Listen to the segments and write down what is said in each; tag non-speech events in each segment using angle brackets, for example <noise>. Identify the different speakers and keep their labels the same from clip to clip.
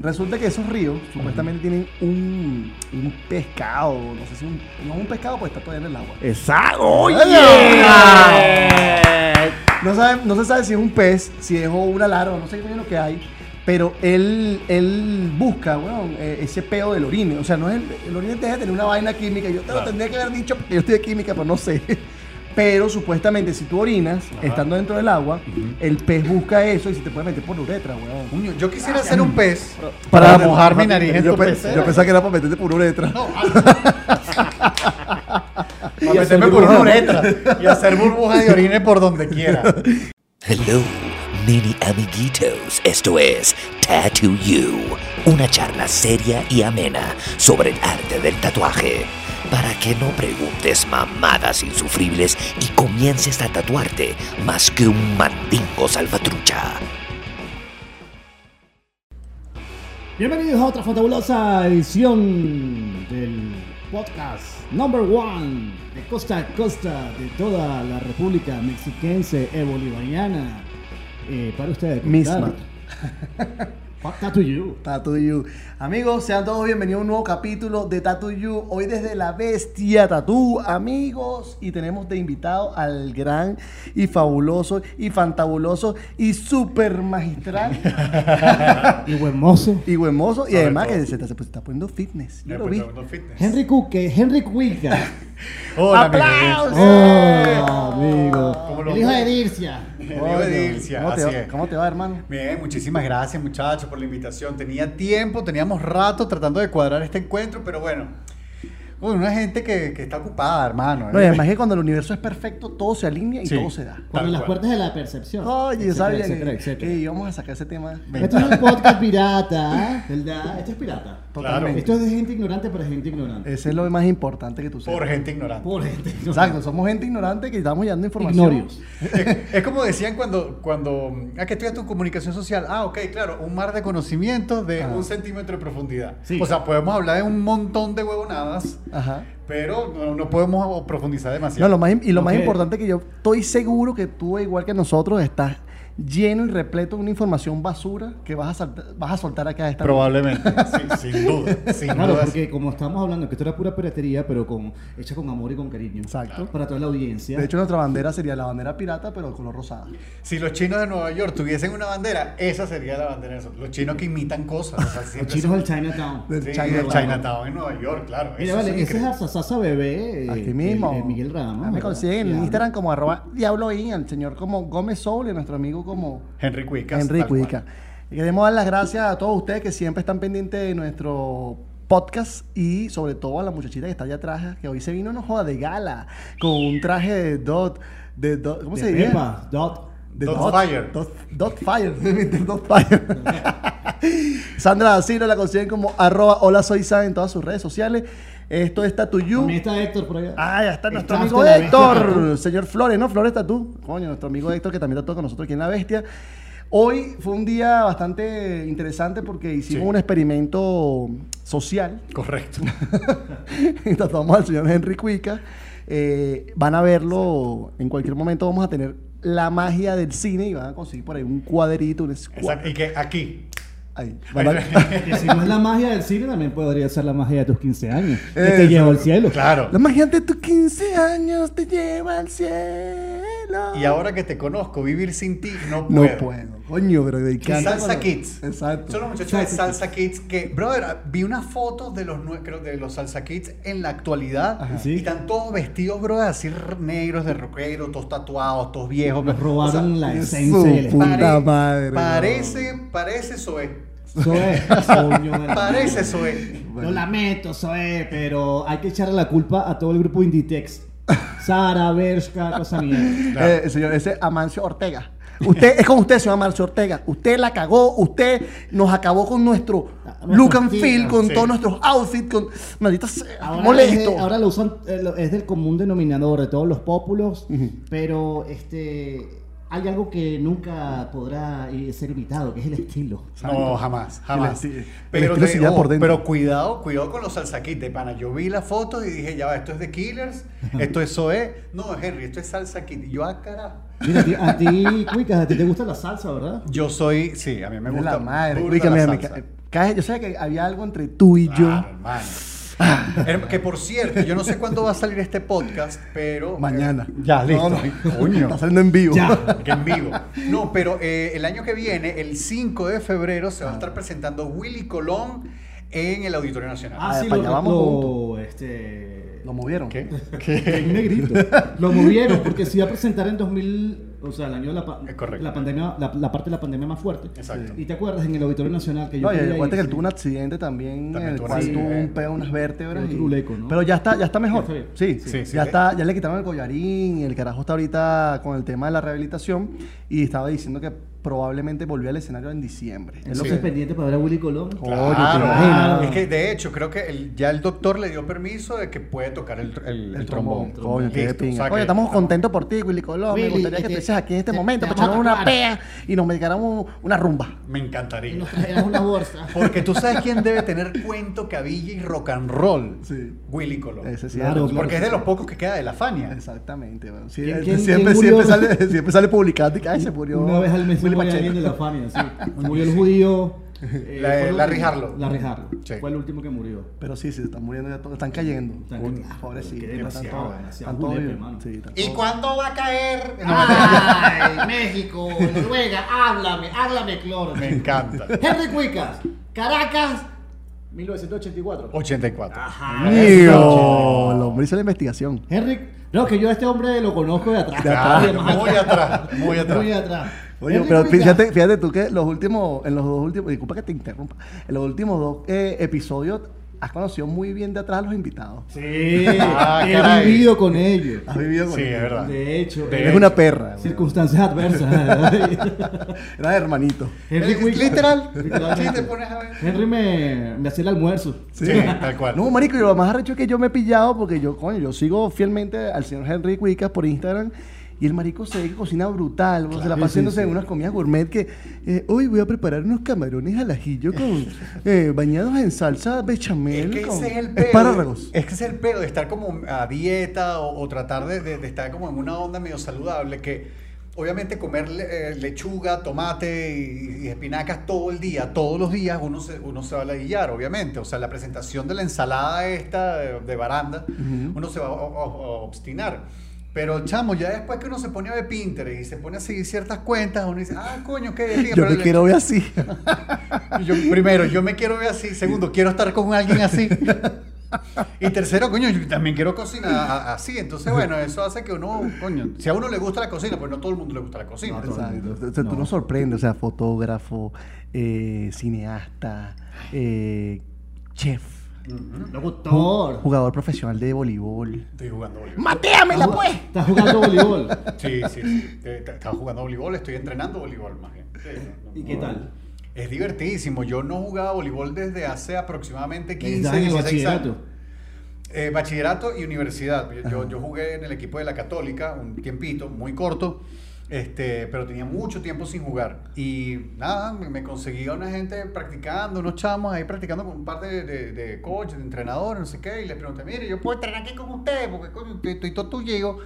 Speaker 1: Resulta que esos ríos supuestamente tienen un, un pescado, no sé si un, no es un pescado, pues está todavía en el agua.
Speaker 2: ¡Exacto! ¡Oye!
Speaker 1: No, sabe- no se sabe si es un pez, si es una larva, no sé qué coño lo que hay, pero él, él busca, weón, eh, ese peo del orine. O sea, no es el, el orine deja de tener una vaina química. Yo te lo tendría que haber dicho porque yo estoy de química, pero no sé. Pero supuestamente si tú orinas, estando dentro del agua, el pez busca eso y se te puede meter por la uretra, weón. Ah,
Speaker 3: Coño, yo quisiera ser un pez
Speaker 1: Para
Speaker 3: para mojar mi nariz en
Speaker 1: yo,
Speaker 3: tu
Speaker 1: pe-
Speaker 3: pecera.
Speaker 1: yo pensaba que era para meterte por uretra.
Speaker 3: Para meterme por una uretra y hacer burbujas de orines por donde quiera.
Speaker 4: Hello, mini amiguitos. Esto es Tattoo You, una charla seria y amena sobre el arte del tatuaje. Para que no preguntes mamadas insufribles y comiences a tatuarte más que un mandingo salvatrucha.
Speaker 5: Bienvenidos a otra fabulosa edición del podcast number one de costa a costa de toda la República Mexiquense e Bolivariana. Eh, para ustedes, ¿cómo
Speaker 1: Misma.
Speaker 5: están? Fuck that to you.
Speaker 1: Tattoo You. Amigos, sean todos bienvenidos a un nuevo capítulo de Tattoo You. Hoy desde la bestia Tattoo, amigos. Y tenemos de invitado al gran y fabuloso y fantabuloso y super magistral
Speaker 3: <laughs>
Speaker 5: Y buen mozo.
Speaker 1: y buen mozo. Y
Speaker 3: Sobre
Speaker 1: además
Speaker 3: todo.
Speaker 1: que se está, se está poniendo fitness. Yo lo
Speaker 3: pues,
Speaker 1: vi.
Speaker 5: Henry Cuque, Henry Cuica.
Speaker 3: <laughs> Hola, amigos.
Speaker 5: Oh, amigo.
Speaker 3: ¿Cómo lo
Speaker 5: El hijo
Speaker 3: ves?
Speaker 5: de Dircia.
Speaker 3: Diego de Dilcia,
Speaker 1: ¿Cómo, te
Speaker 3: así
Speaker 1: va,
Speaker 3: es.
Speaker 1: cómo te va, hermano?
Speaker 3: Bien, muchísimas gracias muchachos por la invitación. Tenía tiempo, teníamos rato tratando de cuadrar este encuentro, pero bueno. Bueno, una gente que, que está ocupada, hermano. ¿eh?
Speaker 1: No, y además que cuando el universo es perfecto, todo se alinea y
Speaker 3: Sí.
Speaker 1: todo se da.
Speaker 5: Por
Speaker 3: Tal
Speaker 5: las
Speaker 3: cual.
Speaker 5: puertas de la percepción.
Speaker 1: Oye,
Speaker 5: etcétera,
Speaker 1: sabía
Speaker 5: etcétera,
Speaker 1: que,
Speaker 5: etcétera.
Speaker 1: que íbamos a sacar ese tema.
Speaker 5: Esto es un podcast pirata, ¿eh? ¿verdad? Esto es pirata.
Speaker 1: Totalmente.
Speaker 5: Esto es de gente ignorante para gente ignorante.
Speaker 1: Ese es lo más importante que tú sepas.
Speaker 3: Por gente ignorante.
Speaker 5: Por gente ignorante.
Speaker 1: <laughs> Exacto, somos gente ignorante que estamos llevando información.
Speaker 5: Ignorios.
Speaker 3: <laughs> es como decían cuando, cuando ah, que estudias tu comunicación social. Ah, ok, claro, un mar de conocimientos
Speaker 1: Ah.
Speaker 3: de un centímetro de profundidad.
Speaker 5: Sí.
Speaker 3: O sea, podemos hablar de un montón de huevonadas,
Speaker 1: Ajá.
Speaker 3: pero no, no podemos profundizar
Speaker 1: No,
Speaker 3: demasiado.
Speaker 1: lo más, im- y lo más
Speaker 5: Ok.
Speaker 1: importante que yo estoy seguro que tú, igual que nosotros, estás lleno y repleto de una información basura que vas a, saltar- vas a soltar acá esta
Speaker 3: Probablemente, <laughs> sí, sin duda. Sin
Speaker 5: Claro,
Speaker 3: duda.
Speaker 5: porque como estamos hablando, que esto era pura piratería, pero con, hecha con amor y con cariño.
Speaker 1: Exacto.
Speaker 5: Para toda la audiencia.
Speaker 1: De hecho, nuestra bandera sería la bandera pirata, pero de color rosada.
Speaker 3: Si los chinos de Nueva York tuviesen una bandera, esa sería la bandera de nosotros. Los chinos que imitan cosas. O sea,
Speaker 5: los
Speaker 3: siempre
Speaker 5: chinos
Speaker 3: son-
Speaker 5: del Chinatown.
Speaker 1: del
Speaker 3: Sí,
Speaker 1: Chinatown.
Speaker 3: del Chinatown en Nueva York, claro.
Speaker 5: Mira,
Speaker 3: eso
Speaker 5: vale,
Speaker 3: son
Speaker 5: ese es
Speaker 3: increíbles.
Speaker 5: Arzasasa Bebé. eh,
Speaker 1: Aquí
Speaker 5: el-
Speaker 1: mismo.
Speaker 5: el Miguel Ramos.
Speaker 1: Ah, me
Speaker 5: ¿verdad?
Speaker 1: consiguen en
Speaker 5: Diablo.
Speaker 1: Instagram como arroba Diablo In, al señor como Gómez Soul y a nuestro amigo como
Speaker 3: Henry Cuicas.
Speaker 1: Enrique
Speaker 3: tal cual.
Speaker 1: Udica. Y Queremos dar las gracias a todos ustedes que siempre están pendientes de nuestro podcast y sobre todo a la muchachita que está allá atrás, que hoy se vino, no joda, de gala, con un traje de Dot, de dot ¿cómo se
Speaker 5: De
Speaker 1: diría?
Speaker 5: Pepa, Dot.
Speaker 1: De
Speaker 3: Dot Fire.
Speaker 1: Dot, Dot Fire, <laughs> de Dot Fire. <laughs> Sandra Asilo la consiguen como arroba hola soy San en todas sus redes sociales. Esto está tu you.
Speaker 5: También está Héctor por allá.
Speaker 1: Ah, ya está nuestro
Speaker 5: Estás
Speaker 1: amigo
Speaker 5: de la bestia,
Speaker 1: Héctor.
Speaker 5: Tatú.
Speaker 1: Señor Flores, ¿no? Flores Tatú. Coño, nuestro amigo Héctor que también tatuó con nosotros aquí en La Bestia. Hoy fue un día bastante interesante porque hicimos
Speaker 3: Sí.
Speaker 1: un experimento social. <laughs>
Speaker 5: <laughs>
Speaker 3: Correcto.
Speaker 1: Y Tatuamos al señor Henry Cuica. Eh, van a verlo en cualquier momento. Vamos a tener la magia del cine y van a conseguir por ahí un cuadrito, un
Speaker 3: Exacto.
Speaker 1: square.
Speaker 3: Y que aquí. <laughs>
Speaker 1: Ahí. Van a-
Speaker 5: Que si no es la magia del cine, también podría ser la magia de tus 15 años. Que te
Speaker 1: Eso.
Speaker 5: lleva al cielo.
Speaker 3: Claro.
Speaker 1: <laughs> La magia de tus 15 años te lleva al cielo.
Speaker 3: Y ahora que te conozco, vivir sin ti no
Speaker 1: No
Speaker 3: puedo.
Speaker 1: puedo. Coño, pero me
Speaker 3: Y
Speaker 1: encanta.
Speaker 3: Salsa
Speaker 1: cuando-
Speaker 3: Kids.
Speaker 1: Exacto.
Speaker 3: Son los muchachos de Salsa Kids que, brother, vi unas fotos de los nue- creo, de los Salsa Kids en la actualidad
Speaker 5: Ajá.
Speaker 3: y están todos vestidos, brother, así r- negros de rockero, todos tatuados, todos viejos.
Speaker 5: Nos robaron la
Speaker 1: su
Speaker 5: esencia y el
Speaker 1: puta
Speaker 5: espíritu.
Speaker 3: pare-
Speaker 1: madre, no.
Speaker 3: Parece, parece Zoe.
Speaker 5: Eso es, coño de la-
Speaker 3: Parece Zoe.
Speaker 5: Lo lamento, Zoe, pero hay que echarle la culpa a todo el grupo Inditex. Sara, Bershka, cosa mía.
Speaker 1: Eh, señor, ese Amancio Ortega. Usted es con usted, señor Amancio Ortega. Usted la cagó, usted nos acabó con nuestro
Speaker 5: Ah,
Speaker 1: look and
Speaker 5: sí,
Speaker 1: feel,
Speaker 5: ah,
Speaker 1: con
Speaker 3: sí.
Speaker 1: todos nuestros outfits, con maldita sea,
Speaker 5: es
Speaker 1: molesto.
Speaker 5: de- ahora lo usan, eh, lo- es del común denominador de todos los populos, pero este hay algo que nunca podrá eh, ser imitado, que es el estilo.
Speaker 3: No, jamás, jamás.
Speaker 1: El esti- el
Speaker 3: Pero,
Speaker 1: estilo
Speaker 3: de-
Speaker 1: se lleva
Speaker 3: oh,
Speaker 1: por dentro.
Speaker 3: pero cuidado, cuidado con los Salsa Kids de pana. Yo vi las fotos y dije, ya va, esto es de Killers, esto es Zoe. No, Henry, esto es Salsa Kid. Y yo, ah, carajo.
Speaker 5: Mira, a ti- a ti, Cuicas, a ti te gusta la salsa, ¿verdad?
Speaker 3: Yo soy, sí, a mí me
Speaker 1: De
Speaker 3: gusta.
Speaker 1: la madre.
Speaker 3: burda
Speaker 1: Uy, que
Speaker 3: la
Speaker 1: mira, me
Speaker 3: salsa.
Speaker 1: ca- Cada vez- yo sabía que había algo entre tú y
Speaker 3: Claro,
Speaker 1: yo.
Speaker 3: hermano. Herma- Que por cierto, yo no sé cuándo va a salir este podcast, pero. eh,
Speaker 1: Mañana.
Speaker 3: Ya, listo. <laughs> Coño.
Speaker 1: Está saliendo en vivo.
Speaker 5: Ya.
Speaker 3: Que en vivo. No, pero eh, el año que viene, el 5 de febrero, se va
Speaker 1: Ah.
Speaker 3: a estar presentando Willy Colón en el Auditorio Nacional.
Speaker 5: Ah,
Speaker 1: Ah,
Speaker 5: sí,
Speaker 1: para
Speaker 5: lo,
Speaker 1: allá vamos
Speaker 5: lo-
Speaker 1: juntos.
Speaker 5: este,
Speaker 1: Lo movieron.
Speaker 3: ¿Qué?
Speaker 5: en negrito.
Speaker 3: <laughs>
Speaker 5: Lo movieron porque se iba a presentar en 2000, o sea, el año de la, pa-
Speaker 3: Es correcto.
Speaker 5: la pandemia, la, la parte de la pandemia más fuerte.
Speaker 3: Exacto.
Speaker 5: Y te acuerdas en el Auditorio Nacional que yo
Speaker 1: No, y
Speaker 5: quería
Speaker 1: acuérdate
Speaker 5: ir,
Speaker 1: que él
Speaker 5: sí.
Speaker 1: tuvo un accidente también,
Speaker 3: También
Speaker 1: en el
Speaker 3: tuvo un
Speaker 1: cual tuvo un
Speaker 3: accidente.
Speaker 1: peo, unas vértebras.
Speaker 5: Pero
Speaker 1: y-
Speaker 5: turuleco, ¿no?
Speaker 1: Pero ya está, ya está mejor.
Speaker 5: Ya está
Speaker 1: sí,
Speaker 5: bien.
Speaker 3: Sí, sí.
Speaker 1: ya está, ya le quitaron el collarín, y el carajo está ahorita con el tema de la rehabilitación y estaba diciendo que probablemente volvió al escenario en diciembre. Es lo
Speaker 5: Entonces,
Speaker 1: que-
Speaker 5: pendiente para ver a Willy Colón.
Speaker 1: Coño, te
Speaker 3: Claro.
Speaker 1: imaginas.
Speaker 3: Es que de hecho, creo que el- ya el doctor le dio permiso de que puede tocar el, tr- el-
Speaker 1: El,
Speaker 3: el
Speaker 1: trombón.
Speaker 3: trombón.
Speaker 1: Coño, qué
Speaker 3: Listo,
Speaker 1: pinga.
Speaker 3: o sea
Speaker 1: Coño,
Speaker 3: que-
Speaker 1: estamos contentos por ti, Willy Colón. Me
Speaker 5: Willy,
Speaker 1: gustaría que
Speaker 5: este,
Speaker 1: estuvieses aquí en este
Speaker 5: te-
Speaker 1: momento
Speaker 5: te
Speaker 1: para echarnos
Speaker 5: vamos a
Speaker 1: una
Speaker 5: tocar.
Speaker 1: pea y nos medicáramos una rumba.
Speaker 3: Me encantaría.
Speaker 5: trajeron una
Speaker 3: <laughs>
Speaker 5: bolsa.
Speaker 3: Porque tú sabes quién debe tener cuento, cabilla y rock and roll.
Speaker 1: Sí.
Speaker 3: Willy Colón.
Speaker 1: Ese sí
Speaker 5: Claro,
Speaker 1: es-
Speaker 5: claro.
Speaker 3: Porque es de los pocos que queda de la Fania.
Speaker 1: Exactamente, weón. Sí,
Speaker 5: ¿Quién-
Speaker 1: eh,
Speaker 5: quién-
Speaker 1: siempre,
Speaker 5: quién
Speaker 1: siempre,
Speaker 5: murió?
Speaker 1: sale, <laughs> siempre sale publicado y que ay, se murió.
Speaker 5: Una vez al mes se
Speaker 1: Willy
Speaker 5: muere
Speaker 1: Pacheco.
Speaker 5: alguien de la familia, sí.
Speaker 3: <laughs>
Speaker 5: Murió el judío. eh,
Speaker 3: La-
Speaker 5: fue el
Speaker 3: Larry
Speaker 5: último-
Speaker 3: Harlow.
Speaker 5: Larry Harlow.
Speaker 3: Sí.
Speaker 5: Fue el último que murió.
Speaker 1: Pero sí, sí, están muriendo ya todos, están cayendo.
Speaker 5: Están
Speaker 1: Coño,
Speaker 5: cayendo.
Speaker 1: Pobrecito.
Speaker 5: Qué
Speaker 1: están
Speaker 5: demasiado,
Speaker 1: todos-
Speaker 5: demasiado
Speaker 1: están todos
Speaker 5: julepe,
Speaker 1: bien.
Speaker 5: hermano.
Speaker 1: Sí, están
Speaker 3: ¿Y
Speaker 1: todos-
Speaker 3: cuándo va a caer? <laughs> No,
Speaker 1: Ah.
Speaker 6: Ay, México, Noruega, háblame, háblame, Cloro.
Speaker 3: me encanta.
Speaker 6: Henry Cuicas, Caracas,
Speaker 5: 1984.
Speaker 3: 84.
Speaker 1: ¡Mío! El hombre hizo la investigación.
Speaker 5: Henry, no, que yo a este hombre lo conozco de atrás.
Speaker 1: De
Speaker 3: Ah,
Speaker 5: de más
Speaker 3: muy atrás, muy atrás.
Speaker 5: Muy atrás.
Speaker 1: Oye,
Speaker 5: Henry
Speaker 1: pero
Speaker 5: Cuicas.
Speaker 1: fíjate, fíjate tú que los últimos, en los dos últimos, disculpa que te interrumpa, en los últimos dos eh, episodios has conocido muy bien de atrás a los invitados.
Speaker 5: Sí,
Speaker 3: Ah,
Speaker 5: he
Speaker 3: caray.
Speaker 5: vivido con ellos.
Speaker 1: Has vivido con
Speaker 3: Sí,
Speaker 1: ellos.
Speaker 3: es verdad.
Speaker 5: De hecho,
Speaker 3: De
Speaker 5: eh,
Speaker 1: Eres una perra.
Speaker 5: circunstancias
Speaker 3: <laughs>
Speaker 5: adversas.
Speaker 1: weón. <laughs> Era hermanito.
Speaker 5: Henry Cuicas.
Speaker 3: Literal.
Speaker 5: Literalmente.
Speaker 3: Sí, te pones a ver.
Speaker 5: Henry me, me hacía el almuerzo.
Speaker 3: Sí, tal cual.
Speaker 1: No, marico, y lo más arrecho es que yo me he pillado porque yo, coño, yo sigo fielmente al señor Henry Cuicas por Instagram y el marico se ve que cocina brutal, bro, se la
Speaker 5: Claro,
Speaker 1: pasa
Speaker 5: sí,
Speaker 1: haciéndose
Speaker 5: sí.
Speaker 1: unas comidas gourmet que eh, hoy voy a preparar unos camarones al ajillo
Speaker 5: <laughs>
Speaker 1: con eh, bañados en salsa
Speaker 3: Es
Speaker 1: bechamel
Speaker 3: que
Speaker 1: con
Speaker 3: ese es el pedo.
Speaker 1: espárragos.
Speaker 3: Es que ese es el pedo de estar como a dieta o, o tratar de, de- de estar como en una onda medio saludable que. Obviamente comer le- eh, lechuga, tomate y, y espinacas todo el día, todos los días, uno se, uno se va a ladillar, obviamente. O sea, la presentación de la ensalada esta de, de baranda, uno se va a, a- a obstinar. Pero chamo, ya después que uno se pone a ver Pinterest y se pone a seguir ciertas cuentas, uno dice, ah, coño, qué
Speaker 1: <laughs>
Speaker 3: bien.
Speaker 1: Yo me quiero ver así.
Speaker 3: Yo, primero, yo me quiero ver así. Segundo, quiero estar con alguien así. Y tercero, coño, yo también quiero cocinar a- así. Entonces, bueno, eso hace que uno, coño, si a uno le gusta la cocina, pues no a todo el mundo le gusta la cocina.
Speaker 1: <laughs> Exacto. O sea, tú nos sorprendes, o sea, fotógrafo, eh, cineasta, eh, chef,
Speaker 5: Locutor.
Speaker 1: jugador profesional de voleibol.
Speaker 3: Estoy jugando voleibol.
Speaker 1: ¡Matéamela, pues!
Speaker 5: Estás jugando voleibol.
Speaker 3: Sí, sí, sí. Te- te- Estaba jugando voleibol, estoy entrenando voleibol más bien. Sí, no, no.
Speaker 5: ¿Y qué tal?
Speaker 3: Es divertidísimo. Yo no jugaba voleibol desde hace aproximadamente 15,
Speaker 5: Estás en el
Speaker 3: 16 años.
Speaker 5: bachillerato.
Speaker 3: Eh, bachillerato y universidad. Yo- Yo, yo jugué en el equipo de la Católica un tiempito, muy corto, este, pero tenía mucho tiempo sin jugar. Y nada, me, me conseguía una gente practicando, unos chamos ahí practicando con un par de, de, de coaches, de entrenadores, no sé qué, y les pregunté, mire, yo puedo entrenar aquí con ustedes porque coño, estoy, estoy todo tuyo.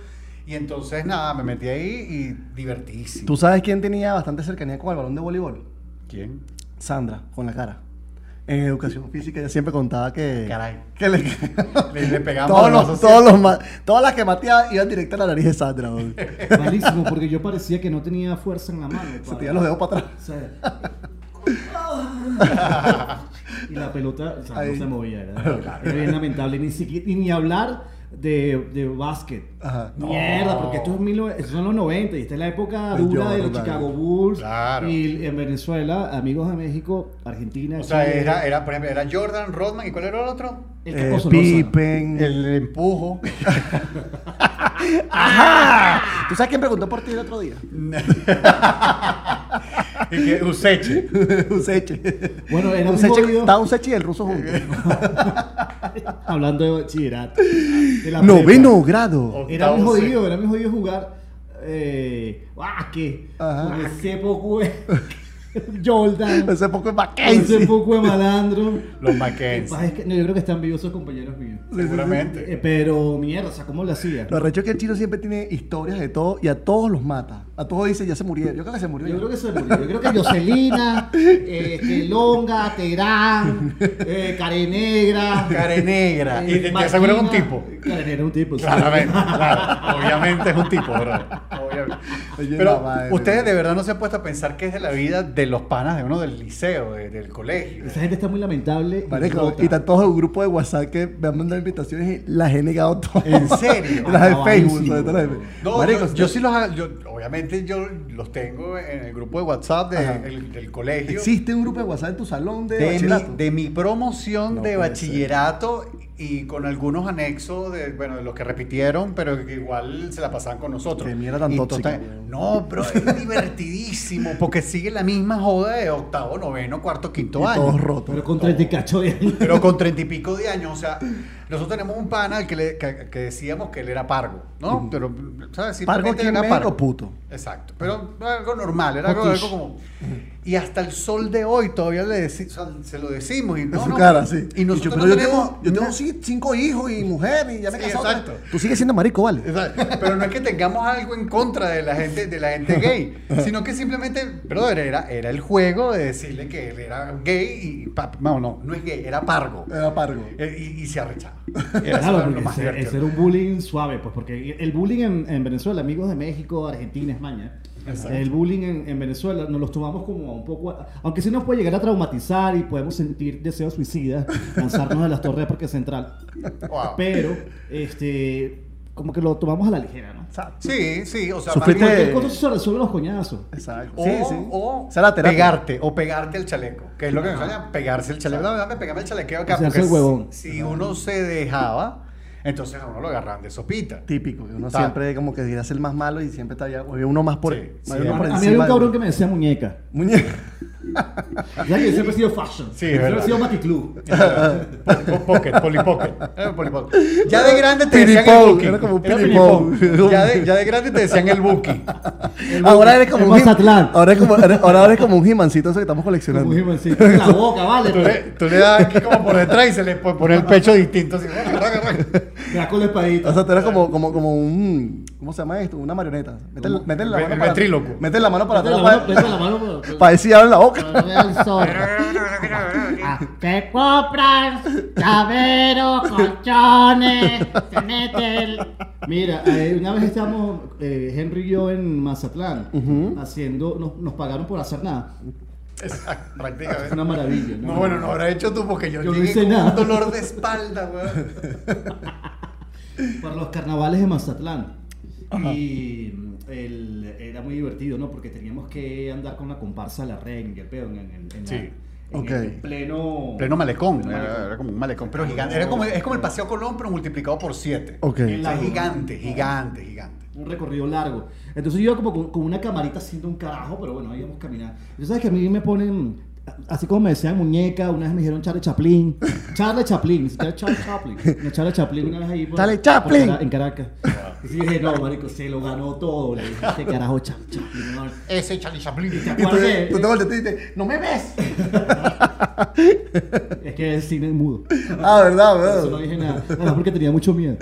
Speaker 3: Y entonces nada, me metí ahí y divertísimo.
Speaker 1: ¿Tú sabes quién tenía bastante cercanía con el balón de voleibol?
Speaker 3: ¿Quién?
Speaker 1: Sandra, con la cara. En educación física ella siempre contaba que...
Speaker 3: Caray.
Speaker 1: Que le,
Speaker 3: Le, le pegamos
Speaker 1: todos
Speaker 3: a
Speaker 1: los-
Speaker 3: asociados.
Speaker 1: todos los ma- todas las que matía iban directa a la nariz de Sandra. güey.
Speaker 5: Malísimo, porque yo parecía que no tenía fuerza en la mano.
Speaker 1: Se
Speaker 5: para-
Speaker 1: tiran los dedos para atrás.
Speaker 5: O
Speaker 3: <laughs>
Speaker 5: sea, y la pelota o sea, no
Speaker 1: Ahí.
Speaker 5: se movía, era, era bien lamentable. Y ni, siquiera, y ni hablar de, de básquet.
Speaker 1: Ajá.
Speaker 5: Mierda, porque esto es mil nove- estos son los 90 y esta es la época
Speaker 1: De
Speaker 5: dura de los
Speaker 1: Jordan.
Speaker 5: Chicago Bulls.
Speaker 3: Pues Claro.
Speaker 5: Y en Venezuela, amigos de México, Argentina.
Speaker 3: O sea,
Speaker 5: Chile,
Speaker 3: era, era, por ejemplo, era Jordan, Rodman, ¿y cuál era el otro?
Speaker 5: el
Speaker 1: Eh,
Speaker 5: Caposo Lozano.
Speaker 1: Pippen.
Speaker 3: El empujo.
Speaker 1: ¡Ajá! ¿Tú sabes quién preguntó por ti el otro día? <laughs>
Speaker 3: y que Useche.
Speaker 1: Useche.
Speaker 5: Bueno, era un
Speaker 1: Useche
Speaker 5: jodido.
Speaker 1: estaba Useche y el ruso juntos.
Speaker 5: <laughs> Hablando de bachillerato. de la prepa.
Speaker 1: Noveno grado.
Speaker 5: Era muy
Speaker 3: Octavo, sí.
Speaker 5: jodido, era muy jodido jugar eh, básquet
Speaker 1: Ajá.
Speaker 5: con el cepo cue- <laughs>
Speaker 1: <laughs>
Speaker 5: Jordan.
Speaker 1: Ese poco es
Speaker 5: Ese
Speaker 1: Mackenzie.
Speaker 5: poco de malandro.
Speaker 3: Los
Speaker 5: Ah,
Speaker 3: Mackenzie.
Speaker 5: es que- no, yo creo que están vivos esos compañeros míos. Eh,
Speaker 3: Seguramente.
Speaker 5: pero mierda, o sea, ¿cómo lo hacía?
Speaker 1: Lo arrecho es que el chino siempre tiene historias de todo y a todos los mata. A todos dice, ya se murieron. Yo creo que se murió.
Speaker 5: Yo creo que
Speaker 1: se
Speaker 5: se murió. Yo creo que
Speaker 1: <laughs>
Speaker 5: Jocelina, eh, este, Longa, Terán, eh, Care Negra.
Speaker 3: Care negra.
Speaker 5: eh,
Speaker 3: Y te- te
Speaker 5: Martina.
Speaker 3: aseguro que un tipo.
Speaker 5: Care Negra es un tipo. sí.
Speaker 3: Claramente, claro. Obviamente es un tipo, bro. Obviamente.
Speaker 1: Oye, la
Speaker 3: Pero
Speaker 1: madre.
Speaker 3: ustedes de verdad no se han puesto a pensar que es de la vida de los panas de uno del liceo, de- del colegio.
Speaker 5: <laughs> Esa gente está muy lamentable. y
Speaker 1: Marico,
Speaker 5: rota.
Speaker 1: y están todos en un grupo de WhatsApp que me han mandado invitaciones y las he negado todas.
Speaker 3: ¿En serio?
Speaker 1: <laughs> las de
Speaker 5: Acabadísimo,
Speaker 1: Facebook, sobre todo las de
Speaker 3: No,
Speaker 1: Marico,
Speaker 3: yo, yo sí los ha- yo- obviamente yo los tengo en el grupo de WhatsApp de-
Speaker 1: Ajá.
Speaker 3: el- del colegio.
Speaker 1: ¿Existe un grupo de WhatsApp en tu salón de,
Speaker 3: de
Speaker 1: bachillerato?
Speaker 3: mi, de mi promoción
Speaker 1: No puede
Speaker 3: de bachillerato y con algunos anexos de, bueno, de los que repitieron, pero que igual se la pasaban con nosotros.
Speaker 1: Qué mierda tan
Speaker 3: Y
Speaker 1: tóxica,
Speaker 3: total-
Speaker 1: weón.
Speaker 3: No,
Speaker 1: <laughs>
Speaker 3: pero es divertidísimo porque sigue la misma joda de octavo, noveno, cuarto, quinto
Speaker 1: Y
Speaker 3: año.
Speaker 1: todos rotos.
Speaker 5: Pero con 30 y cacho de años.
Speaker 1: <laughs>
Speaker 3: Pero con treinta y pico de años, o sea, nosotros tenemos un pana al que, le- que- que decíamos que él era pargo, ¿no? Pero, ¿sabes?
Speaker 1: Pargo
Speaker 3: Simplemente
Speaker 1: aquí en
Speaker 3: era
Speaker 1: México, puto.
Speaker 3: Exacto, pero algo normal, era algo,
Speaker 1: Potish.
Speaker 3: algo como... Y hasta el sol de hoy todavía le deci- o sea, se lo decimos y
Speaker 1: En
Speaker 3: no,
Speaker 1: su
Speaker 3: no.
Speaker 1: cara, sí.
Speaker 3: Y nosotros
Speaker 1: yo, pero
Speaker 3: no
Speaker 1: yo
Speaker 3: tenemos...
Speaker 1: tengo, yo tengo
Speaker 3: na-
Speaker 1: ci- cinco hijos y mujer y ya me
Speaker 3: Sí,
Speaker 1: he casado.
Speaker 3: exacto.
Speaker 1: Tú sigues siendo marico, vale.
Speaker 3: Exacto, Pero no es que tengamos algo en contra de la gente, de la gente gay, sino que simplemente, brother, era, era el juego de decirle que él era gay y... pa- No, no, no es gay, era pargo.
Speaker 1: Era pargo.
Speaker 3: Eh, Y, y se arrechaba.
Speaker 5: Claro,
Speaker 3: Eso era lo
Speaker 5: porque
Speaker 3: más
Speaker 5: ese,
Speaker 3: divertido.
Speaker 5: ese era un bullying suave, pues porque el bullying en, en Venezuela, amigos de México, Argentina, España,
Speaker 3: Exacto.
Speaker 5: el bullying en, en Venezuela nos los tomamos como un poco, a- aunque sí nos puede llegar a traumatizar y podemos sentir deseos suicidas, lanzarnos de las torres de Parque Central,
Speaker 3: Wow.
Speaker 5: pero este, como que lo tomamos a la ligera, ¿no?
Speaker 1: Exacto.
Speaker 3: Sí, sí, o sea,
Speaker 1: Sufriste-
Speaker 3: más bien-
Speaker 5: Cualquier cosa se resuelve los coñazos.
Speaker 1: Exacto.
Speaker 3: o,
Speaker 1: sí, sí.
Speaker 3: o
Speaker 1: Esa es la terapia.
Speaker 3: pegarte, o pegarte el chaleco, que es lo que nos llama pegarse el chaleco. Dame, dame, pegame el chalequeo acá.
Speaker 5: O sea,
Speaker 3: porque
Speaker 5: ese huevón.
Speaker 3: Si, si uno se dejaba, entonces a uno lo agarraban
Speaker 1: <laughs>
Speaker 3: de sopita.
Speaker 1: Típico, que uno
Speaker 3: Tal.
Speaker 1: siempre como que diría ser más malo y siempre está ya, había uno más por,
Speaker 3: Sí,
Speaker 1: hay
Speaker 3: sí,
Speaker 1: uno
Speaker 3: hermano.
Speaker 1: por
Speaker 5: A mí
Speaker 1: encima
Speaker 5: había un
Speaker 1: de
Speaker 5: cabrón
Speaker 1: uno.
Speaker 5: que me decía muñeca.
Speaker 1: Muñeca.
Speaker 5: Ya que yo siempre he sido fashion.
Speaker 3: Sí, es
Speaker 5: siempre he
Speaker 3: verdad.
Speaker 5: sido maticlú.
Speaker 3: <laughs>
Speaker 1: Ah.
Speaker 3: Po- Pocket, polipocket. Era polipocket. Ya de grande te decían el
Speaker 1: Piripou,
Speaker 3: buki.
Speaker 1: era como un
Speaker 3: Era
Speaker 1: piripou.
Speaker 3: piripou. Ya de, ya de grande te decían el buki.
Speaker 1: Ahora eres como
Speaker 5: <laughs> el
Speaker 1: un He-
Speaker 5: Mazatlán.
Speaker 1: Ahora eres como, eres- ahora eres como un jimancito eso que estamos
Speaker 5: Como
Speaker 1: coleccionando.
Speaker 5: dijimos, sí, en la boca, vale.
Speaker 3: Tú le, tú le das aquí como por detrás y se le po- pone el pecho distinto. Así.
Speaker 5: pues. Me da con la espadita.
Speaker 1: O sea, tú eres como, como, como un. ¿Cómo se llama esto? Una marioneta. Mete, la- mete la
Speaker 3: Ve-
Speaker 1: mano
Speaker 3: el
Speaker 1: para
Speaker 3: ventríloco.
Speaker 1: Mete la mano para
Speaker 5: Mete la
Speaker 1: atrás
Speaker 5: mano,
Speaker 1: para,
Speaker 5: mete la
Speaker 1: <laughs>
Speaker 5: mano, pues, pero-
Speaker 1: para decir en la boca.
Speaker 5: <laughs> Pero no vea el sol. Ah, Te compras llaveros, colchones, te meten. Mira, eh, una vez estábamos eh, Henry y yo en Mazatlán haciendo, nos, nos pagaron por hacer nada.
Speaker 3: Exacto, prácticamente.
Speaker 5: Una maravilla.
Speaker 3: No, bueno, no habrá hecho tú porque yo,
Speaker 5: Yo no
Speaker 3: llegué
Speaker 5: hice
Speaker 3: con
Speaker 5: nada.
Speaker 3: un dolor de espalda, weón.
Speaker 5: Para los carnavales de Mazatlán. Y mm, el- era muy divertido, ¿no? Porque teníamos que andar con la comparsa de la renga, el pedo, en, en- en la-
Speaker 3: Sí.
Speaker 5: en
Speaker 1: Ok.
Speaker 5: el pleno.
Speaker 3: Pleno malecón,
Speaker 5: Pleno
Speaker 3: era, era como un malecón, pero gigante. Era como, es como el Paseo Colón, pero multiplicado por 7.
Speaker 1: Ok.
Speaker 5: En la-
Speaker 3: Está gigante, gigante, gigante.
Speaker 5: un recorrido largo. Entonces yo iba como con, con una camarita haciendo un carajo, pero bueno, ahí íbamos caminando. Yo sabes que a mí me ponen, a- así como me decían muñeca, una vez me dijeron
Speaker 1: <laughs>
Speaker 5: Charlie Chaplin. Charlie Chaplin, ni siquiera Charles Chaplin. No, Charlie Chaplin una vez ahí. por-
Speaker 1: Charlie Chaplin.
Speaker 5: por Cara- en Caracas. Y sí dije, no, marico, se lo ganó todo. Le dije, este carajo Cha- Chaplin. no".
Speaker 3: Ese Charlie Chaplin.
Speaker 1: Y tú,
Speaker 5: Guardé.
Speaker 1: tú te volteaste y dices, ¡No me <laughs> ves!
Speaker 5: Es que es cine mudo.
Speaker 1: Ah, ¿verdad,
Speaker 5: Por eso no
Speaker 1: weón?
Speaker 5: dije nada. Además porque tenía mucho miedo.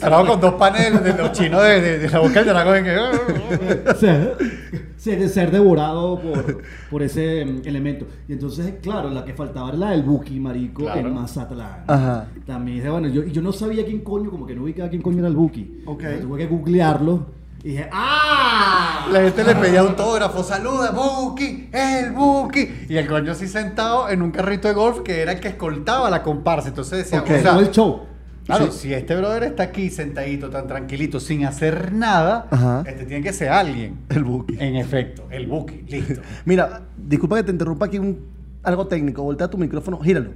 Speaker 3: Carajo con dos panes de los chinos de, de- de la boca del dragón. en que-
Speaker 5: O sea, <laughs> ser, ser devorado por, por ese mm, elemento. Y entonces, claro, la que faltaba era la del Buki, marico,
Speaker 3: Claro.
Speaker 5: en Mazatlán.
Speaker 1: Ajá.
Speaker 5: También dije, bueno, yo, y yo no sabía quién coño, como que no ubicaba quién coño era el Buki.
Speaker 1: Ok.
Speaker 5: Entonces Tuve que googlearlo y dije, ¡ah!
Speaker 3: La gente le pedía autógrafo, saluda, Buki, el Buki. Y el coño así sentado en un carrito de golf que era el que escoltaba la comparsa. Entonces decía,
Speaker 1: Ok.
Speaker 5: O
Speaker 3: o sea,
Speaker 5: el show.
Speaker 3: Claro,
Speaker 1: Sí.
Speaker 3: si este brother está aquí sentadito, tan tranquilito, sin hacer nada,
Speaker 1: Ajá.
Speaker 3: este tiene que ser alguien.
Speaker 1: El buki.
Speaker 3: En efecto, el buki, listo.
Speaker 1: Mira, disculpa que te interrumpa aquí un, algo técnico. Voltea tu micrófono, gíralo.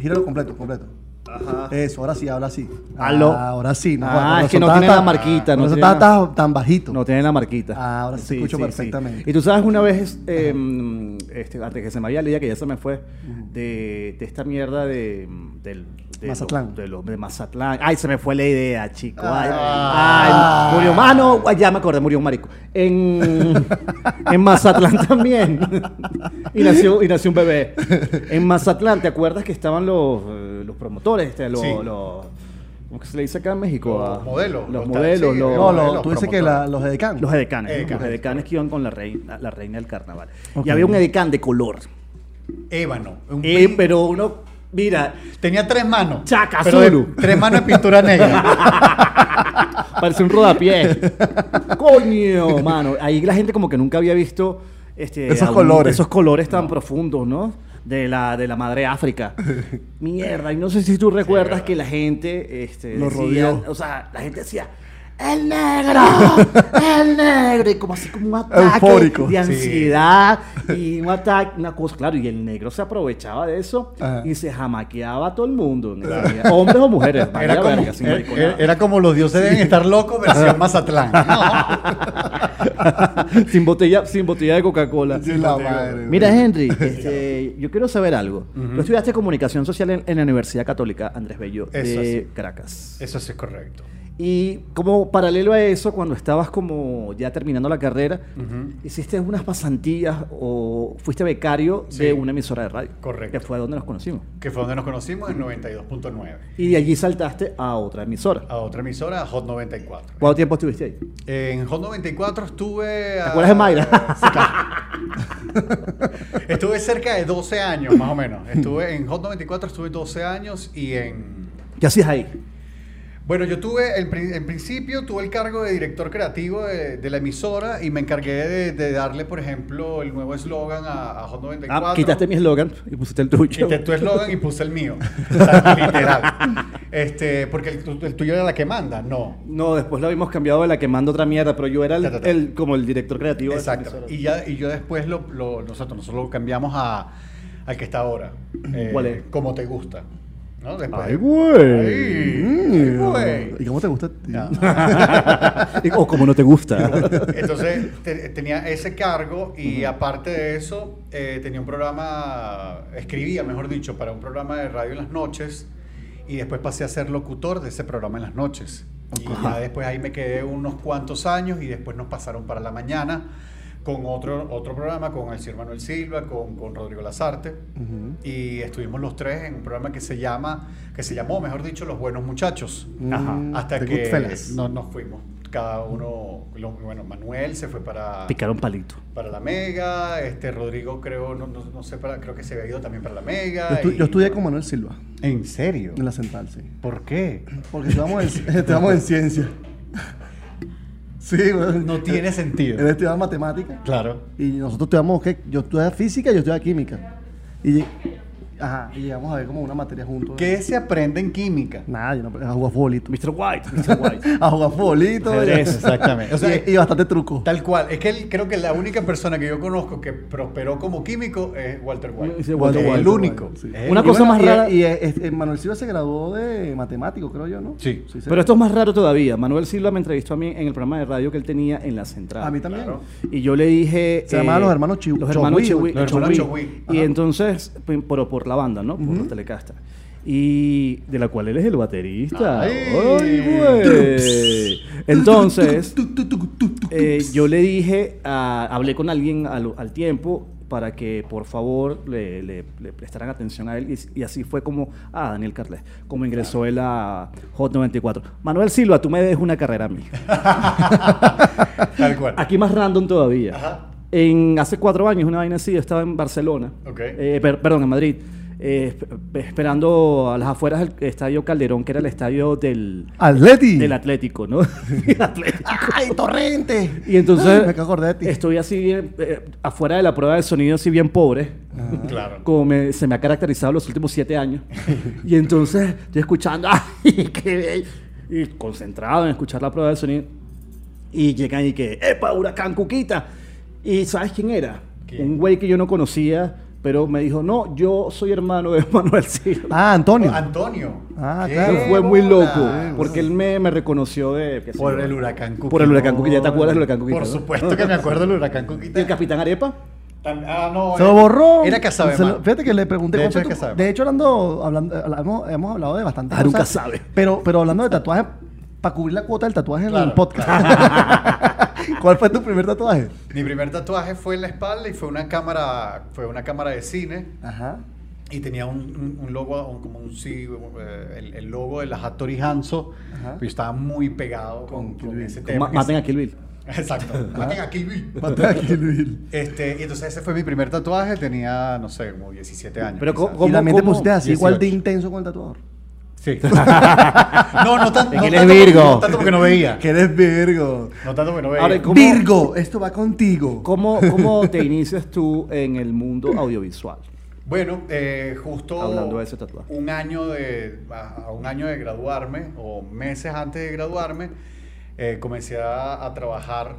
Speaker 1: Gíralo completo, completo. Eso, ahora sí, ahora sí.
Speaker 5: Aló.
Speaker 1: Ah, ahora sí.
Speaker 5: Ah,
Speaker 1: jodas,
Speaker 5: es que no
Speaker 1: estaba
Speaker 5: tiene la
Speaker 1: tan-
Speaker 5: marquita, no
Speaker 1: por eso
Speaker 5: tiene
Speaker 1: estaba tan, tan bajito.
Speaker 5: tiene la marquita.
Speaker 1: Ah, ahora sí, escucho perfectamente.
Speaker 5: Y tú sabes, una vez, eh, mm, este, antes que se me había la idea, que ya se me fue, de, de esta mierda de, mm, del, de
Speaker 1: Mazatlán.
Speaker 5: lo- de, lo- de Mazatlán. Ay, se me fue la idea, chico. Ay,
Speaker 1: Ah.
Speaker 5: ay, murió. Ah, no, ay, ya me acordé, murió un marico.
Speaker 1: <laughs>
Speaker 5: En, en Mazatlán también. y, nació, y nació un bebé. En Mazatlán, ¿te acuerdas que estaban los, eh, los promotores? Este, los,
Speaker 3: Sí.
Speaker 5: los- ¿Cómo que se le dice acá en México?
Speaker 3: Los
Speaker 5: Ah,
Speaker 3: modelos,
Speaker 5: Los,
Speaker 3: los tal-
Speaker 5: modelos.
Speaker 3: sí,
Speaker 5: los,
Speaker 1: No,
Speaker 3: los
Speaker 1: lo- tú dices que la- los edecan.
Speaker 5: los edecanes, ¿no?
Speaker 3: Edecanes.
Speaker 5: los edecanes que iban con la reina, la reina del carnaval.
Speaker 1: Ok.
Speaker 5: Y había un edecán de color.
Speaker 3: Ébano. un
Speaker 5: Eh,
Speaker 3: pin-
Speaker 5: pero uno, mira,
Speaker 3: Tenía tres manos.
Speaker 5: Chaca,
Speaker 3: pero de-
Speaker 5: Zulu.
Speaker 3: Tres manos de
Speaker 5: <laughs>
Speaker 3: pintura negra.
Speaker 5: parece un rodapié. Coño, mano. Ahí la gente como que nunca había visto este,
Speaker 1: Esos
Speaker 5: a
Speaker 1: colores.
Speaker 5: Esos colores tan profundos, ¿no? De la, de la
Speaker 1: <laughs>
Speaker 5: madre África. Mierda. Y no sé si tú recuerdas que la gente. Este,
Speaker 1: Lo
Speaker 5: decía-
Speaker 1: rodeó.
Speaker 5: O sea, la gente decía. ¡El negro! ¡El negro! Y como así como un ataque
Speaker 1: Eufórico.
Speaker 5: de
Speaker 1: Sí.
Speaker 5: ansiedad y un ataque, una cosa, claro, y el negro se aprovechaba de eso
Speaker 1: Ajá.
Speaker 5: y se jamaqueaba a todo el mundo, hombres o mujeres, valía
Speaker 3: Era como,
Speaker 5: verga, sin
Speaker 3: era-
Speaker 5: mariconada.
Speaker 3: era como los dioses deben estar locos versión Mazatlán.
Speaker 5: <laughs>
Speaker 3: No.
Speaker 5: sin botella, sin botella de Coca-Cola.
Speaker 1: Sí, la madre,
Speaker 5: Mira,
Speaker 1: güey.
Speaker 5: Henry, este, yo quiero saber algo. Tú estudiaste comunicación social en, en la Universidad Católica Andrés Bello
Speaker 3: Eso
Speaker 5: de
Speaker 3: sí.
Speaker 5: Caracas.
Speaker 3: Eso sí es correcto.
Speaker 5: Y como paralelo a eso, cuando estabas como ya terminando la carrera, hiciste unas pasantías o fuiste becario
Speaker 3: Sí.
Speaker 5: de una emisora de radio.
Speaker 3: Correcto.
Speaker 5: Que fue donde nos conocimos.
Speaker 3: Que fue donde nos conocimos en 92.9.
Speaker 5: Y de allí saltaste a otra emisora.
Speaker 3: A otra emisora, Hot 94.
Speaker 5: ¿Cuánto tiempo estuviste ahí?
Speaker 3: En Hot 94 estuve.
Speaker 5: ¿Te acuerdas de Mayra?
Speaker 3: <laughs> Sí, claro. estuve cerca de 12 años, más o menos. Estuve en Hot 94 estuve 12 años y en.
Speaker 5: ¿Qué hacías ahí?
Speaker 3: Bueno, yo tuve, el pri- en principio, tuve el cargo de director creativo de, de la emisora y me encargué de, de darle, por ejemplo, el nuevo eslogan a, a Hot 94.
Speaker 5: Ah, quitaste mi eslogan y pusiste el tuyo.
Speaker 3: Quité tu eslogan y puse el mío. O sea, <laughs> literal. Este, porque el, tu- el tuyo era la que manda. No.
Speaker 5: No, después lo habíamos cambiado de la que manda otra mierda, pero yo era el,
Speaker 3: Ta, ta, ta.
Speaker 5: el- como el director creativo. de esa
Speaker 3: Exacto.
Speaker 5: emisora.
Speaker 3: Y, ya, y yo después lo, lo- nosotros, nosotros lo cambiamos a, al que está ahora. Eh,
Speaker 5: ¿Cuál es?
Speaker 3: Como te gusta. ¿No? Después,
Speaker 5: Ay, güey. Mm.
Speaker 3: Ay, ay, güey.
Speaker 1: Mm. ¿Y cómo te gusta? a ti?
Speaker 3: Ya.
Speaker 5: <laughs> Y- o como no te gusta. <laughs>
Speaker 3: <laughs> Entonces te- tenía ese cargo y aparte de eso eh, tenía un programa, escribía mejor dicho, para un programa de radio en las noches y después pasé a ser locutor de ese programa en las noches. Y ya después ahí me quedé unos cuantos años y después nos pasaron para la mañana con otro, otro programa, con el señor Manuel Silva, con, con Rodrigo Lazarte. Y estuvimos los tres en un programa que se llama, que se llamó, mejor dicho, Los Buenos Muchachos.
Speaker 5: Ajá.
Speaker 1: Mm,
Speaker 3: Hasta
Speaker 1: The
Speaker 3: que
Speaker 1: Goodfellas.
Speaker 3: no- nos fuimos. Cada uno, lo- bueno, Manuel se fue para,
Speaker 5: Picaron palito.
Speaker 3: para la Mega, este Rodrigo creo, no, no, no sé, para, creo que se había ido también para la Mega.
Speaker 1: Yo, estu-
Speaker 3: y-
Speaker 1: yo estudié con Manuel Silva
Speaker 3: ¿En serio?
Speaker 1: en la central, sí.
Speaker 3: ¿Por qué?
Speaker 1: Porque estudiamos en, <laughs> estudiamos en ciencia. Sí, bueno.
Speaker 3: No tiene sentido.
Speaker 1: Él estudiaba matemática
Speaker 3: Claro.
Speaker 1: y nosotros estudiamos, ¿qué? Yo estudiaba física y yo estudiaba química. Y, lleg- ajá, y llegamos a ver como una materia juntos.
Speaker 3: ¿Qué se aprende en química?
Speaker 1: Nada, yo no, a jugar futbolito.
Speaker 5: Mr. White,
Speaker 3: <laughs>
Speaker 5: Mr. White.
Speaker 1: <laughs> A jugar futbolito.
Speaker 5: Ajedrez,
Speaker 3: exactamente. O sea,
Speaker 1: y, y bastante truco.
Speaker 3: Tal cual. Es que él- creo que la única persona que yo conozco que prosperó como químico es Walter White.
Speaker 5: Sí, Walter
Speaker 3: Es el
Speaker 5: White,
Speaker 3: único.
Speaker 1: Sí.
Speaker 3: Es el
Speaker 5: Una
Speaker 1: Y
Speaker 5: cosa más
Speaker 1: y-
Speaker 5: rara-
Speaker 1: Y, eh, este, Manuel Silva se graduó de matemático, creo yo, ¿no?
Speaker 3: Sí.
Speaker 1: se-
Speaker 5: Pero esto es más raro todavía. Manuel Silva me entrevistó a mí en el programa de radio que él tenía en la central.
Speaker 1: A mí también.
Speaker 5: Y yo le dije. eh,
Speaker 1: Se llamaban Los Hermanos Chihu-
Speaker 5: Los hermanos
Speaker 1: Chohui,
Speaker 5: Chihui.
Speaker 3: Los Hermanos
Speaker 5: Chohui.
Speaker 3: Chohui,
Speaker 5: Y
Speaker 3: ajá.
Speaker 5: entonces, p- por, por la banda, ¿no? Por la Telecasta. Y de la cual él es el baterista.
Speaker 3: Ay.
Speaker 5: ¡Ay, güey! Eh, Entonces, eh, yo le dije, a- hablé con alguien al, al tiempo para que por favor le, le- le prestaran atención a él y, y así fue como, ah, Daniel Carles, como ingresó él a Hot 94. Manuel Silva, tú me des una carrera a mí.
Speaker 3: <laughs> Tal
Speaker 1: Ah,
Speaker 3: cual.
Speaker 5: Aquí más random todavía.
Speaker 3: Ajá.
Speaker 5: En, hace cuatro años, una vaina así, yo estaba en Barcelona,
Speaker 3: Ok.
Speaker 5: Eh, per- perdón, en Madrid, eh, esp- esperando a las afueras del estadio Calderón, que era el estadio del,
Speaker 1: Atleti.
Speaker 5: del Atlético, ¿no? <laughs> Del Atlético.
Speaker 1: ¡Ay, torrente!
Speaker 5: Y entonces
Speaker 1: Ay, me acordé de ti.
Speaker 5: estoy así bien, eh, afuera de la prueba de sonido, así bien pobre,
Speaker 3: Claro.
Speaker 5: como me- se me ha caracterizado los últimos
Speaker 1: <laughs>
Speaker 5: siete años. y entonces estoy escuchando, <laughs> ¡ay, qué bello! Y concentrado en escuchar la prueba de sonido. Y llegan y que, ¡epa, huracán Cuquita! ¿Y sabes quién era?
Speaker 3: ¿Quién?
Speaker 5: Un güey que yo no conocía, pero me dijo, no, yo soy hermano de <laughs> Manuel Silva.
Speaker 1: Ah, Antonio.
Speaker 3: Antonio.
Speaker 1: Ah,
Speaker 3: Qué
Speaker 1: claro.
Speaker 5: Fue muy
Speaker 3: bola.
Speaker 5: loco, porque él me, me reconoció de... qué sé
Speaker 3: Por
Speaker 5: yo,
Speaker 3: el huracán Cuquita.
Speaker 5: Por el huracán Cuquita, ¿te acuerdas del huracán Cuquita? <laughs>
Speaker 3: Por
Speaker 5: no?
Speaker 3: supuesto que me acuerdo del huracán
Speaker 5: ¿Y el
Speaker 3: Cuquita.
Speaker 5: Capitán Arepa?
Speaker 3: Tam- Ah, no.
Speaker 1: Se
Speaker 3: era-
Speaker 1: lo borró.
Speaker 3: Era Casabe.
Speaker 1: Se lo-
Speaker 3: man.
Speaker 1: Fíjate que le pregunté.
Speaker 3: De
Speaker 1: cuánto
Speaker 3: hecho, es
Speaker 1: tú-
Speaker 3: Casabe.
Speaker 1: de hecho, hablando, hablando, hablamos- hemos hablado de bastantes
Speaker 5: Ah,
Speaker 1: cosas.
Speaker 5: nunca sabe.
Speaker 1: Pero, pero hablando de tatuajes, para cubrir la cuota del tatuaje en el
Speaker 3: Claro.
Speaker 1: podcast. <laughs> ¿Cuál fue tu primer tatuaje?
Speaker 3: Mi primer tatuaje fue en la espalda y fue una cámara, fue una cámara de cine
Speaker 1: Ajá.
Speaker 3: y tenía un, un- un logo, un- como un sí, eh, el, el logo de la Hattori Hanzo,
Speaker 1: Ajá.
Speaker 3: pero estaba muy pegado
Speaker 1: Con
Speaker 3: con, con
Speaker 1: Kill Bill.
Speaker 3: ese
Speaker 5: Con
Speaker 3: tema.
Speaker 5: Ma- Maten a Kill Bill.
Speaker 3: <laughs> Exacto. Maten a Kill Bill. Este, y entonces ese fue mi primer tatuaje, tenía, no sé, como 17 años.
Speaker 5: Pero
Speaker 3: quizás.
Speaker 5: co- co-
Speaker 1: Y también te
Speaker 5: cómo?
Speaker 1: pusiste así, igual de
Speaker 3: 18.
Speaker 1: intenso con el tatuador.
Speaker 3: Sí. no, no, tan-
Speaker 5: Que
Speaker 3: no
Speaker 5: él
Speaker 3: tanto.
Speaker 5: es Virgo.
Speaker 3: porque- No tanto porque no veía.
Speaker 1: Que eres Virgo.
Speaker 3: No tanto porque no veía.
Speaker 5: Ahora, ¿cómo-
Speaker 1: Virgo, esto va contigo.
Speaker 5: ¿Cómo, ¿Cómo te inicias tú en el mundo audiovisual?
Speaker 3: Bueno, eh, justo
Speaker 5: Hablando de ese tatuaje.
Speaker 3: un año de a, a un año de graduarme o meses antes de graduarme eh, comencé a, a trabajar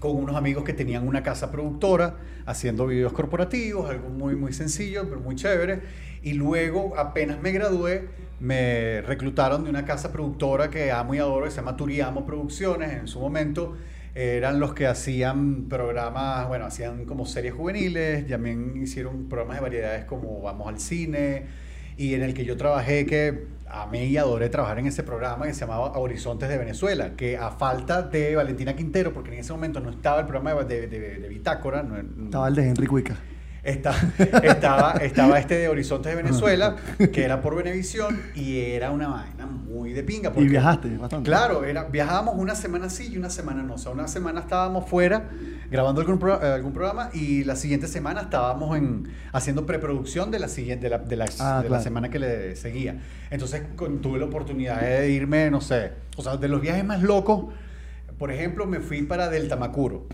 Speaker 3: con unos amigos que tenían una casa productora haciendo videos corporativos, algo muy muy sencillo pero muy chévere y luego apenas me gradué me reclutaron de una casa productora que amo y adoro que se llama Turiamo Producciones en su momento eran los que hacían programas, bueno, hacían como series juveniles, también hicieron programas de variedades como Vamos al Cine, y en el que yo trabajé, que a mí adoré trabajar en ese programa que se llamaba Horizontes de Venezuela, que a falta de Valentina Quintero, porque en ese momento no estaba el programa de, de- de Bitácora, no, no-
Speaker 1: Estaba el de Henry Cuica.
Speaker 3: Está- estaba, estaba este de Horizontes de Venezuela, que era por Venevisión, y era una vaina muy de pinga.
Speaker 1: Y
Speaker 3: porque-
Speaker 1: viajaste bastante.
Speaker 3: Claro, era, viajábamos una semana sí y una semana no. O sea, una semana estábamos fuera grabando algún, pro- eh, algún programa y la siguiente semana estábamos en, haciendo preproducción de la, siguiente, de la, de la-
Speaker 1: Ah,
Speaker 3: de
Speaker 1: claro.
Speaker 3: la semana que le seguía. Entonces con- tuve la oportunidad de irme, no sé, o sea, de los viajes más locos, por ejemplo, me fui para Delta Macuro.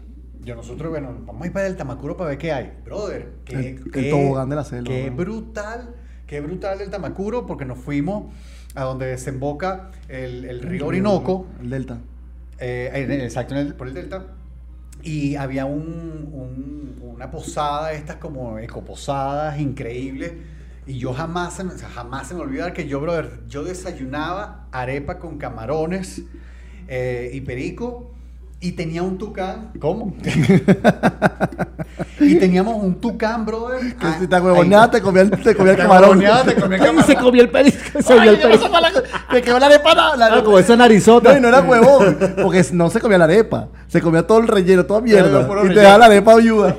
Speaker 3: Yo nosotros, bueno, vamos a ir para Delta Macuro para ver qué hay. Brother, qué,
Speaker 1: El- el
Speaker 3: qué-
Speaker 1: tobogán de la selva,
Speaker 3: Qué
Speaker 1: ¿no?
Speaker 3: brutal, qué brutal Delta Macuro porque nos fuimos a donde desemboca el, el río Orinoco,
Speaker 1: El Delta.
Speaker 3: eh, en el- exacto, en el- por el delta. Y había un- un- una posada, de estas como ecoposadas increíbles. Y yo jamás se me, o sea, jamás se me olvidar que yo, brother, yo desayunaba arepa con camarones eh, y perico. Y tenía un tucán. ¿Cómo? <laughs> y teníamos un tucán, brother.
Speaker 1: Que
Speaker 3: ah,
Speaker 1: si te huevoneabas,
Speaker 3: ahí-
Speaker 1: te comía el, te comía el
Speaker 3: Te
Speaker 1: camarón.
Speaker 3: huevoneabas, te
Speaker 1: <laughs>
Speaker 3: comía el
Speaker 5: Ay, se comió el perisco, se comió el perisco.
Speaker 1: Te quedó la arepa. la- la-
Speaker 5: Ah, como esa narizota.
Speaker 1: No, y no <laughs> era huevón, porque no se comía la arepa. Se comía todo el relleno, toda mierda.
Speaker 3: Era puro
Speaker 1: Y te
Speaker 3: relleno.
Speaker 1: daba la arepa <laughs> ayuda.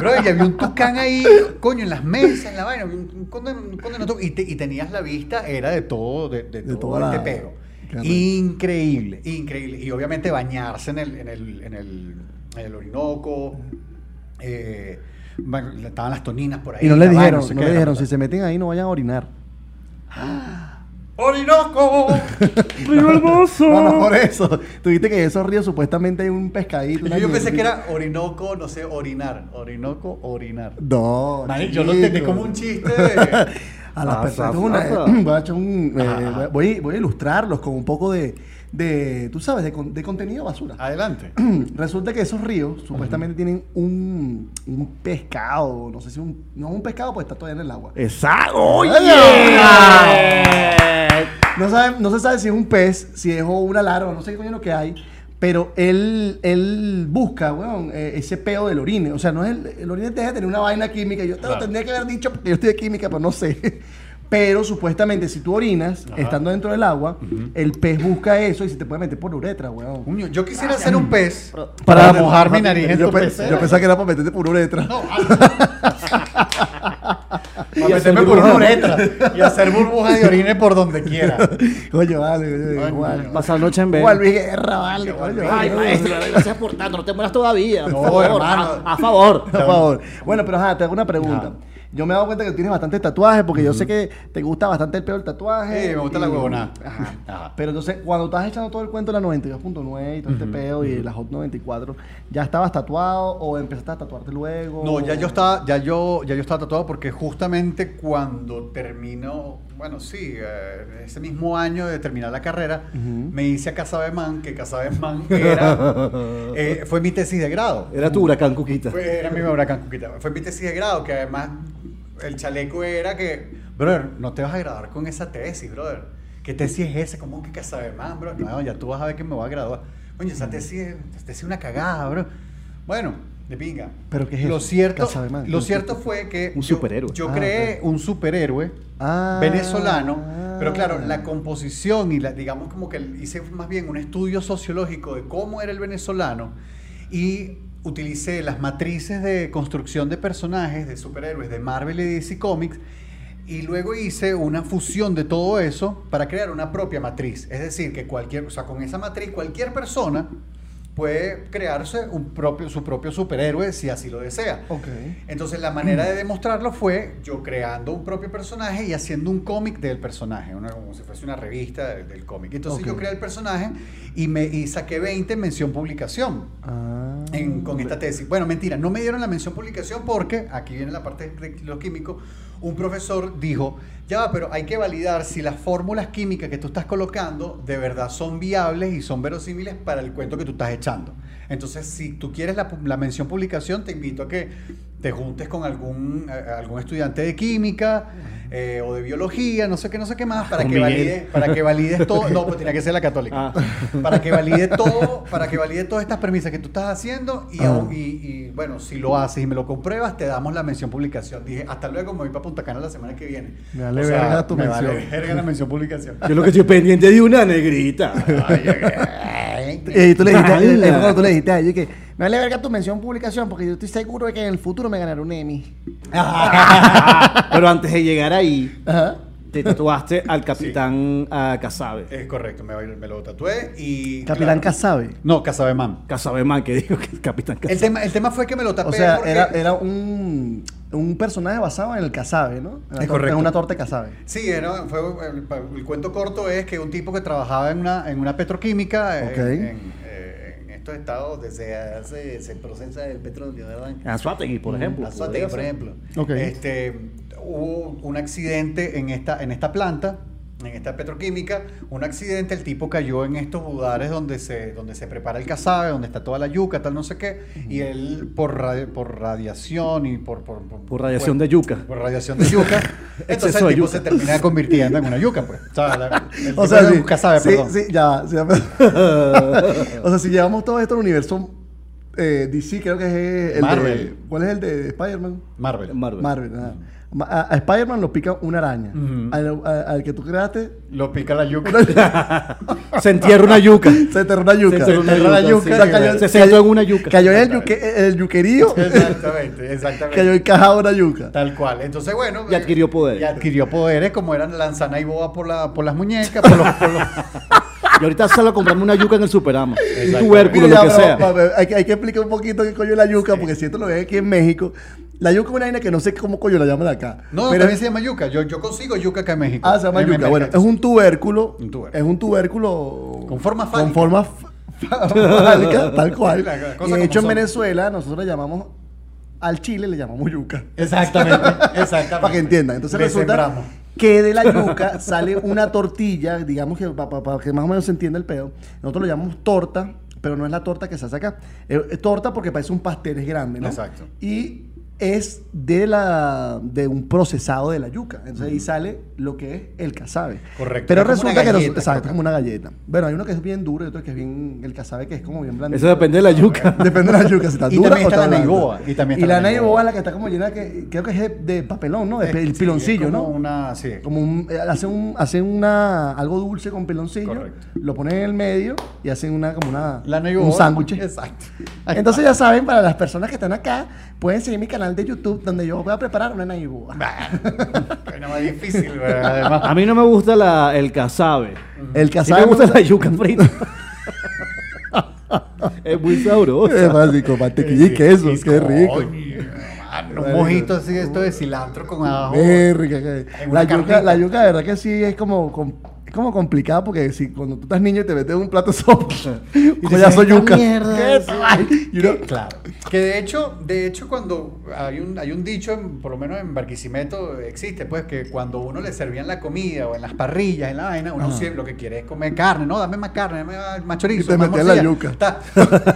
Speaker 3: Bro, y había un tucán ahí, coño, en las mesas, en la vaina, un, un conden- un condenado- y, te- y tenías la vista, era de todo, de, de
Speaker 1: De
Speaker 3: todo
Speaker 1: toda
Speaker 3: este
Speaker 1: la-
Speaker 3: peo.
Speaker 1: Qué arrecho.
Speaker 3: Increíble, increíble. Y obviamente bañarse en el, en el, en el, en el Orinoco. eh, bueno, estaban las toninas por ahí.
Speaker 1: Y no le
Speaker 3: la vaina,
Speaker 1: dijeron,
Speaker 3: sé
Speaker 1: no le
Speaker 3: qué, la
Speaker 1: dijeron,
Speaker 3: puta.
Speaker 1: si se meten ahí no vayan a orinar. <laughs>
Speaker 3: ¡Orinoco!
Speaker 5: Río hermoso.
Speaker 1: No, no, por eso. Tuviste que en esos ríos supuestamente hay un pescadito. <laughs> una
Speaker 3: Y yo pensé
Speaker 1: mierda.
Speaker 3: que era Orinoco, no sé, orinar. Orinoco, orinar.
Speaker 1: No.
Speaker 3: Marico, yo lo entendí
Speaker 1: chico.
Speaker 3: como un chiste de-
Speaker 1: <laughs> a las
Speaker 5: Ah,
Speaker 1: personas.
Speaker 5: sa-
Speaker 1: esto es una-
Speaker 5: sa-
Speaker 1: voy, a echar un, eh, <clears throat> voy, voy a ilustrarlos con un poco de, de tú sabes, de, con- de contenido basura.
Speaker 3: Adelante.
Speaker 1: <clears throat> Resulta que esos ríos supuestamente tienen un, un pescado, no sé si un, no un pescado, pues está todavía en el agua.
Speaker 5: Esa,
Speaker 1: ¡Oye!
Speaker 5: oye.
Speaker 1: No, sabe- no se sabe si es un pez, si es una larva, no sé qué coño lo que hay. Pero él, él busca, weón, eh, ese peo del orine. O sea, no es el, el orine deja de tener una vaina química. Yo te lo
Speaker 3: Claro.
Speaker 1: tendría que haber dicho porque yo estoy de química, pero no sé. Pero supuestamente, si tú orinas,
Speaker 3: Ajá.
Speaker 1: estando dentro del agua, el pez busca eso y se te puede meter por uretra, weón.
Speaker 3: Coño, yo quisiera ser un pez
Speaker 1: Para
Speaker 3: para, mojar mi nariz en
Speaker 1: yo,
Speaker 3: tu
Speaker 1: pe-
Speaker 3: pecera.
Speaker 1: yo pensaba que era para meterte por uretra.
Speaker 3: No, y hacerme por una letra y hacer burbujas de orines por <laughs> donde quiera.
Speaker 1: <laughs> Coño, vale, coño,
Speaker 3: Coño.
Speaker 1: igual.
Speaker 5: Pasar noche en
Speaker 1: Juan
Speaker 5: ver.
Speaker 1: Luis Guerra, vale, coño.
Speaker 5: Ay,
Speaker 1: vale.
Speaker 5: maestro, gracias por tanto. No te mueras todavía. Por
Speaker 3: No,
Speaker 5: favor,
Speaker 3: hermano.
Speaker 5: A,
Speaker 1: <laughs>
Speaker 5: a favor.
Speaker 1: Por favor. Bueno, pero ajá, te hago una pregunta. Yo me he dado cuenta que tienes bastantes tatuajes porque yo sé que te gusta bastante el peor tatuaje.
Speaker 3: Sí, me gusta la huevonada.
Speaker 1: Ajá.
Speaker 3: Ajá.
Speaker 1: Pero entonces, cuando estás echando todo el cuento de la 92.9 y todo este pedo y la Hot 94, ¿ya estabas tatuado o empezaste a tatuarte luego?
Speaker 3: No, ya yo estaba, ya yo, ya yo estaba tatuado porque justamente cuando terminó, bueno, sí, eh, ese mismo año de terminar la carrera, me hice a Casabemán, que Casabemán <laughs> era, eh, fue mi tesis de grado.
Speaker 5: Era tu huracán cuquita.
Speaker 3: Fue, era mi huracán Cuquita. Fue mi tesis de grado, que además el chaleco era que, brother, no te vas a graduar con esa tesis, brother. ¿Qué tesis es esa? ¿Cómo que qué sabe más,
Speaker 1: Mm.
Speaker 3: bro? No, ya tú vas a ver que me voy a graduar. Coño, esa tesis es esa tesis es una cagada, bro. Bueno, De pinga.
Speaker 1: ¿Pero qué es
Speaker 3: Lo
Speaker 1: eso?
Speaker 3: cierto,
Speaker 1: Casa de Man.
Speaker 3: lo cierto fue que.
Speaker 5: Un
Speaker 3: yo-
Speaker 5: superhéroe.
Speaker 3: Yo,
Speaker 1: Ah,
Speaker 3: creé
Speaker 1: ok.
Speaker 3: un superhéroe
Speaker 1: Ah.
Speaker 3: venezolano. Pero claro, la composición y la, digamos como que hice más bien un estudio sociológico de cómo era el venezolano y utilicé las matrices de construcción de personajes de superhéroes de Marvel y DC Comics y luego hice una fusión de todo eso para crear una propia matriz. Es decir, que cualquier, o sea, con esa matriz cualquier persona puede crearse un propio, su propio superhéroe si así lo desea.
Speaker 1: Ok.
Speaker 3: Entonces la manera de demostrarlo fue yo creando un propio personaje y haciendo un cómic del personaje, una- como si fuese una revista del, del cómic. Entonces
Speaker 1: Ok.
Speaker 3: yo creé el personaje y, me, y saqué 20 en mención publicación
Speaker 1: Ah.
Speaker 3: en- con esta tesis. Bueno, mentira, no me dieron la mención publicación porque, aquí viene la parte de lo químico, un profesor dijo, ya, va, pero hay que validar si las fórmulas químicas que tú estás colocando de verdad son viables y son verosímiles para el cuento que tú estás echando. Entonces, si tú quieres la, pu- la mención publicación, te invito a que te juntes con algún, eh, algún estudiante de química eh, o de biología, no sé qué, no sé qué más, para
Speaker 5: Ah, Con
Speaker 3: que,
Speaker 5: Miguel.
Speaker 3: valide, para que
Speaker 5: <laughs>
Speaker 3: valides todo. No, pues tenía que ser la católica
Speaker 5: Ah.
Speaker 3: para que
Speaker 1: <laughs>
Speaker 3: valide todo, para que valide todas estas premisas que tú estás haciendo
Speaker 1: Ah.
Speaker 3: y, aún- y- y, bueno, si lo haces y me lo compruebas, te damos la mención publicación. Dije, hasta luego, me voy para Punta Cana la semana que viene.
Speaker 1: Me vale verga tu
Speaker 3: me
Speaker 1: mención.
Speaker 3: vale verga la mención publicación. <laughs>
Speaker 5: Yo lo que estoy pendiente de una negrita.
Speaker 1: <laughs> Y tú le dijiste,
Speaker 5: Ala.
Speaker 1: eh, no, tú le dijiste a ella que me vale verga tu mención publicación porque yo estoy seguro de que en el futuro me ganaré un Emmy.
Speaker 5: Pero antes de llegar ahí,
Speaker 1: Ajá.
Speaker 5: te tatuaste al capitán ah, Casabe.
Speaker 3: es correcto, me, va- me lo tatué y...
Speaker 1: Capitán
Speaker 3: claro.
Speaker 1: Casabe.
Speaker 3: No, Casabemán.
Speaker 5: Casabe man, que digo que el capitán
Speaker 3: El
Speaker 5: Casabe.
Speaker 3: tema, el tema fue que me lo tapé
Speaker 1: O sea,
Speaker 3: porque-
Speaker 1: era, era un, un personaje basado en el Casabe, ¿no? En la
Speaker 3: Es
Speaker 1: torta-
Speaker 3: correcto.
Speaker 1: En una torta de Casabe.
Speaker 3: Sí, era, fue, el, el cuento corto es que un tipo que trabajaba en una, en una petroquímica eh,
Speaker 1: Ok.
Speaker 3: en, eh, en estos estados desde hace, se procesa el petróleo, ¿verdad?
Speaker 5: Anzuategui, Ah, por ejemplo.
Speaker 3: Anzoátegui,
Speaker 5: podría
Speaker 3: Mm, por
Speaker 5: ser.
Speaker 3: ejemplo.
Speaker 1: Ok.
Speaker 3: Este, hubo un accidente en esta, en esta planta, en esta petroquímica, un accidente, el tipo cayó en estos budares donde se, donde se prepara el cazabe, donde está toda la yuca, tal no sé qué, y él por, ra- por radiación y por... Por,
Speaker 5: Por radiación de yuca.
Speaker 3: <laughs> Por radiación de
Speaker 1: <laughs>
Speaker 3: yuca. entonces
Speaker 5: Exceso
Speaker 3: el
Speaker 5: de
Speaker 3: tipo
Speaker 5: yuca.
Speaker 3: se termina convirtiendo en una yuca, pues. O sea, la-
Speaker 1: <laughs>
Speaker 3: el tipo era un cazabe,
Speaker 1: sí,
Speaker 3: perdón.
Speaker 1: sí, ya, sí, ya. <laughs> o sea, si llevamos todo esto al universo eh, DC, creo que es el de...
Speaker 3: Marvel.
Speaker 1: ¿Cuál es el de Spider-Man?
Speaker 3: Marvel.
Speaker 5: Marvel.
Speaker 1: Marvel. ajá. Ma- A, a Spider-Man lo pica una araña. al, a- al que tú creaste,
Speaker 3: Lo pica la yuca.
Speaker 1: <laughs>
Speaker 5: Se entierra una yuca.
Speaker 1: se enterró una yuca.
Speaker 5: Se enterró una
Speaker 1: enterró
Speaker 5: yuca, sí.
Speaker 1: O sea, cayó,
Speaker 5: Se sentó en una yuca.
Speaker 1: Cayó en el, yuque- el yuquerío,
Speaker 3: exactamente,
Speaker 1: <laughs>
Speaker 3: exactamente.
Speaker 1: cayó encajado una yuca.
Speaker 3: Tal cual. Entonces, bueno. eh,
Speaker 5: Y adquirió poderes.
Speaker 3: Y adquirió poderes como eran lanzana y boa por, la, por las muñecas, por los,
Speaker 1: <laughs>
Speaker 3: por los-
Speaker 5: Y ahorita solo comprarme una yuca en el superama. Un
Speaker 3: Exactamente.
Speaker 5: tubérculo,
Speaker 1: Mira,
Speaker 5: lo
Speaker 1: ya,
Speaker 5: que sea.
Speaker 1: va, va, hay, que- hay que explicar un poquito qué coño es la yuca, porque si esto lo ven aquí en México, la yuca es una vaina que no sé cómo coño la llaman acá.
Speaker 3: No,
Speaker 1: Pero-
Speaker 3: pero también se llama yuca. Yo, yo consigo yuca acá en México.
Speaker 1: Ah, se llama
Speaker 3: En
Speaker 1: yuca.
Speaker 3: México.
Speaker 1: Bueno, es un tubérculo.
Speaker 3: Un tubérculo.
Speaker 1: Es un tubérculo.
Speaker 3: Con forma
Speaker 1: Con
Speaker 3: fálica.
Speaker 1: forma fa- fálica, tal cual.
Speaker 3: La-
Speaker 1: Y de
Speaker 3: la <laughs> cosa como
Speaker 1: hecho, en
Speaker 3: son.
Speaker 1: Venezuela, nosotros le llamamos. Al chile le llamamos yuca.
Speaker 3: Exactamente,
Speaker 1: <laughs>
Speaker 3: exactamente.
Speaker 1: Para que entiendan. Entonces resulta
Speaker 3: Desembramos.
Speaker 1: que de la yuca sale una tortilla, digamos que para que más o menos se entienda el pedo. Nosotros lo llamamos torta, pero no es la torta que se hace acá. Eh, es torta porque parece un pastel, es grande, ¿no?
Speaker 3: Exacto.
Speaker 1: Y es de la de un procesado de la yuca. Entonces ahí sale lo que es el casabe.
Speaker 3: Correcto.
Speaker 1: Pero
Speaker 3: Es como una
Speaker 1: resulta que nos-
Speaker 3: galleta, pues.
Speaker 1: exacto,
Speaker 3: creo.
Speaker 1: como una galleta. Bueno, hay uno que es bien duro y otro que es bien el casabe que es como bien blandito.
Speaker 5: Eso depende de la yuca.
Speaker 1: Depende de la yuca, si está
Speaker 3: Y
Speaker 1: dura
Speaker 3: también
Speaker 1: o
Speaker 3: está
Speaker 1: está
Speaker 3: la
Speaker 1: blanda.
Speaker 3: neiboa, y también
Speaker 1: y
Speaker 3: está
Speaker 1: la
Speaker 3: la
Speaker 1: neiboa
Speaker 3: neiboa.
Speaker 1: la que está como llena, que creo que es de, de papelón, ¿no? De, pe-
Speaker 3: Sí,
Speaker 1: el
Speaker 3: es
Speaker 1: piloncillo,
Speaker 3: como
Speaker 1: ¿no?
Speaker 3: Una, sí.
Speaker 1: Como un, eh, hacen un, hacen una, algo dulce con piloncillo,
Speaker 3: Correcto.
Speaker 1: lo ponen en el medio y hacen una, como una,
Speaker 3: La neiboa.
Speaker 1: un sándwich.
Speaker 3: Exacto. <laughs>
Speaker 1: Entonces ya saben, para las personas que están acá, pueden seguir mi canal de YouTube donde yo voy a preparar una neiboa.
Speaker 3: Bueno,
Speaker 1: <laughs>
Speaker 3: más difícil, ¿verdad? además.
Speaker 5: <laughs> A mí no me gusta la- el casabe.
Speaker 1: El
Speaker 5: Sí me
Speaker 1: casabe
Speaker 5: gusta la yuca frita. es
Speaker 1: <laughs>
Speaker 5: muy
Speaker 1: Es
Speaker 5: sabroso.
Speaker 1: básico, mantequilla y queso, qué rico.
Speaker 3: Coño, hermano, un mojito así, esto de cilantro con ajo.
Speaker 1: Verga, que-
Speaker 3: En
Speaker 1: la
Speaker 3: una
Speaker 1: yuca,
Speaker 3: carnita.
Speaker 1: la yuca de verdad que sí es como, com- es como complicado porque si cuando tú estás niño y te metes un plato <laughs> de sopa, collazo
Speaker 3: "Esta
Speaker 1: yuca.
Speaker 3: mierda,
Speaker 1: ¿Qué
Speaker 3: sí".
Speaker 1: tal? Y uno-
Speaker 3: Claro. Que de hecho, de hecho cuando hay un, hay un dicho, en- por lo menos en Barquisimeto existe, pues que cuando uno le servían la comida o en las parrillas, en la vaina, uno siempre lo que quiere es comer carne, no, dame más carne, dame más- más chorizo.
Speaker 1: Y te
Speaker 3: más
Speaker 1: metían la
Speaker 3: morcilla.
Speaker 1: yuca.
Speaker 3: Ta. <laughs>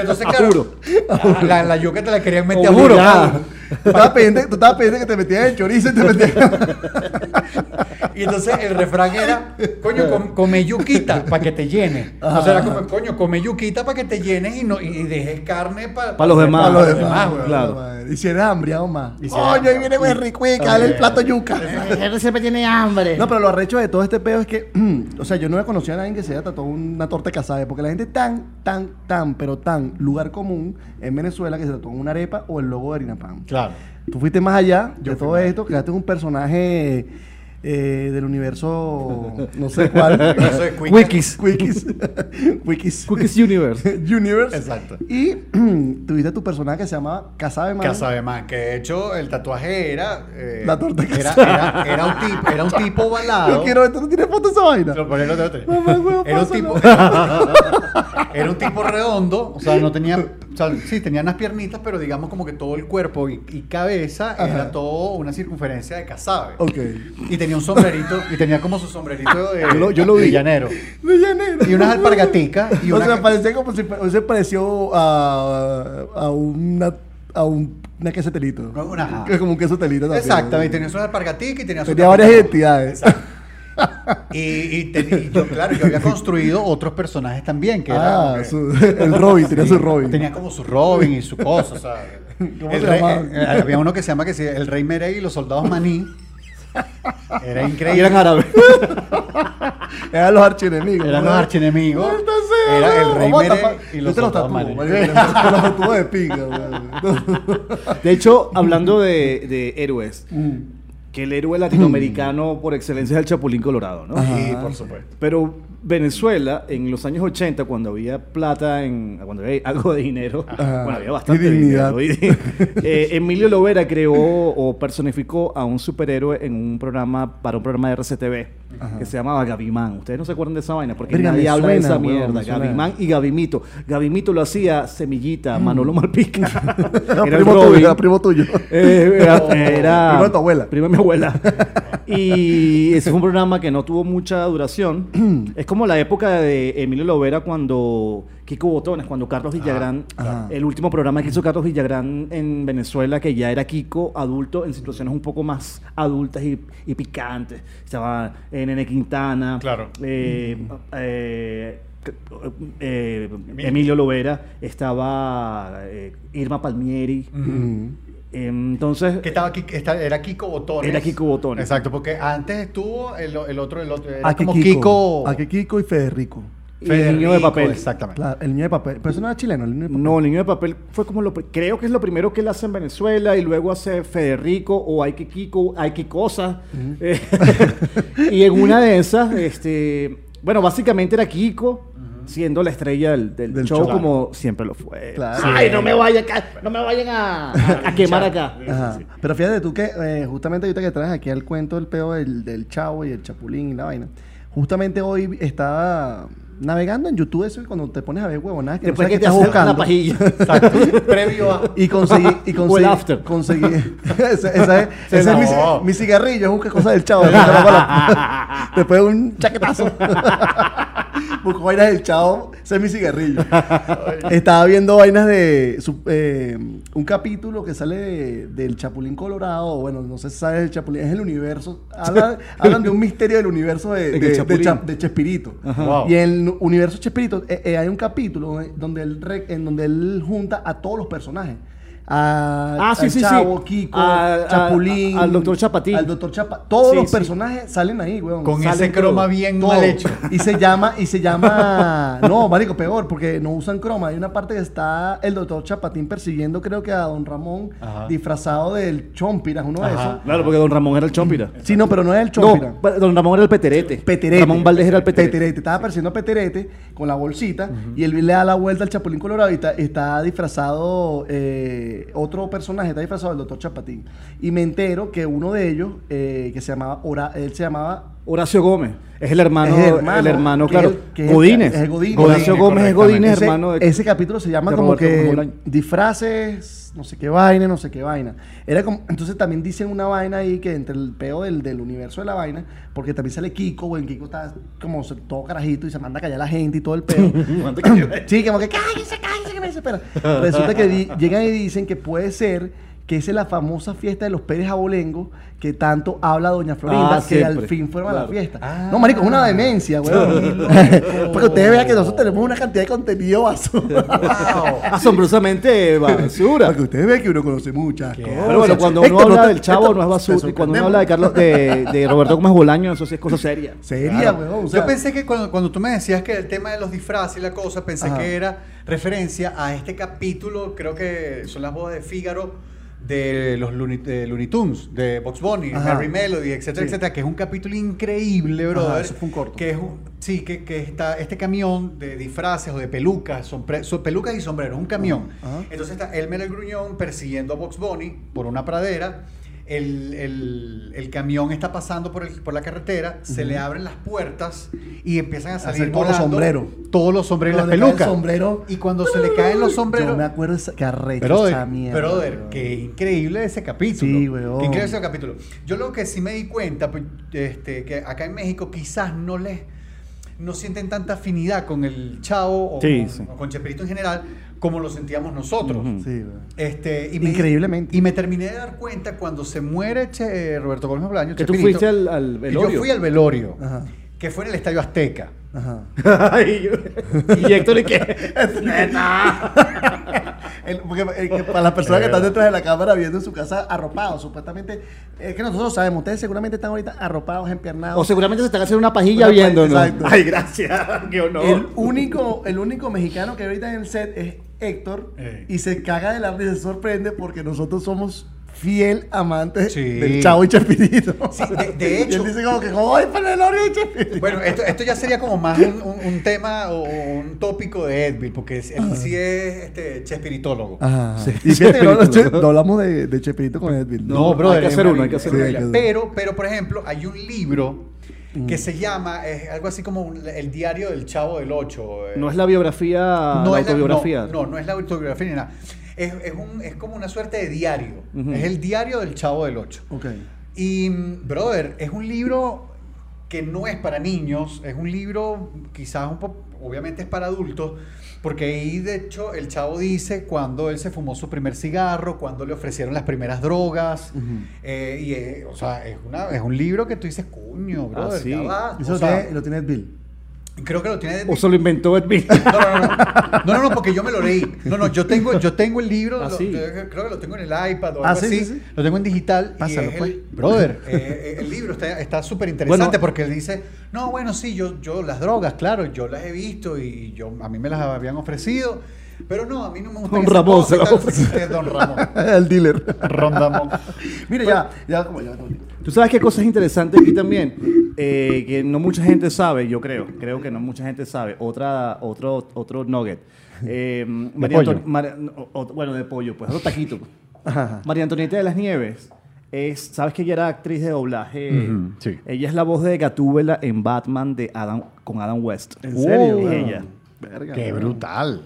Speaker 1: <laughs>
Speaker 3: entonces,
Speaker 5: A
Speaker 3: claro,
Speaker 5: juro.
Speaker 3: la- La, la yuca te la querían meter a juro.
Speaker 5: Obligada.
Speaker 3: <laughs>
Speaker 1: Tú estabas pendiente, tú estabas pendiente que te metían el chorizo y te metían.
Speaker 3: Y entonces el refrán era, coño, com- come yuquita para que te llene. O sea, era como, coño, come yuquita para que te llenes y, no, y dejes carne para
Speaker 5: Pa' los demás.
Speaker 3: Pa
Speaker 1: A
Speaker 5: Pa'
Speaker 1: lo
Speaker 5: los
Speaker 1: demás,
Speaker 5: güey.
Speaker 1: weón.
Speaker 5: Claro.
Speaker 1: madre. Y si eres hambriado más.
Speaker 3: Y si eres
Speaker 1: Coño, ahí
Speaker 3: hambriado.
Speaker 1: viene güey rico y dale el plato
Speaker 3: <laughs>
Speaker 1: yuca.
Speaker 7: Él siempre tiene hambre.
Speaker 1: No, pero lo arrecho de todo este pedo es que, <clears throat> o sea, yo no he conocido a nadie que se haya tatuado una torta casada, porque la gente tan, tan, tan, pero tan lugar común en Venezuela que se tatuó una arepa o el logo de harina pan.
Speaker 3: Claro.
Speaker 1: Tú fuiste más allá de
Speaker 3: Yo fui
Speaker 1: todo
Speaker 3: más
Speaker 1: esto, creaste un personaje eh, del universo, <laughs> no sé cuál.
Speaker 3: No sé, cuica.
Speaker 5: Wikis.
Speaker 1: Quickies. Quickies.
Speaker 5: Cookies
Speaker 1: <laughs>
Speaker 5: Universe.
Speaker 1: Universe.
Speaker 3: Exacto.
Speaker 1: Y <clears throat> tuviste tu personaje que se llamaba Casabe Man.
Speaker 3: Casa de Man, que de hecho el tatuaje era. eh,
Speaker 1: La torta
Speaker 3: era,
Speaker 1: casada.
Speaker 3: era, era un tipo, era un tipo ovalado.
Speaker 1: Yo quiero ver, ¿tú no tienes foto de esa vaina?
Speaker 3: Lo ponía en otro- otro.
Speaker 1: Mamá, huevo,
Speaker 3: Era un
Speaker 1: pásalo.
Speaker 3: tipo. <laughs> Era un tipo redondo, o sea, no tenía. O sea, sí, tenía unas piernitas, pero digamos como que todo el cuerpo y, y cabeza
Speaker 1: Ajá.
Speaker 3: era todo una circunferencia de casabe.
Speaker 1: Ok.
Speaker 3: Y tenía un sombrerito, y tenía como su sombrerito de.
Speaker 5: Yo lo- yo lo vi.
Speaker 3: de llanero.
Speaker 1: De llanero.
Speaker 3: Y unas alpargaticas y
Speaker 1: o
Speaker 3: una.
Speaker 1: sea, parecía como si o sea, pareció a, a una a un una queso telito.
Speaker 3: Una-
Speaker 1: Es como un queso telito también.
Speaker 3: Exactamente, tenía unas alpargaticas y tenía su.
Speaker 1: Tenía varias
Speaker 3: tapita.
Speaker 1: identidades.
Speaker 3: Y, y ten- y yo, claro, yo había construido otros personajes también, que era
Speaker 1: Ah,
Speaker 3: como que-
Speaker 1: su- <laughs> el Robin, tenía
Speaker 3: Sí,
Speaker 1: su Robin.
Speaker 3: Tenía como su Robin y su cosa, o sea,
Speaker 1: ¿Cómo
Speaker 3: el
Speaker 1: se
Speaker 3: rey-
Speaker 1: llamaban?
Speaker 3: eh, había uno que se llama que sí, el Rey Merey y los soldados maní. Era
Speaker 5: Y
Speaker 3: increíble.
Speaker 5: eran árabes.
Speaker 1: Eran los archienemigos.
Speaker 3: Eran los archienemigos.
Speaker 1: Maldita sea,
Speaker 3: Era el
Speaker 1: weón.
Speaker 3: Rey
Speaker 1: Vamos a
Speaker 3: Merey
Speaker 1: tapar- <laughs>
Speaker 3: y
Speaker 1: Yo
Speaker 3: los
Speaker 1: te los
Speaker 3: soldados
Speaker 1: tatúo,
Speaker 3: maní.
Speaker 1: marico, Te los te los tatúo de
Speaker 3: <laughs>
Speaker 1: pinga, weón.
Speaker 5: De hecho, hablando de, de héroes, que el
Speaker 1: Mm.
Speaker 5: héroe latinoamericano por excelencia es el Chapulín Colorado, ¿no?
Speaker 3: Sí, por supuesto.
Speaker 5: Pero Venezuela, en los años 80, cuando había plata, en, cuando había algo de dinero,
Speaker 1: Ajá.
Speaker 5: bueno, había bastante
Speaker 1: Ah, Y dignidad.
Speaker 5: dinero. y- eh, Emilio Lovera creó o personificó a un superhéroe en un programa, para un programa de RCTV, que se llamaba Gavimán. Ustedes no se acuerdan de esa vaina, porque
Speaker 1: Verga, me
Speaker 5: nadie habla de
Speaker 1: suena,
Speaker 5: esa
Speaker 1: weón,
Speaker 5: mierda.
Speaker 1: me suena.
Speaker 5: Gavimán y Gavimito. Gavimito lo hacía Semillita, Manolo
Speaker 1: <laughs>
Speaker 5: Malpica. Era el
Speaker 1: Primo tuyo,
Speaker 5: Robin.
Speaker 1: Mm. era primo tuyo.
Speaker 5: Eh, era,
Speaker 1: <laughs>
Speaker 5: era-
Speaker 1: Primo de tu abuela.
Speaker 5: Primo de mi abuela. Y ese fue un programa que no tuvo mucha duración. es como la época de Emilio Lovera cuando Kiko Botones, cuando Carlos Villagrán,
Speaker 1: ajá.
Speaker 5: el último programa que hizo Carlos Villagrán en Venezuela, que ya era Kiko adulto en situaciones un poco más adultas y, y picantes. Estaba eh, Nene Quintana.
Speaker 3: Claro.
Speaker 5: eh, eh, c- eh, Emilio Lovera, estaba eh, Irma Palmieri,
Speaker 1: Mm.
Speaker 5: entonces,
Speaker 3: Que estaba aquí, esta- era Kiko Botones.
Speaker 5: Era Kiko Botones.
Speaker 3: Exacto, porque antes estuvo el, el otro, el otro. Era
Speaker 1: Aquí
Speaker 3: como
Speaker 1: Ah, Kiko.
Speaker 3: Ah, Kiko.
Speaker 1: Aquí Ah, Kiko y Federico.
Speaker 5: y el niño de
Speaker 3: Federico,
Speaker 5: papel.
Speaker 3: Exactamente.
Speaker 1: Claro, el niño de papel. Pero eso no era chileno, el niño de papel.
Speaker 5: No, el niño de papel fue como lo. pr- Creo que es lo primero que él hace en Venezuela y luego hace Federico o Hay que Kiko, Hay que Cosa. Eh, <laughs> y en una de esas, este. Bueno, básicamente era Kiko siendo la estrella del, del
Speaker 1: Del
Speaker 5: show,
Speaker 1: show.
Speaker 5: como siempre lo fue.
Speaker 1: Claro.
Speaker 7: Ay, no me vayan acá, no me vayan a,
Speaker 5: <laughs> A quemar acá.
Speaker 1: Ajá. Pero fíjate tú que eh, justamente ahorita que traes aquí al cuento del peo del, del chavo y el chapulín y la vaina. Justamente hoy estaba navegando en YouTube eso y cuando te pones a ver huevonadas que
Speaker 5: Después
Speaker 1: no sabes
Speaker 5: que
Speaker 1: qué
Speaker 5: te
Speaker 1: estás
Speaker 5: haces una
Speaker 1: buscando.
Speaker 5: pajilla.
Speaker 3: Exacto. Previo a.
Speaker 1: Y conseguí, y
Speaker 5: O el
Speaker 1: conseguí,
Speaker 5: after. <laughs>
Speaker 1: conseguí, esa, esa es,
Speaker 5: Se
Speaker 1: esa es mi,
Speaker 3: lavó.
Speaker 1: ci- mi cigarrillo, es busca cosas del chavo. después te lo
Speaker 5: <laughs>
Speaker 1: coloco. Después de un chaquetazo. <laughs> Busco vainas del chavo, ese es mi
Speaker 5: <laughs>
Speaker 1: cigarrillo. Estaba viendo vainas de su- eh, un capítulo que sale de- del Chapulín Colorado, o bueno, no sé si sale del Chapulín, es el universo. Hablan, hablan de un misterio del universo de,
Speaker 5: <laughs> En
Speaker 1: de-
Speaker 5: el
Speaker 1: de
Speaker 5: Chapulín.
Speaker 1: Cha- de Chespirito.
Speaker 3: Wow.
Speaker 1: Y en el universo Chespirito eh, eh, hay un capítulo donde- donde él, re- en donde él junta a todos los personajes. A,
Speaker 5: Ah, sí,
Speaker 1: al
Speaker 5: sí, sí.
Speaker 1: Chavo, Kiko,
Speaker 5: A- a-
Speaker 1: Chapulín.
Speaker 5: a- al Dr. Chapatín.
Speaker 1: Al Dr. Chapa. Todos
Speaker 5: Sí,
Speaker 1: los
Speaker 5: sí.
Speaker 1: personajes salen ahí, weón.
Speaker 3: Con
Speaker 1: Salen
Speaker 3: ese croma
Speaker 1: todos.
Speaker 3: bien
Speaker 1: Todos. <laughs>
Speaker 3: mal hecho.
Speaker 1: Y se llama, y se
Speaker 3: <laughs>
Speaker 1: llama. No, marico, peor, porque no usan croma. Hay una parte que está el doctor Chapatín persiguiendo, creo que a Don Ramón,
Speaker 3: Ajá.
Speaker 1: disfrazado del Chompiras, uno de
Speaker 3: Ajá.
Speaker 1: esos.
Speaker 5: <laughs> Claro, porque don Ramón era el chompira.
Speaker 1: Sí, no, pero no es el Chompiras.
Speaker 5: No, don Ramón era el peterete.
Speaker 1: Peterete.
Speaker 5: Ramón Valdés era el peterete.
Speaker 1: Estaba persiguiendo a Peterete con la bolsita y él le da la vuelta al Chapulín Colorado y está, está disfrazado, eh, otro personaje está disfrazado del Doctor Chapatín. Y me entero que uno de ellos, eh, que se llamaba, Ora- él se llamaba...
Speaker 5: Horacio Gómez es el hermano,
Speaker 1: Es
Speaker 5: el
Speaker 1: el
Speaker 5: hermano,
Speaker 1: hermano, que
Speaker 5: claro.
Speaker 1: es el- que es el-
Speaker 5: Godínez.
Speaker 1: es el Godínez.
Speaker 5: Horacio
Speaker 3: Godínez,
Speaker 5: Gómez es Godínez,
Speaker 1: Ese,
Speaker 5: hermano de.
Speaker 1: ese capítulo se llama
Speaker 5: de
Speaker 1: como
Speaker 5: Roberto Gómez
Speaker 1: que
Speaker 5: Bolaño.
Speaker 1: disfraces, no sé qué vaina, no sé qué vaina. Era como, entonces también dicen una vaina ahí que entre el peo del, del universo de la vaina, porque también sale Kiko, güey, Kiko está como se- todo carajito y se manda a callar a la gente y todo el peo. sí, como que cállense, cállense, que me desespera. Resulta que di- llegan y dicen que puede ser que es la famosa fiesta de los Pérez Abolengo que tanto habla Doña Florinda,
Speaker 5: Ah,
Speaker 1: que
Speaker 5: siempre.
Speaker 1: al fin fueron a la
Speaker 5: Claro.
Speaker 1: fiesta.
Speaker 3: Ah.
Speaker 1: no, marico, es una demencia, weón. <laughs> Porque ustedes vean que nosotros tenemos una cantidad de contenido
Speaker 5: <laughs>
Speaker 1: basura.
Speaker 5: Asombrosamente basura.
Speaker 1: Porque ustedes ven que uno conoce muchas cosas.
Speaker 5: Pero bueno, cuando uno
Speaker 1: Héctor, no
Speaker 5: habla
Speaker 1: te-
Speaker 5: del chavo
Speaker 1: Héctor,
Speaker 5: no es
Speaker 1: te
Speaker 5: basura. Y cuando uno habla de
Speaker 1: sorprendemos.
Speaker 5: Carlos de, de Roberto Gómez Bolaño, eso sí es cosa seria.
Speaker 1: <laughs> Sería,
Speaker 3: Claro.
Speaker 1: weón. o
Speaker 3: Yo
Speaker 1: sea,
Speaker 3: pensé que cuando, cuando tú me decías que el tema de los disfraces y la cosa, pensé
Speaker 1: Ajá.
Speaker 3: que era referencia a este capítulo, creo que son las bodas de Fígaro de los Looney, de Looney Tunes, de Box Bunny,
Speaker 1: Ajá.
Speaker 3: Harry Melody, etcétera,
Speaker 1: Sí.
Speaker 3: etcétera, que es un capítulo increíble, brother.
Speaker 1: eso fue un corto.
Speaker 3: Que es un- sí, que, que está este camión de disfraces o de pelucas, son, pre- son pelucas y sombreros, un camión.
Speaker 1: Ajá.
Speaker 3: Entonces está Elmer el Gruñón persiguiendo a Box Bunny por una pradera. El, el- el camión está pasando por, el- por la carretera, se le abren las puertas y empiezan a
Speaker 1: Hacer
Speaker 3: salir
Speaker 1: todos los
Speaker 3: volando
Speaker 1: sombreros.
Speaker 3: Todos los sombreros y las
Speaker 1: Cuando le cae el
Speaker 3: pelucas.
Speaker 1: sombrero.
Speaker 3: y cuando se le caen los sombreros.
Speaker 1: Yo me acuerdo esa- que arrecho esa
Speaker 3: Brother,
Speaker 1: mierda.
Speaker 3: brother,
Speaker 1: weón.
Speaker 3: qué increíble ese capítulo.
Speaker 1: Sí, weón.
Speaker 3: Qué increíble ese capítulo. Yo lo que sí me di cuenta, pues, este, que acá en México quizás no les no sienten tanta afinidad con el chavo o,
Speaker 5: Sí,
Speaker 3: con,
Speaker 5: sí.
Speaker 3: o con Chespirito en general como lo sentíamos nosotros.
Speaker 5: Ujú.
Speaker 1: Sí, weón.
Speaker 3: Este, y
Speaker 1: Increíblemente.
Speaker 3: Y me terminé de dar cuenta cuando se muere Che- eh, Roberto Gómez Bolaño.
Speaker 5: Que tú
Speaker 3: Chespirito,
Speaker 5: fuiste al- al
Speaker 3: que
Speaker 5: velorio.
Speaker 3: Yo fui al velorio,
Speaker 1: Ajá,
Speaker 3: que fue en el Estadio Azteca.
Speaker 1: ajá.
Speaker 5: y, yo- <laughs> y Héctor, ¿y qué?
Speaker 1: El- porque, eh, que para las personas que están detrás de la cámara viendo en su casa arropados, supuestamente, es que nosotros sabemos, ustedes seguramente están ahorita arropados,
Speaker 5: O
Speaker 1: empiernados.
Speaker 5: seguramente se están haciendo una
Speaker 1: Una
Speaker 5: pajilla
Speaker 1: pa-
Speaker 5: viéndonos.
Speaker 1: exacto.
Speaker 5: Ay,
Speaker 1: <laughs>
Speaker 5: gracias. Qué honor.
Speaker 1: el, único, el único mexicano que ahorita en el set es Héctor
Speaker 3: Ey.
Speaker 1: y se caga de la risa, se sorprende porque nosotros somos fiel amantes
Speaker 3: Sí.
Speaker 1: del Chavo y Chespirito.
Speaker 3: Sí, de- de
Speaker 1: <laughs> Y él
Speaker 3: hecho-
Speaker 1: dice como que, ¡ay, para el Oreo y Chespirito!
Speaker 3: <laughs> Bueno, esto, esto ya sería como más un, un- un tema o un tópico de Edville, porque es- él sí es este, chespiritólogo.
Speaker 1: Ajá.
Speaker 5: Sí,
Speaker 1: y fíjate que <laughs> no,
Speaker 5: Chespirito.
Speaker 1: no hablamos de, de Chespirito con Edwin.
Speaker 5: No, brother, hay que
Speaker 3: es
Speaker 5: hacer
Speaker 3: una
Speaker 5: uno, hay que hacer
Speaker 3: maravilla,
Speaker 1: uno.
Speaker 3: es una maravilla. Pero, pero, por ejemplo, hay un libro
Speaker 5: Mm.
Speaker 3: que se llama, es algo así como un- el diario del Chavo del Ocho. eh.
Speaker 5: No es la biografía, la
Speaker 3: es la-
Speaker 5: autobiografía.
Speaker 3: no, no, no es la autobiografía ni nada. Es, es un- es como una suerte de diario.
Speaker 5: Ujú.
Speaker 3: Es el diario del Chavo del Ocho.
Speaker 1: Ok.
Speaker 3: Y, mm, brother, es un libro que no es para niños, es un libro quizás un poco, obviamente es para adultos, porque ahí de hecho el chavo dice cuando él se fumó su primer cigarro, cuando le ofrecieron las primeras drogas, eh, y eh, o sea, es, una, es un libro que tú dices, coño, brother,
Speaker 5: sí.
Speaker 3: ya va",
Speaker 1: Ah, Eso
Speaker 3: Ah, o
Speaker 1: lo
Speaker 3: sea,
Speaker 1: tiene, lo tiene Edwin.
Speaker 3: creo que lo tiene...
Speaker 5: O se lo inventó Edwin. <laughs>
Speaker 3: No, no, no, no. No, no, no, porque yo me lo leí. No, no, yo tengo, yo tengo
Speaker 1: <laughs>
Speaker 3: el libro,
Speaker 5: Ah,
Speaker 3: lo-
Speaker 5: sí.
Speaker 3: yo creo que lo tengo en el iPad o algo
Speaker 1: Ah, sí,
Speaker 3: así.
Speaker 1: sí, sí.
Speaker 3: Lo tengo en digital. y
Speaker 1: Pásalo,
Speaker 3: es el-
Speaker 1: pues.
Speaker 3: brother, <laughs>
Speaker 1: <laughs>
Speaker 3: eh, eh, el libro está está súper interesante
Speaker 5: Bueno.
Speaker 3: porque él dice, no, bueno, sí, yo, yo las drogas, claro, yo las he visto y yo, a mí me las habían ofrecido. Pero no, a mí no me gusta.
Speaker 5: Don
Speaker 3: que se
Speaker 5: Ramón
Speaker 3: coja y
Speaker 5: se las
Speaker 3: tal".
Speaker 5: ofreció.
Speaker 3: <laughs> Eh, Don Ramón.
Speaker 1: el
Speaker 3: <laughs>
Speaker 1: dealer.
Speaker 3: Ron Ramón.
Speaker 1: Mira, ya, ya, como ya.
Speaker 5: Tú sabes qué cosas interesantes aquí también, Eh, que no mucha gente sabe, yo creo, creo que no mucha gente sabe. Otra, otro, otro nugget. Eh, María
Speaker 3: pollo.
Speaker 5: Antoni- Mar- o- o- bueno, de pollo, pues otro taquito. María Antonieta de las Nieves es, sabes que ella era actriz de doblaje.
Speaker 3: Ujú, sí.
Speaker 5: Ella es la voz de Gatúbela en Batman de Adam, con Adam West.
Speaker 1: ¿En serio?
Speaker 5: Uh,
Speaker 1: weón?
Speaker 5: ella.
Speaker 1: Verga,
Speaker 3: Qué
Speaker 1: weón.
Speaker 3: brutal.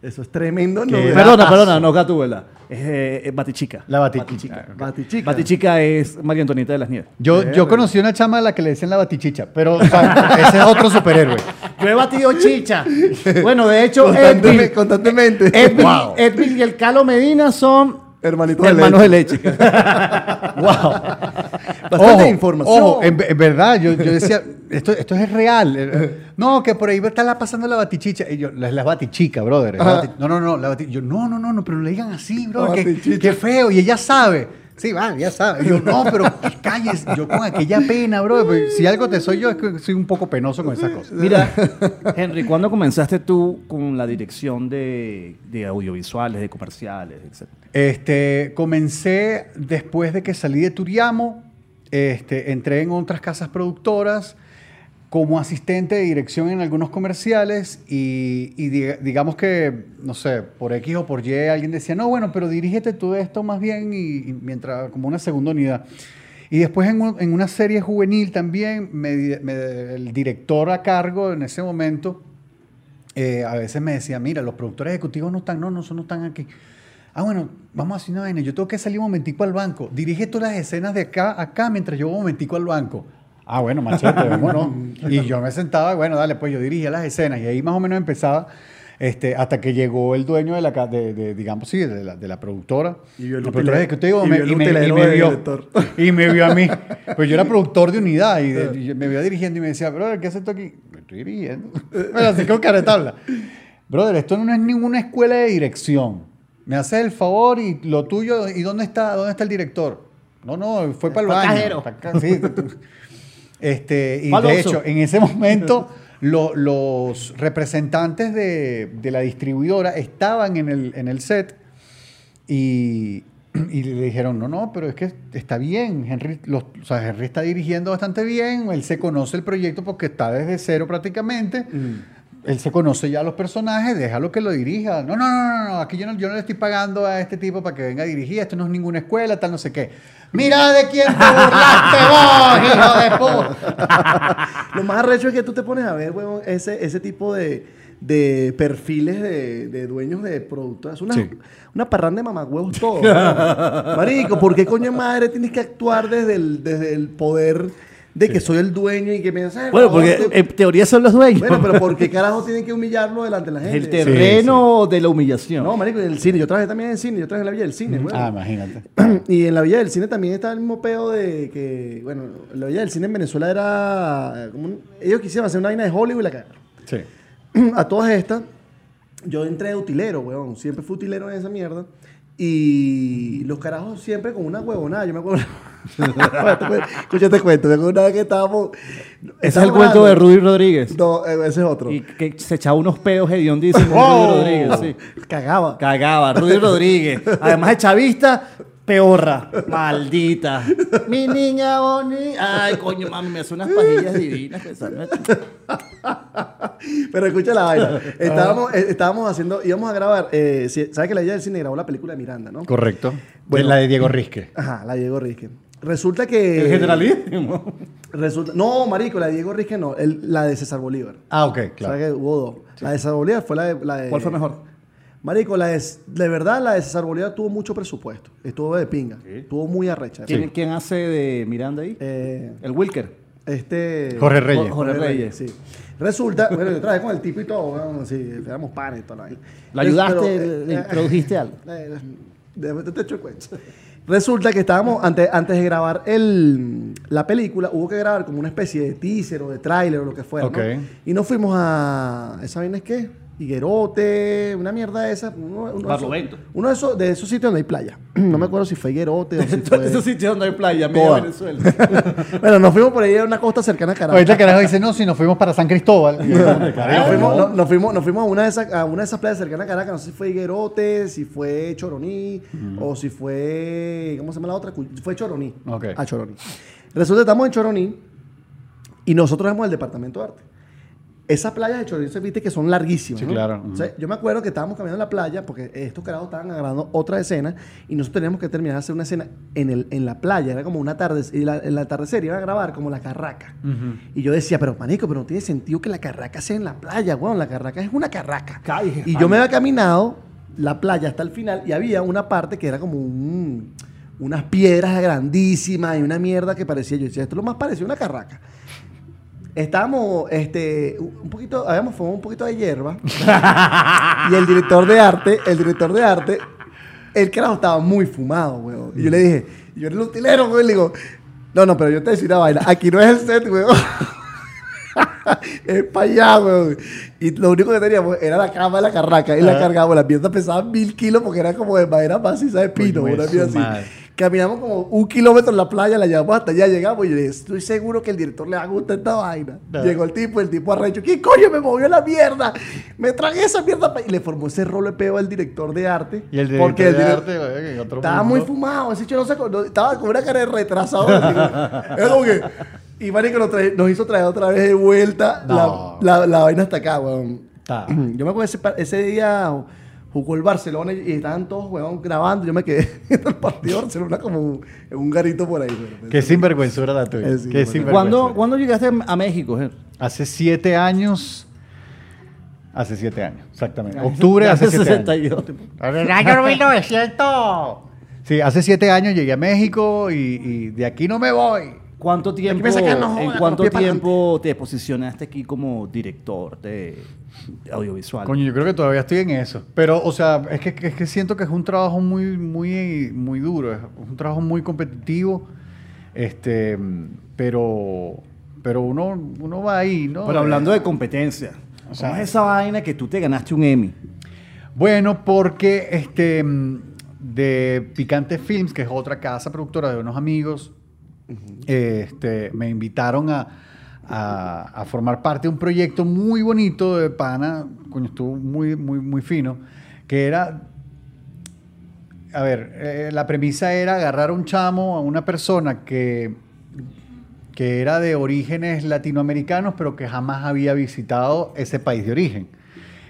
Speaker 1: Eso es tremendo. ¿no?
Speaker 5: Perdona, perdona, no Gatúbela, es eh, eh, Batichica.
Speaker 3: La Batichica.
Speaker 1: Batichica.
Speaker 5: Batichica es María Antonieta de las Nieves.
Speaker 3: Yo, yo conocí una chama a la que le decían la batichicha, pero o sea, ese es otro superhéroe.
Speaker 5: Yo he batido
Speaker 3: <laughs>
Speaker 5: chicha. Bueno, de hecho,
Speaker 1: Constantemente,
Speaker 5: Edwin,
Speaker 1: constantemente.
Speaker 5: Edwin, Edwin y el Calo Medina son
Speaker 1: Hermanitos de
Speaker 5: hermanos de
Speaker 1: leche.
Speaker 5: leche.
Speaker 1: Bastante información.
Speaker 3: Ojo, en, ve- en verdad, yo, yo decía, esto, esto es real. Eh, No, que por ahí está la pasando la batichicha. Y yo, la, la batichica, brother. la
Speaker 1: Ajá.
Speaker 3: bati- no, no, no, la batichicha. Yo, no, no, no, no, pero le digan así, bro.
Speaker 1: La
Speaker 3: Que,
Speaker 1: batichicha.
Speaker 3: que feo. Y ella sabe. Sí, va, ya sabe. Y yo, no, pero calles. Yo con aquella pena, bro. pero Si algo te soy yo, es que soy un poco penoso con esas cosas.
Speaker 5: <laughs> Mira, Henry, ¿cuándo comenzaste tú con la dirección de, de audiovisuales, de comerciales, etcétera?
Speaker 3: Este, comencé después de que salí de Turiamo, este, entré en otras casas productoras como asistente de dirección en algunos comerciales y, y diga- digamos que, no sé, por X o por Y alguien decía, no, bueno, pero dirígete tú esto más bien y, y mientras, como una segunda unidad. Y después en, un- en una serie juvenil también, me di- me- el director a cargo en ese momento, eh, a veces me decía, mira, los productores ejecutivos no están, no, no, son- no están aquí. Ah, bueno, vamos a hacer una vaina. Yo tengo que salir un momentico al banco. Dirige todas las escenas de acá a acá mientras yo voy un momentico al banco. Ah, bueno,
Speaker 1: <laughs>
Speaker 3: machete, vámonos. Y yo me sentaba, bueno, dale, pues yo dirigía las escenas y ahí más o menos empezaba Este, hasta que llegó el dueño de la, ca- de, de- digamos, sí, de la, de la productora.
Speaker 1: Y vio el
Speaker 3: La productora
Speaker 1: utilero-
Speaker 3: ejecutiva
Speaker 1: y
Speaker 3: me-
Speaker 1: vio el
Speaker 3: y me- y
Speaker 1: utilero
Speaker 3: me
Speaker 1: del
Speaker 3: vio.
Speaker 1: director.
Speaker 3: <laughs> Y me vio a mí. Pues yo era productor de unidad
Speaker 1: <laughs>
Speaker 3: y, de- y me vio dirigiendo y me decía, brother, ¿qué haces tú aquí? Me estoy dirigiendo. <laughs> Pero así con cara de tabla. Brother, esto no es ninguna escuela de dirección. Me haces el favor y lo tuyo, ¿y dónde está, dónde está el director? No, no, fue para el
Speaker 7: Fue
Speaker 3: baño.
Speaker 7: cajero.
Speaker 3: Para acá, sí.
Speaker 7: <laughs>
Speaker 3: Este, y
Speaker 5: Paloso.
Speaker 3: de hecho, en ese momento, lo- los representantes de, de la distribuidora estaban en el, en el set y, y le dijeron, no, no, pero es que está bien, Henry, los- o sea, Henry está dirigiendo bastante bien, él se conoce el proyecto porque está desde cero prácticamente,
Speaker 1: Mm.
Speaker 3: él se conoce ya los personajes, déjalo que lo dirija. No, no, no, no, no, aquí yo no, yo no le estoy pagando a este tipo para que venga a dirigir, esto no es ninguna escuela, tal, no sé qué. Mira de quién te <laughs> burlaste vos, hijo de puta.
Speaker 1: Lo más arrecho es que tú te pones a ver, huevón, ese, ese tipo de, de perfiles de, de dueños de productoras. Una,
Speaker 3: Sí.
Speaker 1: una parranda de mamagüevos todo. huevón. Marico, ¿por qué coño de madre tienes que actuar desde el, desde el poder de que soy el dueño y que me haces el
Speaker 5: Bueno,
Speaker 1: favor
Speaker 5: porque
Speaker 1: de-
Speaker 5: en teoría son los dueños.
Speaker 1: Bueno, pero ¿por qué carajo tienen que humillarlo delante de la
Speaker 5: <laughs> Es
Speaker 1: gente?
Speaker 5: el terreno de la humillación.
Speaker 1: No, marico, en el cine. Yo trabajé también en el cine. Yo trabajé en la Villa del Cine, huevón.
Speaker 3: Ah, imagínate.
Speaker 1: <clears throat> y en la Villa del Cine también está el mismo peo de que, bueno, la Villa del Cine en Venezuela era... eh, Como un- ellos quisieron hacer una vaina de Hollywood y la cagaron.
Speaker 3: Sí.
Speaker 1: <clears throat> a todas estas, yo entré de utilero, weón. Siempre fui utilero en esa mierda. Y los carajos siempre con una huevonada. Yo me acuerdo. <laughs> Escucha, te cuento. Me acuerdo una vez que estábamos.
Speaker 5: Ese es el cuento de
Speaker 1: Rubio
Speaker 5: Rudy Rodríguez.
Speaker 1: No, eh, ese es otro.
Speaker 5: Y que se echaba unos pedos <laughs> hediondísimos. Rudy Rodríguez, sí.
Speaker 1: Cagaba.
Speaker 5: Cagaba, <laughs> Rudy Rodríguez. Además de chavista, peorra. Maldita. Mi niña bonita. Ay, coño, mami, me hace unas pajillas divinas. pensando en-
Speaker 1: Pero escucha la
Speaker 5: <laughs> Ah.
Speaker 1: vaina. Estábamos, eh, estábamos haciendo. Íbamos a grabar. eh, si- ¿Sabes que la idea del cine grabó la película de Miranda, no?
Speaker 3: Correcto.
Speaker 1: Bueno.
Speaker 3: la de Diego Risque.
Speaker 1: Ajá, la Diego Rizque. Resulta que.
Speaker 5: El generalísimo.
Speaker 1: Resulta, no, marico, la de Diego Rizque no. el- la de César Bolívar.
Speaker 3: <clears throat> Ah, ok,
Speaker 1: O
Speaker 3: claro.
Speaker 1: sea que hubo dos. La de César Bolívar fue la de, la de-
Speaker 5: ¿Cuál fue mejor?
Speaker 1: Marico, la de, de verdad, la de César Bolívar tuvo mucho presupuesto. Estuvo de pinga. Estuvo muy arrecha.
Speaker 5: ¿Quién, quién hace de Miranda ahí?
Speaker 1: Eh,
Speaker 5: el Wilker.
Speaker 1: este.
Speaker 3: Jorge Reyes.
Speaker 5: Jorge Reyes.
Speaker 1: sí. Resulta, bueno, yo trabajé con el tipo y todo, bueno, sí, éramos panes y toda la vaina.
Speaker 5: ¿Lo ayudaste?
Speaker 1: Pero,
Speaker 5: ¿Le-
Speaker 1: eh,
Speaker 5: le
Speaker 1: eh,
Speaker 5: introdujiste algo?
Speaker 1: <laughs> eh, de- de- te echo el cuento. Resulta que estábamos, antes, antes de grabar el, la película, hubo que grabar como una especie de teaser o de tráiler o lo que fuera. ¿no?
Speaker 3: Ok.
Speaker 1: Y nos fuimos a. ¿Esa vaina es qué? Higuerote, una mierda de esa. Uno, uno de esos-
Speaker 5: Barlovento.
Speaker 1: Uno de esos, de esos sitios donde hay playa. <clears throat> No me acuerdo si fue Higuerote o si fue.
Speaker 5: Esos sitios donde hay playa,
Speaker 1: medio
Speaker 5: medio
Speaker 1: Toda.
Speaker 5: <laughs> Venezuela.
Speaker 1: <laughs> bueno, nos fuimos por ahí a una costa cercana a Caracas.
Speaker 3: Ahorita el carajo dice, no, si nos fuimos para San
Speaker 1: <laughs>
Speaker 3: Cristóbal. Y yo,
Speaker 1: Nos
Speaker 3: carajo,
Speaker 1: fuimos,
Speaker 3: no.
Speaker 1: no- nos fuimos, nos fuimos a, una de esas, a una de esas playas cercanas a Caracas, no sé si fue Higuerote, si fue Choroní, o si fue, ¿cómo se llama la otra? Cu- Fue Choroní.
Speaker 3: Ok.
Speaker 1: A Choroní. Resulta que estamos en Choroní y nosotros vamos al departamento de arte. Esas playas de Choroní, se viste que son larguísimas.
Speaker 3: Sí,
Speaker 1: ¿no?
Speaker 3: claro.
Speaker 1: O sea, yo me acuerdo que estábamos caminando en la playa porque estos carajos estaban agarrando otra escena y nosotros teníamos que terminar de hacer una escena en, el, en la playa. Era como una tarde, y la, el atardecer iban a grabar como la carraca. Y yo decía, pero manico, pero no tiene sentido que la carraca sea en la playa, weón. La carraca es una carraca.
Speaker 5: Calle,
Speaker 1: y yo me había caminado la playa hasta el final y había una parte que era como un- unas piedras grandísimas y una mierda que parecía, yo decía, esto es lo más parecido a una carraca. Estábamos, este, un poquito, habíamos fumado un poquito de hierba. y el director de arte, el director de arte, el carajo estaba muy fumado, weón. Y yo
Speaker 3: Mm.
Speaker 1: le dije, yo era el utilero, weón. Le digo, no, no, pero yo te decía una vaina. Aquí no es el set, weón. <laughs> es para allá, weón. Y lo único que teníamos era la cama de la carraca. Y la cargábamos. La mierda pesaba mil kilos porque era como de madera maciza de pino,
Speaker 3: Coño,
Speaker 1: una
Speaker 3: es
Speaker 1: mierda
Speaker 3: su
Speaker 1: así.
Speaker 3: madre.
Speaker 1: Caminamos como un kilómetro en la playa, la llevamos hasta allá, llegamos y yo le dije, estoy seguro que el director le va a gustar esta vaina. Llegó el tipo, el tipo arrecho, ¿qué coño me movió la mierda? Me tragué esa mierda pa-". y le formó ese rolo de peo al director de arte.
Speaker 3: Y el director
Speaker 1: porque el
Speaker 3: de
Speaker 1: dire-
Speaker 3: arte, oye, en otro
Speaker 1: estaba
Speaker 3: mundo.
Speaker 1: muy fumado, ese chico no se acor- no- estaba con una cara de retrasado. Era como que- y marico nos, trae- nos hizo traer otra vez de vuelta
Speaker 3: No.
Speaker 1: la, la- la vaina hasta acá, weón.
Speaker 3: Está.
Speaker 1: <clears throat> Yo me acuerdo ese, pa- ese día jugó el Barcelona y y estaban todos weón, grabando. Yo me quedé <laughs> en el partido de Barcelona como un- en un garito por ahí. weón.
Speaker 3: Qué sinvergüenzura la
Speaker 1: Es
Speaker 3: tuya. Qué
Speaker 1: sinvergüenza.
Speaker 3: sinvergüenza.
Speaker 5: ¿Cuándo, ¿Cuándo llegaste a México, Ger?
Speaker 3: Hace siete años. Hace siete años, exactamente. Octubre hace siete años.
Speaker 5: 62.
Speaker 7: El año 1900.
Speaker 3: Sí, hace siete años llegué a México y, y de aquí no me voy.
Speaker 5: ¿Cuánto tiempo,
Speaker 1: me sacan los-
Speaker 5: ¿En
Speaker 1: los
Speaker 5: cuánto
Speaker 1: pies para
Speaker 5: tiempo te posicionaste aquí como director de audiovisual?
Speaker 3: Coño, yo creo que todavía estoy en eso. Pero, o sea, es que, es que siento que es un trabajo muy, muy, muy duro, es un trabajo muy competitivo. Este, pero, pero uno, uno va ahí, ¿no?
Speaker 5: Pero hablando de competencia,
Speaker 3: O sea-
Speaker 5: ¿cómo es esa vaina que tú te ganaste un Emmy?
Speaker 3: Bueno, porque este mm, de Picante Films, que es otra casa productora de unos amigos, este, me invitaron a, a- a formar parte de un proyecto muy bonito de Pana, coño, estuvo muy, muy, muy fino, que era a ver, eh, la premisa era agarrar a un chamo, a una persona que, que era de orígenes latinoamericanos, pero que jamás había visitado ese país de origen.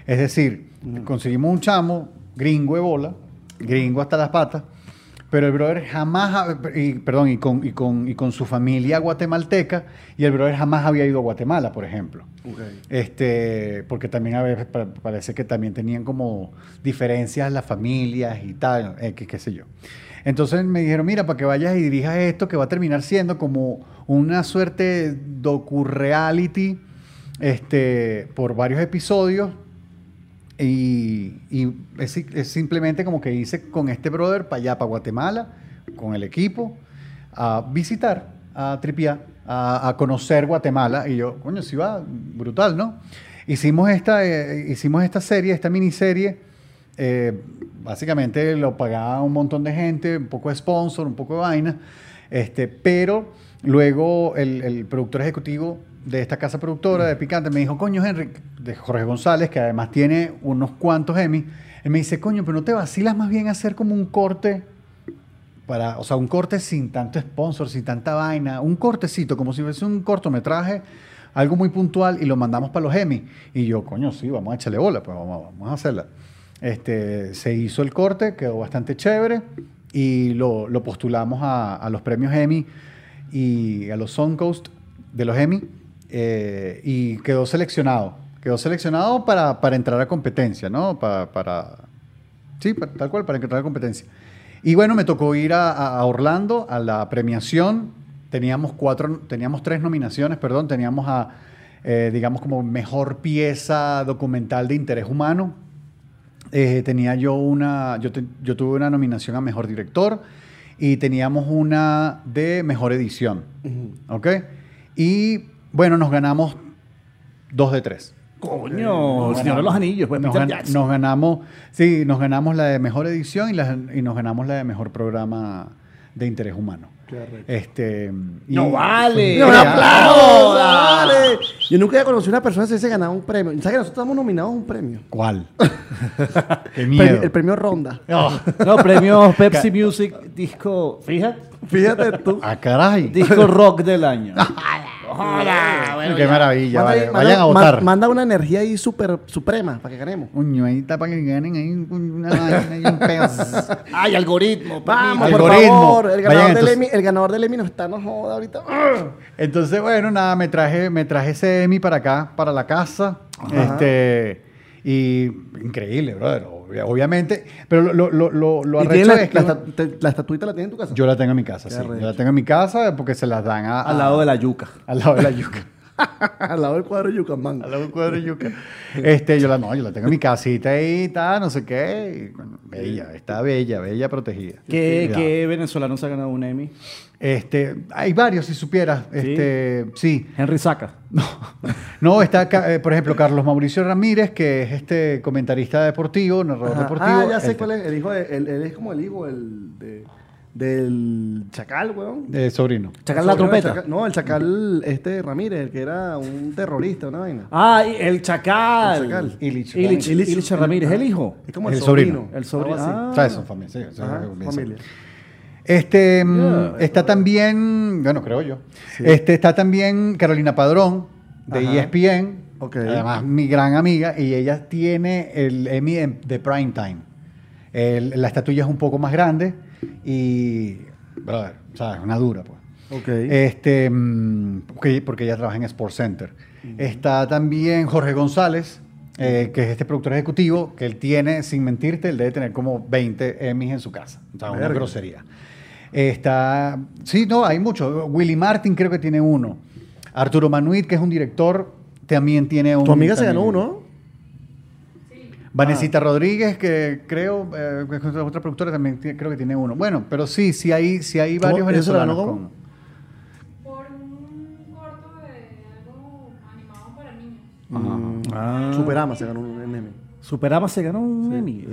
Speaker 3: Es decir, conseguimos un chamo, gringo de bola, gringo hasta las patas, pero el brother jamás, ha- y, perdón, y con, y con- y con su familia guatemalteca, y el brother jamás había ido a Guatemala, por ejemplo. Este, porque también a veces pa- parece que también tenían como diferencias las familias y tal, X, qué sé yo. Entonces me dijeron, mira, para que vayas y dirijas esto, que va a terminar siendo como una suerte de docu-reality este, por varios episodios. Y, y es, si- es simplemente como que hice con este brother para allá, para Guatemala, con el equipo, a visitar a Tripiá, a, a conocer Guatemala. Y yo, coño, sí va, brutal, ¿no? Hicimos esta, eh, hicimos esta serie, esta miniserie. eh, básicamente lo pagaba un montón de gente, un poco de sponsor, un poco de vaina. Este, pero luego el, el productor ejecutivo de esta casa productora de Picante me dijo, coño, Henry, de Jorge González, que además tiene unos cuantos Emmy, él me dice, coño, pero no te vacilas más bien a hacer como un corte para, o sea, un corte sin tanto sponsor, sin tanta vaina, un cortecito, como si fuese un cortometraje, algo muy puntual, y lo mandamos para los Emmy. Y yo, coño, sí, vamos a echarle bola, pues vamos, vamos a hacerla. Este, se hizo el corte, quedó bastante chévere, y lo, lo postulamos a, a los premios Emmy y a los Suncoast de los Emmy, eh, y quedó seleccionado. Quedó seleccionado para, para entrar a competencia, ¿no? Pa- para Sí, pa- tal cual, para encontrar competencia. Y bueno, me tocó ir a, a- a Orlando a la premiación. Teníamos cuatro, teníamos tres nominaciones, perdón. Teníamos a, eh, digamos, como mejor pieza documental de interés humano. Eh, tenía yo una, yo, te- yo tuve una nominación a mejor director y teníamos una de mejor edición. ¿Ok? Y bueno, nos ganamos dos de tres.
Speaker 5: Coño, el señor de los anillos, pues
Speaker 3: Nos,
Speaker 5: Peter
Speaker 3: gan-
Speaker 5: Jackson.
Speaker 3: nos ganamos, sí, nos ganamos la de mejor edición y, la- y nos ganamos la de mejor programa de interés humano. Este, y-
Speaker 5: No vale.
Speaker 1: ¡No, un
Speaker 3: Ya.
Speaker 1: aplauso! ¡Dale! Yo nunca había conocido a una persona que se ganaba un premio. ¿Sabes que nosotros estamos nominados a un premio? <laughs>
Speaker 3: ¿Cuál? Qué
Speaker 1: Premio-
Speaker 3: miedo.
Speaker 1: el premio Ronda.
Speaker 3: Oh,
Speaker 5: No, <laughs> premios Pepsi Music Disco, fíjate,
Speaker 1: Fíjate
Speaker 3: <laughs>
Speaker 1: tú.
Speaker 3: ah, caray.
Speaker 5: Disco Rock del año. <laughs>
Speaker 3: Qué maravilla,
Speaker 1: Manda ahí-
Speaker 3: vale.
Speaker 1: manda-
Speaker 3: Vayan a
Speaker 1: ma-
Speaker 3: votar.
Speaker 1: Manda una energía ahí super, suprema para que ganemos.
Speaker 3: Coño, ahí está para que ganen ahí un- una vaina y
Speaker 1: <laughs>
Speaker 3: un pedazo.
Speaker 7: Ay, algoritmo.
Speaker 1: Vamos,
Speaker 3: Al
Speaker 1: por
Speaker 3: algoritmo.
Speaker 1: favor. El ganador,
Speaker 3: Vayan,
Speaker 1: del
Speaker 3: entonces-
Speaker 1: Emmy, el ganador del Emmy no está, no joda ahorita.
Speaker 3: Entonces, bueno, nada, me traje, me traje ese Emmy para acá, para la casa. Este. Y increíble, brother. obvia- Obviamente. Pero lo, lo, lo- lo, lo
Speaker 1: ¿Y tiene
Speaker 3: arrecho
Speaker 1: la,
Speaker 3: es que.
Speaker 1: la esta- te- la estatuita la tienes en tu casa?
Speaker 3: Yo la tengo en mi casa, sí.
Speaker 1: arrecho.
Speaker 3: Yo la tengo en mi casa porque se las dan a-
Speaker 5: Al lado de la yuca.
Speaker 3: al lado de la yuca.
Speaker 1: <laughs> Al lado del cuadro de Yucamán.
Speaker 3: al lado del cuadro de yuca. Este, yo la no, yo la tengo en mi casita ahí, tal, no sé qué. y, bueno, bella, está bella, bella protegida.
Speaker 5: ¿Qué,
Speaker 3: Ya.
Speaker 5: qué venezolano se ha ganado un Emmy?
Speaker 3: Este, hay varios, si supieras. Este, sí.
Speaker 5: Henry Saca.
Speaker 3: No, no está, ca- eh, por ejemplo, Carlos Mauricio Ramírez, que es este comentarista deportivo, narrador
Speaker 1: Ajá.
Speaker 3: deportivo.
Speaker 1: Ah, ya sé
Speaker 3: Este,
Speaker 1: cuál es. El hijo de, él, él es como el hijo el de- del chacal, weón.
Speaker 3: eh, sobrino.
Speaker 5: Chacal la
Speaker 1: Sobre-
Speaker 5: trompeta.
Speaker 1: el chacal- no, el chacal este Ramírez, el que era un terrorista, una vaina.
Speaker 5: Ah, y el
Speaker 1: El
Speaker 5: chacal.
Speaker 1: chacal.
Speaker 5: Ilich,
Speaker 3: Ilich.
Speaker 5: Ilich,
Speaker 1: Ilich.
Speaker 5: Ilich Ramírez, el hijo.
Speaker 1: Ah, Es como el,
Speaker 3: El
Speaker 1: sobrino.
Speaker 3: sobrino.
Speaker 5: El sobrino.
Speaker 1: Algo así.
Speaker 5: Ah.
Speaker 3: ¿Sabes? Son familia, sí, son
Speaker 1: Ajá,
Speaker 3: familia.
Speaker 1: familia.
Speaker 3: Este, mm, está también, bueno, creo yo. Este, está también Carolina Padrón de E
Speaker 1: Ajá.
Speaker 3: ESPN,
Speaker 1: Ok.
Speaker 3: además mi gran amiga, y ella tiene el Emmy de, de Prime Time. El- la estatuilla es un poco más grande y, brother, ¿sabes? Una dura, pues.
Speaker 1: Ok.
Speaker 5: Eh,
Speaker 3: Este, mm, porque, porque ella trabaja en Sports Center. Está también Jorge González, eh, que es este productor ejecutivo, que él tiene, sin mentirte, él debe tener como 20 Emmys en su casa. O sea, una
Speaker 1: Verga.
Speaker 3: grosería. Está, sí, no, hay muchos. Willy Martin creo que tiene uno. Arturo Manuit, que es un director, también tiene uno.
Speaker 1: Tu amiga se ganó uno. Ah.
Speaker 3: Vanesita Rodríguez, que creo, eh, que es otra otra productora, también tiene- creo que tiene uno. Bueno, pero sí, sí hay, sí hay
Speaker 1: ¿Cómo?
Speaker 3: varios
Speaker 1: ¿Ella se la ganó
Speaker 3: venezolanos.
Speaker 1: cómo?
Speaker 3: con-
Speaker 8: por un corto de algo animado para niños.
Speaker 5: Ah.
Speaker 1: Ajá. Mm, Superama se ganó un Emmy.
Speaker 5: Superama se ganó un Emmy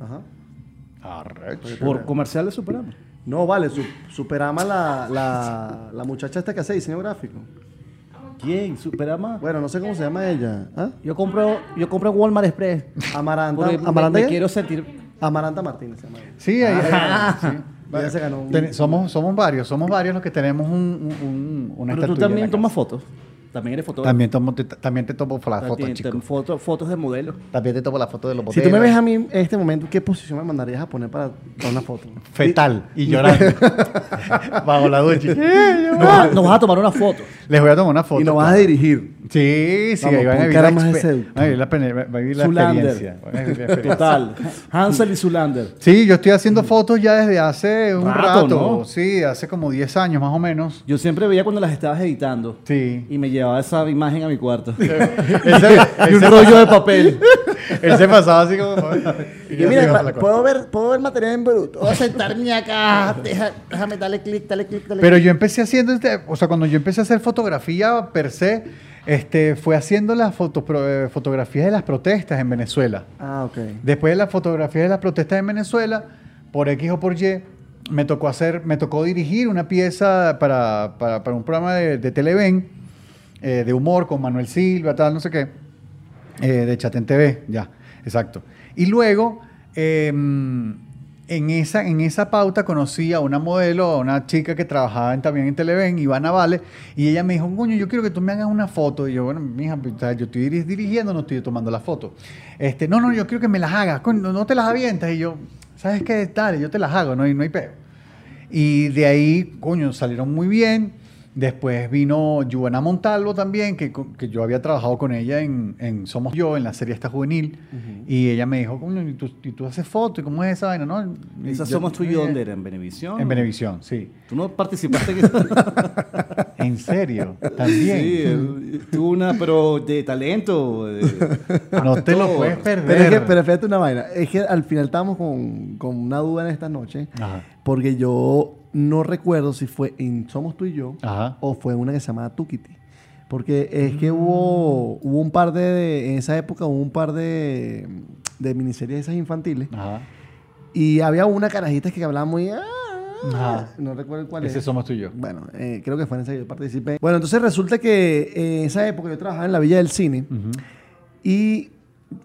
Speaker 1: Ajá.
Speaker 3: Arrecho.
Speaker 5: por comercial de Superama.
Speaker 1: No, vale, su- Superama la, la, la muchacha esta que hace diseño gráfico.
Speaker 5: ¿Quién? Superama.
Speaker 1: Bueno, no sé cómo se llama ella. ¿Ah?
Speaker 5: Yo compro, yo compro en Walmart Express.
Speaker 1: Amaranta,
Speaker 5: Porque me-
Speaker 1: Amaranta,
Speaker 5: me
Speaker 1: ella?
Speaker 5: quiero sentir.
Speaker 1: Amaranta Martínez se llama. ella.
Speaker 3: Sí, hay, hay-
Speaker 1: <laughs>
Speaker 3: sí.
Speaker 1: Ella se ganó un-
Speaker 3: Ten- somos, somos varios, somos varios los que tenemos un, un- un- una
Speaker 5: Pero tú
Speaker 3: estatuilla en
Speaker 5: también
Speaker 3: la
Speaker 5: tomas
Speaker 3: casa.
Speaker 5: fotos. También eres fotógrafo.
Speaker 3: También, tomo, te- también te tomo las
Speaker 5: También
Speaker 3: fotos,
Speaker 5: te-
Speaker 3: chicos.
Speaker 5: foto- fotos de modelos.
Speaker 3: También te tomo las fotos de los
Speaker 1: Si
Speaker 3: botellos.
Speaker 1: tú me ves a mí en este momento, ¿qué posición me mandarías a poner para para una
Speaker 5: <laughs>
Speaker 1: foto?
Speaker 3: Fetal
Speaker 1: <laughs>
Speaker 3: y llorando. Bajo la ducha.
Speaker 5: Nos vas, a- nos vas a tomar una foto.
Speaker 3: Les voy a tomar una foto. pues.
Speaker 1: Y no vas a dirigir.
Speaker 3: Sí, sí,
Speaker 1: Vamos,
Speaker 3: ahí van a
Speaker 1: pon
Speaker 3: vivir
Speaker 1: cara
Speaker 3: la,
Speaker 1: más de
Speaker 3: exper-
Speaker 1: seductor.
Speaker 3: van a vivir la, pene- van a vivir la
Speaker 5: Zulander.
Speaker 3: experiencia. Van a vivir la experiencia.
Speaker 5: Total. Hansel y Zulander.
Speaker 3: Sí, yo estoy haciendo fotos ya desde hace un
Speaker 5: Rato,
Speaker 3: rato.
Speaker 5: ¿no?
Speaker 3: Sí, hace como 10 años más o menos.
Speaker 5: Yo siempre veía cuando las estabas editando.
Speaker 3: Sí.
Speaker 5: Y me llevaba esa imagen a mi cuarto.
Speaker 3: y un rollo de papel. Él se pasaba así como... y
Speaker 1: Yo,
Speaker 3: yo
Speaker 1: mira,
Speaker 3: así,
Speaker 1: pa-
Speaker 3: la cosa.
Speaker 1: puedo ver, puedo ver material en bruto.
Speaker 9: Voy a sentarme acá. Deja- déjame darle clic, dale clic, dale clic.
Speaker 3: Pero yo empecé haciendo, este- o sea, cuando yo empecé a hacer fotografía per se, este, fue haciendo las fotos, pro- eh, fotografías de las protestas en Venezuela.
Speaker 1: Ah, ok.
Speaker 3: Después de las fotografías de las protestas en Venezuela, por X o por Y, me tocó hacer, me tocó dirigir una pieza para, para- para un programa de, de Televen, eh, de humor con Manuel Silva, tal, no sé qué, eh, de Chatén TV, ya, exacto. Y luego, eh, en, esa, en esa pauta conocí a una modelo, a una chica que trabajaba en- también en Televen, Ivana Vale, y ella me dijo, coño, yo quiero que tú me hagas una foto. Y yo, bueno, mija, pues, o sea, yo estoy diri- dirigiendo, no estoy tomando la foto. Este, no, no, yo quiero que me las hagas, coño, no, no te las avientas. Y yo, ¿sabes qué? Dale, yo te las hago, no hay, no hay peo. Y de ahí, coño, salieron muy bien. Después vino Giovanna Montalvo también, que, co- que yo había trabajado con ella en, en Somos Yo, en la serie esta juvenil. Y ella me dijo, coño, ¿y tú, y tú haces fotos? ¿Y cómo es esa vaina? No, y
Speaker 5: Esas
Speaker 3: yo-
Speaker 5: somos tú y yo, ¿dónde era? ¿En Benevisión?
Speaker 3: En Venevisión, sí.
Speaker 5: Tú no participaste en
Speaker 3: <laughs>
Speaker 5: esa.
Speaker 3: En serio, también.
Speaker 5: Sí, él- tuvo una, pero de talento. de- <laughs>
Speaker 3: no te lo
Speaker 5: actor.
Speaker 3: puedes perder.
Speaker 1: Pero, es que, pero fíjate una vaina. Es que al final estábamos con, con una duda en esta noche.
Speaker 3: Ajá.
Speaker 1: Porque yo no recuerdo si fue en Somos tú y yo
Speaker 3: Ajá.
Speaker 1: o fue una que se llamaba Tukiti. Porque es que hubo, hubo un par de, de- En esa época hubo un par de, de miniseries esas infantiles.
Speaker 3: Ajá.
Speaker 1: Y había una carajita que hablaba muy. "Ah",
Speaker 3: Ajá.
Speaker 1: No recuerdo cuál
Speaker 3: Ese
Speaker 1: es.
Speaker 3: somos tú y yo.
Speaker 1: Bueno, eh, creo que fue en esa que yo participé. Bueno, entonces resulta que eh, en esa época yo trabajaba en la Villa del Cine y,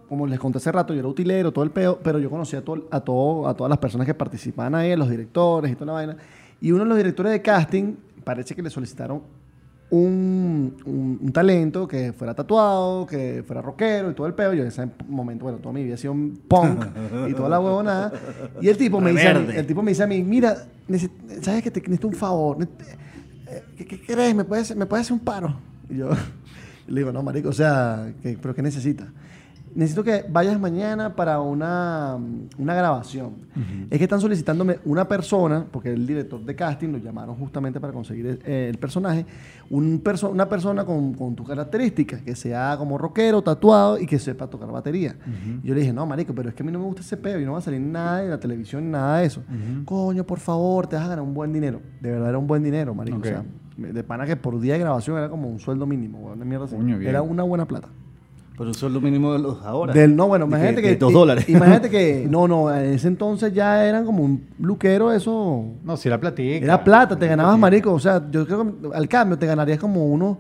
Speaker 1: como les conté hace rato, yo era utilero, todo el peo, pero yo conocía a, todo, a, todo- a todas las personas que participaban ahí, a los directores y toda la vaina. Y uno de los directores de casting parece que le solicitaron un, un- un talento que fuera tatuado, que fuera rockero y todo el peo. Yo en ese momento, bueno, toda mi vida he sido un punk y toda la huevonada. Y el tipo, me dice, a mí- el tipo me dice a mí, mira, neces- ¿sabes que te necesito un favor? Nec- eh, ¿qué, qué crees? ¿Me puedes, ¿Me puedes hacer un paro? Y yo <laughs> le digo, no, marico, o sea, ¿qué- ¿pero qué necesitas? Necesito que vayas mañana para una, una grabación. Es que están solicitándome una persona, porque el director de casting lo llamaron justamente para conseguir eh, el personaje, un perso- una persona con, con tus características, que sea como rockero, tatuado y que sepa tocar batería. Yo le dije, no, marico, pero es que a mí no me gusta ese pedo y no va a salir nada en la televisión, nada de eso. Coño, por favor, te vas a ganar un buen dinero. De verdad era un buen dinero, marico.
Speaker 3: Ok.
Speaker 1: O sea, de pana que por día de grabación era como un sueldo mínimo, weón, una mierda así.
Speaker 3: Coño, bien.
Speaker 1: Era una buena plata.
Speaker 5: Pero eso es lo mínimo de los ahora.
Speaker 1: Del, no, bueno,
Speaker 5: De
Speaker 1: imagínate que,
Speaker 5: de dos
Speaker 1: i-
Speaker 5: dólares.
Speaker 1: Imagínate que, no, no, en ese entonces ya eran como un luquero, eso.
Speaker 3: No, si era platica.
Speaker 1: Era plata, te
Speaker 3: Era
Speaker 1: ganabas,
Speaker 3: platica.
Speaker 1: marico. O sea, yo creo que al cambio te ganarías como unos,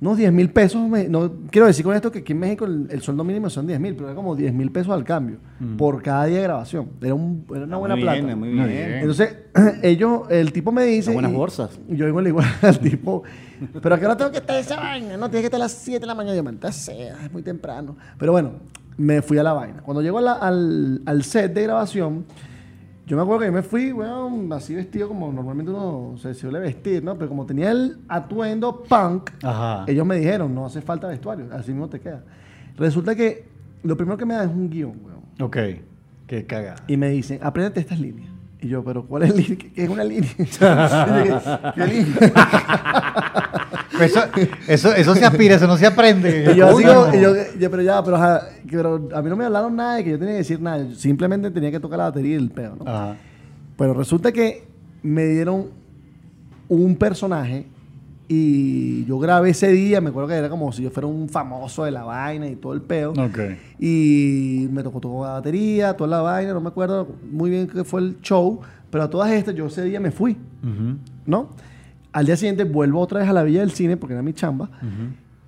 Speaker 1: unos 10 mil pesos. me- No, quiero decir con esto que aquí en México el, el sueldo mínimo son 10 mil, pero era como 10 mil pesos al cambio por cada día de grabación. Era, un- era una
Speaker 5: Mm. Muy
Speaker 1: buena
Speaker 5: bien,
Speaker 1: plata.
Speaker 5: Muy bien,
Speaker 3: Muy bien.
Speaker 1: Entonces, <clears throat> ellos, el tipo me dice.
Speaker 5: Son buenas
Speaker 1: y-
Speaker 5: bolsas.
Speaker 1: y Yo digo igual <laughs> al tipo, pero que no tengo que estar esa vaina, no, tienes que estar a las 7 de la mañana. Yo, maldita sea, es muy temprano. Pero bueno, me fui a la vaina. Cuando llego a la- al, al set de grabación, yo me acuerdo que yo me fui, weón, así vestido como normalmente uno se suele vestir, ¿no? Pero como tenía el atuendo punk,
Speaker 3: Ajá.
Speaker 1: ellos me dijeron, no hace falta vestuario, así mismo te queda. Resulta que lo primero que me dan es un guión, weón.
Speaker 3: Ok. Qué cagada.
Speaker 1: Y me dicen, apréndete estas líneas. Y yo, pero ¿cuál es, li- qué- qué es una línea? <laughs> ¿Qué línea?
Speaker 3: Eso, eso, eso se aspira, eso no se aprende.
Speaker 1: Y yo, así
Speaker 3: Coño.
Speaker 1: como- y yo, yo, pero ya, pero, ajá, pero a mí no me hablaron nada de que yo tenía que decir nada. Yo simplemente tenía que tocar la batería y el pedo, ¿no?
Speaker 3: Ajá.
Speaker 1: Pero resulta que me dieron un personaje y yo grabé ese día, me acuerdo que era como si yo fuera un famoso de la vaina y todo el peo.
Speaker 3: Ok.
Speaker 1: Y me tocó toda la batería, toda la vaina, no me acuerdo muy bien qué fue el show, pero a todas estas yo ese día me fui, ¿no? Al día siguiente vuelvo otra vez a la Villa del Cine porque era mi chamba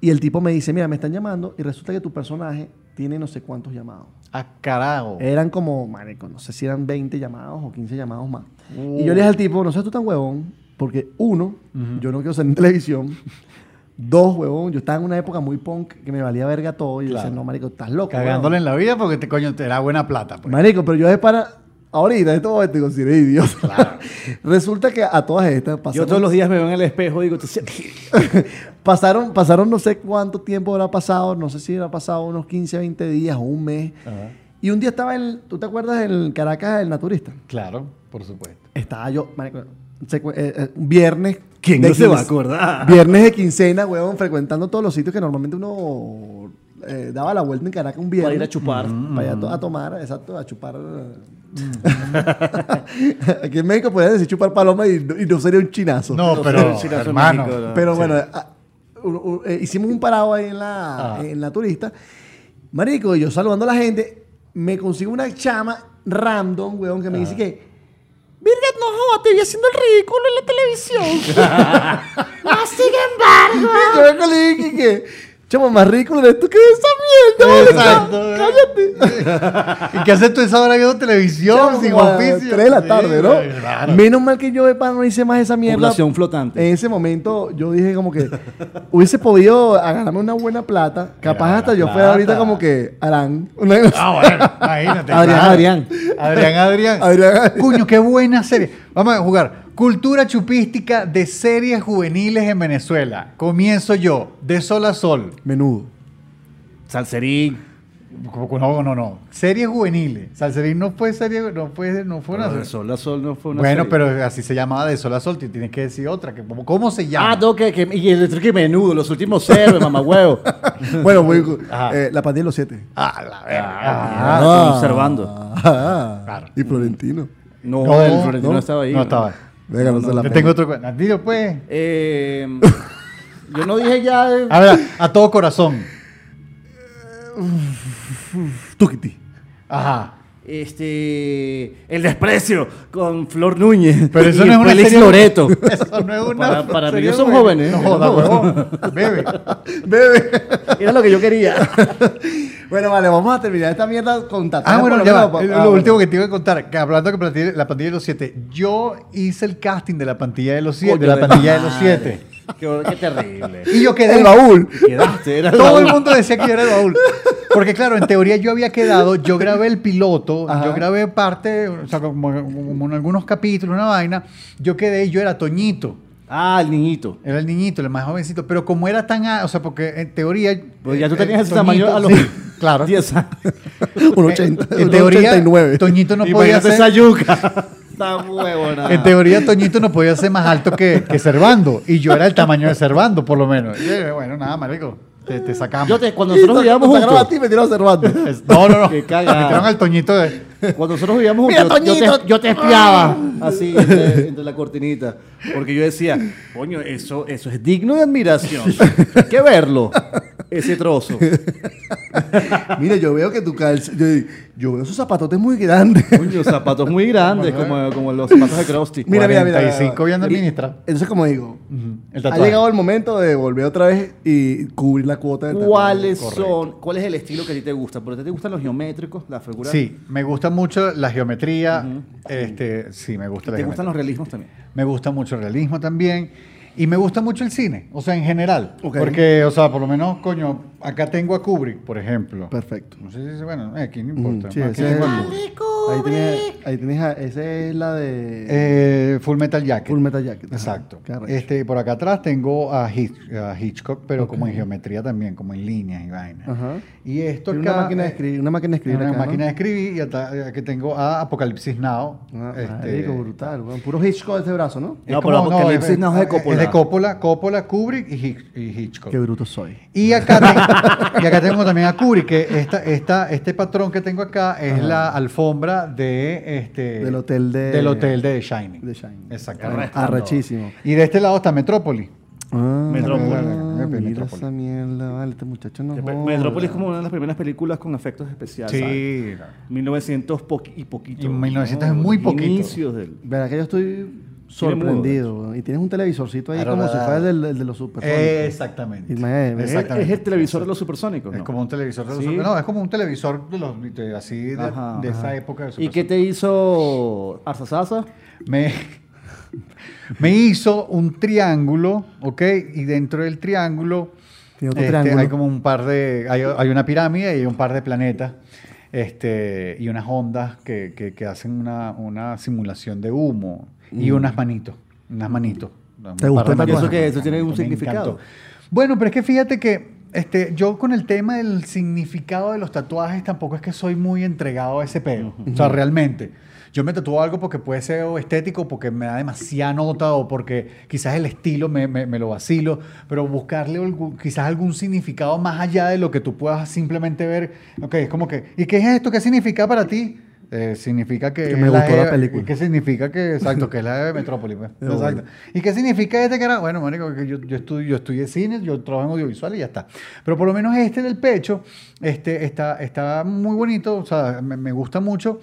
Speaker 1: y el tipo me dice, mira, me están llamando y resulta que tu personaje tiene no sé cuántos llamados.
Speaker 3: Ah, carajo.
Speaker 1: Eran como, marico, no sé si eran 20 llamados o 15 llamados más. Y yo le dije al tipo, no seas tú tan huevón, porque uno, yo no quiero salir en televisión. <laughs> Dos, huevón, yo estaba en una época muy punk que me valía verga todo. Y yo decía, no, marico, estás loco. huevón".
Speaker 3: Cagándole en la vida porque te coño te da buena plata. pues.
Speaker 1: Marico, pero yo de para... Ahorita, en este momento, te consideré idiota. <laughs> Resulta que a todas estas
Speaker 5: Yo
Speaker 1: pasaron,
Speaker 5: todos los días me veo en el espejo y digo, "Tú sí-
Speaker 1: <laughs> pasaron, pasaron no sé cuánto tiempo habrá pasado, no sé si habrá pasado unos 15, 20 días o un mes. Y un día estaba en, ¿tú te acuerdas del Caracas, el naturista?
Speaker 3: Claro, por supuesto.
Speaker 1: Estaba yo, marico, secu- eh, eh, un viernes.
Speaker 5: ¿Quién
Speaker 1: de
Speaker 5: no se va a
Speaker 1: quince-
Speaker 5: acordar?
Speaker 1: Viernes de quincena, weón, frecuentando todos los sitios que normalmente uno eh, daba la vuelta en Caracas un viernes.
Speaker 5: Para ir a chupar.
Speaker 1: Para ir a to-
Speaker 5: Mm.
Speaker 1: a tomar, exacto, a chupar. <laughs> Aquí en México podrías decir chupar paloma y, no- y no sería un chinazo.
Speaker 3: No, pero
Speaker 5: sí, la soy
Speaker 3: hermano.
Speaker 5: mágico, ¿no?
Speaker 1: Pero bueno, ah, u- u- eh, hicimos un parado ahí en la,
Speaker 3: Ah.
Speaker 1: en la turista. Marico, yo saludando a la gente, me consigo una chama random, weón, que me dice que. Virga, no joda, te vi haciendo el ridículo en la televisión. Más sin embargo. Y <laughs> yo vengo y le dije que. Chamo, más ridículo de esto que de esa mierda,
Speaker 3: Exacto,
Speaker 1: marico.
Speaker 3: ¿verdad?
Speaker 1: Cállate.
Speaker 3: ¿Y qué haces tú esa hora viendo televisión
Speaker 1: Chamo,
Speaker 3: sin
Speaker 1: como a
Speaker 3: oficio?
Speaker 1: Tres de la tarde,
Speaker 3: Sí,
Speaker 1: ¿no?
Speaker 3: claro.
Speaker 1: Menos mal que yo de pan no hice más esa mierda.
Speaker 5: Población flotante.
Speaker 1: En ese momento yo dije como que hubiese podido agarrarme una buena plata. Capaz
Speaker 3: Mira,
Speaker 1: hasta
Speaker 3: la
Speaker 1: yo fuera ahorita
Speaker 3: plata.
Speaker 1: como que Arán. Una cosa-
Speaker 3: Ah, bueno,
Speaker 1: Adrián,
Speaker 3: imagínate. claro.
Speaker 1: Adrián.
Speaker 3: Adrián, Adrián.
Speaker 1: Adrián.
Speaker 3: Cuño, qué buena serie. Vamos a jugar. Cultura chupística de series juveniles en Venezuela. Comienzo yo, de sol a sol.
Speaker 1: Menudo.
Speaker 5: Salserín.
Speaker 3: No, no, no. Series juveniles. Salserín no fue serie, no fue, no fue una
Speaker 5: Pero de sol a sol no fue una
Speaker 3: Bueno,
Speaker 5: serie.
Speaker 3: pero así se llamaba de sol a sol. Te tienes que decir otra. Que, ¿cómo, cómo se llama?
Speaker 5: Ah, no, que, que- y el truque menudo, los últimos cero, mamá
Speaker 3: <laughs>
Speaker 5: huevo.
Speaker 1: Bueno, voy-
Speaker 3: Ajá.
Speaker 1: eh, la pandilla de los siete.
Speaker 3: Ah, la verga.
Speaker 5: Ah, están observando.
Speaker 1: Ah,
Speaker 3: Claro.
Speaker 1: Y Florentino.
Speaker 5: No,
Speaker 3: No,
Speaker 5: el Florentino
Speaker 3: no,
Speaker 5: estaba ahí.
Speaker 3: no estaba.
Speaker 1: Venga, no, se la
Speaker 3: Te
Speaker 1: pongo.
Speaker 3: tengo otro. cu- Dilo, pues.
Speaker 5: Eh,
Speaker 3: <laughs>
Speaker 5: yo no dije ya. eh,
Speaker 3: A ver, a todo corazón.
Speaker 1: Tukiti.
Speaker 3: Ajá.
Speaker 5: Este. El desprecio con Flor Núñez.
Speaker 3: Pero eso
Speaker 5: y
Speaker 3: no es una
Speaker 5: Félix
Speaker 3: serie-
Speaker 5: Loreto.
Speaker 3: <laughs> Eso no es una.
Speaker 5: Para- para mí
Speaker 3: serie
Speaker 5: son
Speaker 3: juvenil.
Speaker 5: jóvenes,
Speaker 3: No ah,
Speaker 5: ¿eh?
Speaker 3: joda, huevón. Bebe.
Speaker 5: Era lo que yo
Speaker 3: <laughs>
Speaker 5: quería.
Speaker 1: Bueno, vale, vamos a terminar esta mierda con Tatiana.
Speaker 3: Ah, bueno,
Speaker 1: por
Speaker 3: ya va.
Speaker 1: menos,
Speaker 3: Eh,
Speaker 1: pa-
Speaker 3: Lo
Speaker 1: ah, bueno.
Speaker 3: último que te iba a contar, que hablando que plantilla- la pandilla de los siete, yo hice el casting de la pandilla de los siete, de la pandilla de los siete.
Speaker 5: Qué, hor- qué
Speaker 3: <laughs>
Speaker 5: terrible.
Speaker 3: Y yo quedé
Speaker 1: El
Speaker 3: <laughs>
Speaker 1: baúl.
Speaker 5: Quedaste, era
Speaker 3: Todo el
Speaker 5: baúl.
Speaker 3: mundo decía que yo era el baúl. Porque claro, en teoría yo había quedado, yo grabé el piloto, yo grabé parte, o sea, como, como en algunos capítulos, una vaina, yo quedé y yo era Toñito.
Speaker 5: Ah, el niñito.
Speaker 3: Era el niñito, el más jovencito, pero como era tan, a- o sea, porque en teoría...
Speaker 5: Pues ya tú
Speaker 3: eh,
Speaker 5: tenías
Speaker 3: eh,
Speaker 5: ese tamaño
Speaker 3: Toñito-
Speaker 5: a los
Speaker 3: sí, claro.
Speaker 5: 10 años.
Speaker 1: Un 80.
Speaker 3: En
Speaker 1: un
Speaker 3: teoría,
Speaker 1: 89.
Speaker 3: Toñito no podía
Speaker 5: Imagínate esa
Speaker 3: ser...
Speaker 5: yuca. Está <laughs> huevona.
Speaker 3: En teoría, Toñito no podía ser más alto que, que Servando. Y yo era el tamaño de Servando, por lo menos. Y yo dije, bueno, nada, marico, te, te sacamos.
Speaker 5: Yo te- cuando nosotros vivíamos
Speaker 1: Te agarraba a
Speaker 5: juntos.
Speaker 1: ti y me tiraba Cervando.
Speaker 3: <laughs> Es-
Speaker 5: <laughs>
Speaker 3: No, no, no.
Speaker 5: Qué cagada.
Speaker 3: Me tiraron al Toñito de...
Speaker 5: Cuando nosotros vivíamos
Speaker 1: Mira,
Speaker 5: juntos, yo, yo
Speaker 1: Toñito.
Speaker 5: te, yo te espiaba así entre, entre la cortinita. Porque yo decía, coño, eso, eso es digno de admiración. Hay que verlo, ese trozo.
Speaker 1: Mira, yo veo que tu calza. Yo, yo veo esos zapatotes muy grandes.
Speaker 5: Coño, zapatos muy grandes, como, como los zapatos de Krusty.
Speaker 1: Mira, mira, mira.
Speaker 3: 45 viendo el
Speaker 1: Y-
Speaker 3: ministra.
Speaker 1: Entonces, como digo,
Speaker 3: El
Speaker 1: ha
Speaker 3: tatuaje.
Speaker 1: llegado el momento de volver otra vez y cubrir la cuota del
Speaker 5: ¿Cuáles
Speaker 1: tatuaje.
Speaker 5: son? ¿Cuál es el estilo que a ti te gusta? ¿Por qué te gustan los geométricos, las figuras?
Speaker 3: Sí, me gusta mucho la geometría. este, sí, me gusta la
Speaker 5: ¿Te gustan
Speaker 3: geometría.
Speaker 5: los realismos también?
Speaker 3: Me gusta mucho el realismo también. Y me gusta mucho el cine, o sea, en general.
Speaker 1: Ok.
Speaker 3: Porque, o sea, por lo menos, coño, acá tengo a Kubrick, por ejemplo.
Speaker 1: Perfecto. Mm,
Speaker 3: No sé si, bueno, eh, aquí no importa.
Speaker 1: sí,
Speaker 3: Aquí
Speaker 1: ese es
Speaker 3: tengo a
Speaker 1: el-
Speaker 3: Kubrick.
Speaker 1: Ahí tienes, ahí tienes a- esa es la de
Speaker 3: Eh, Full Metal Jacket.
Speaker 1: Full Metal Jacket. ajá.
Speaker 3: Exacto.
Speaker 1: Qué arrecho.
Speaker 3: Este, por acá atrás tengo a, Hitch- a Hitchcock, pero como en geometría también, como en líneas y vainas.
Speaker 1: Ajá.
Speaker 3: Y esto
Speaker 1: Tiene
Speaker 3: acá.
Speaker 1: una
Speaker 5: eh.
Speaker 1: máquina de escribir, una máquina de escribir
Speaker 3: una
Speaker 1: acá, ¿no?
Speaker 3: máquina de escribir y acá- aquí tengo a Apocalipsis Now.
Speaker 1: Ah,
Speaker 3: Este,
Speaker 1: marico, brutal, weón. Puro Hitchcock de ese brazo, ¿no?
Speaker 3: es
Speaker 5: No,
Speaker 3: como-
Speaker 5: pero Apocalipsis Now es de Coppola.
Speaker 3: de Coppola, Coppola, Kubrick y, Hitch- y Hitchcock.
Speaker 1: Qué bruto soy.
Speaker 3: Y acá, tengo, y acá tengo también a Kubrick, que esta, esta, este patrón que tengo acá es la alfombra de, este,
Speaker 1: Del hotel de-
Speaker 3: del hotel de The Shining.
Speaker 1: The Shining.
Speaker 3: Exactamente.
Speaker 1: Arrechísimo.
Speaker 3: Y de este lado está Metrópoli.
Speaker 1: Ah,
Speaker 5: Metrópolis.
Speaker 1: ah, Mira
Speaker 3: Metrópolis.
Speaker 1: esa mierda, vale, este muchacho no. joda.
Speaker 5: Metrópolis es como una de las primeras películas con efectos especiales. ¿sabes?
Speaker 3: Sí.
Speaker 5: 1900 poqui- y poquito.
Speaker 3: Y 1900 es muy
Speaker 5: Los
Speaker 3: poquito.
Speaker 5: Inicios del.
Speaker 1: Verdad que yo estoy sorprendido. weón. Y tienes un televisorcito ahí
Speaker 3: Claro,
Speaker 1: como si
Speaker 3: verdad.
Speaker 1: fuera el, del- el de los super.
Speaker 3: Exactamente.
Speaker 1: pues. Imagínate,
Speaker 5: Es, el-
Speaker 3: Exactamente.
Speaker 5: es el televisor de los supersónicos.
Speaker 3: Es
Speaker 5: ¿no?
Speaker 3: como un televisor de los
Speaker 5: Sí.
Speaker 3: super- No, es como un televisor de los, de- así de,
Speaker 5: Ajá,
Speaker 3: de esa
Speaker 5: ajá.
Speaker 3: época. de
Speaker 5: ¿Y qué te hizo Arzasasa?
Speaker 3: me, <laughs> me hizo un triángulo, ¿ok? Y dentro del triángulo,
Speaker 1: Tiene otro
Speaker 3: este,
Speaker 1: triángulo.
Speaker 3: hay como un par de, hay, hay una pirámide y hay un par de planetas, este, y unas ondas que, que- que hacen una, una simulación de humo y
Speaker 5: Mm.
Speaker 3: unas manitos, unas manitos. un par
Speaker 1: gustó
Speaker 3: de
Speaker 1: el
Speaker 3: manitos.
Speaker 5: eso que- eso tiene un
Speaker 3: Me
Speaker 5: significado?
Speaker 3: encantó. Bueno, pero es que fíjate que este, yo con el tema del significado de los tatuajes tampoco es que soy muy entregado a ese pedo. O sea, realmente. Yo me tatúo algo porque puede ser o estético, porque me da demasiada nota o porque quizás el estilo me, me- me lo vacilo, pero buscarle algún- quizás algún significado más allá de lo que tú puedas simplemente ver. Ok, es como que, ¿y qué es esto? ¿Qué significa para ti? Eh, significa que...
Speaker 1: Que me
Speaker 3: es
Speaker 1: gustó la
Speaker 3: jeva-
Speaker 1: película.
Speaker 3: ¿Qué significa que, exacto, que es la de Metrópolis? pues.
Speaker 1: De bola.
Speaker 3: Exacto. ¿Y qué significa este que era? Bueno, marico, que yo, yo, estudio, yo estudié cine, yo trabajo en audiovisual y ya está. Pero por lo menos este del pecho este, está, está muy bonito, o sea, me, me gusta mucho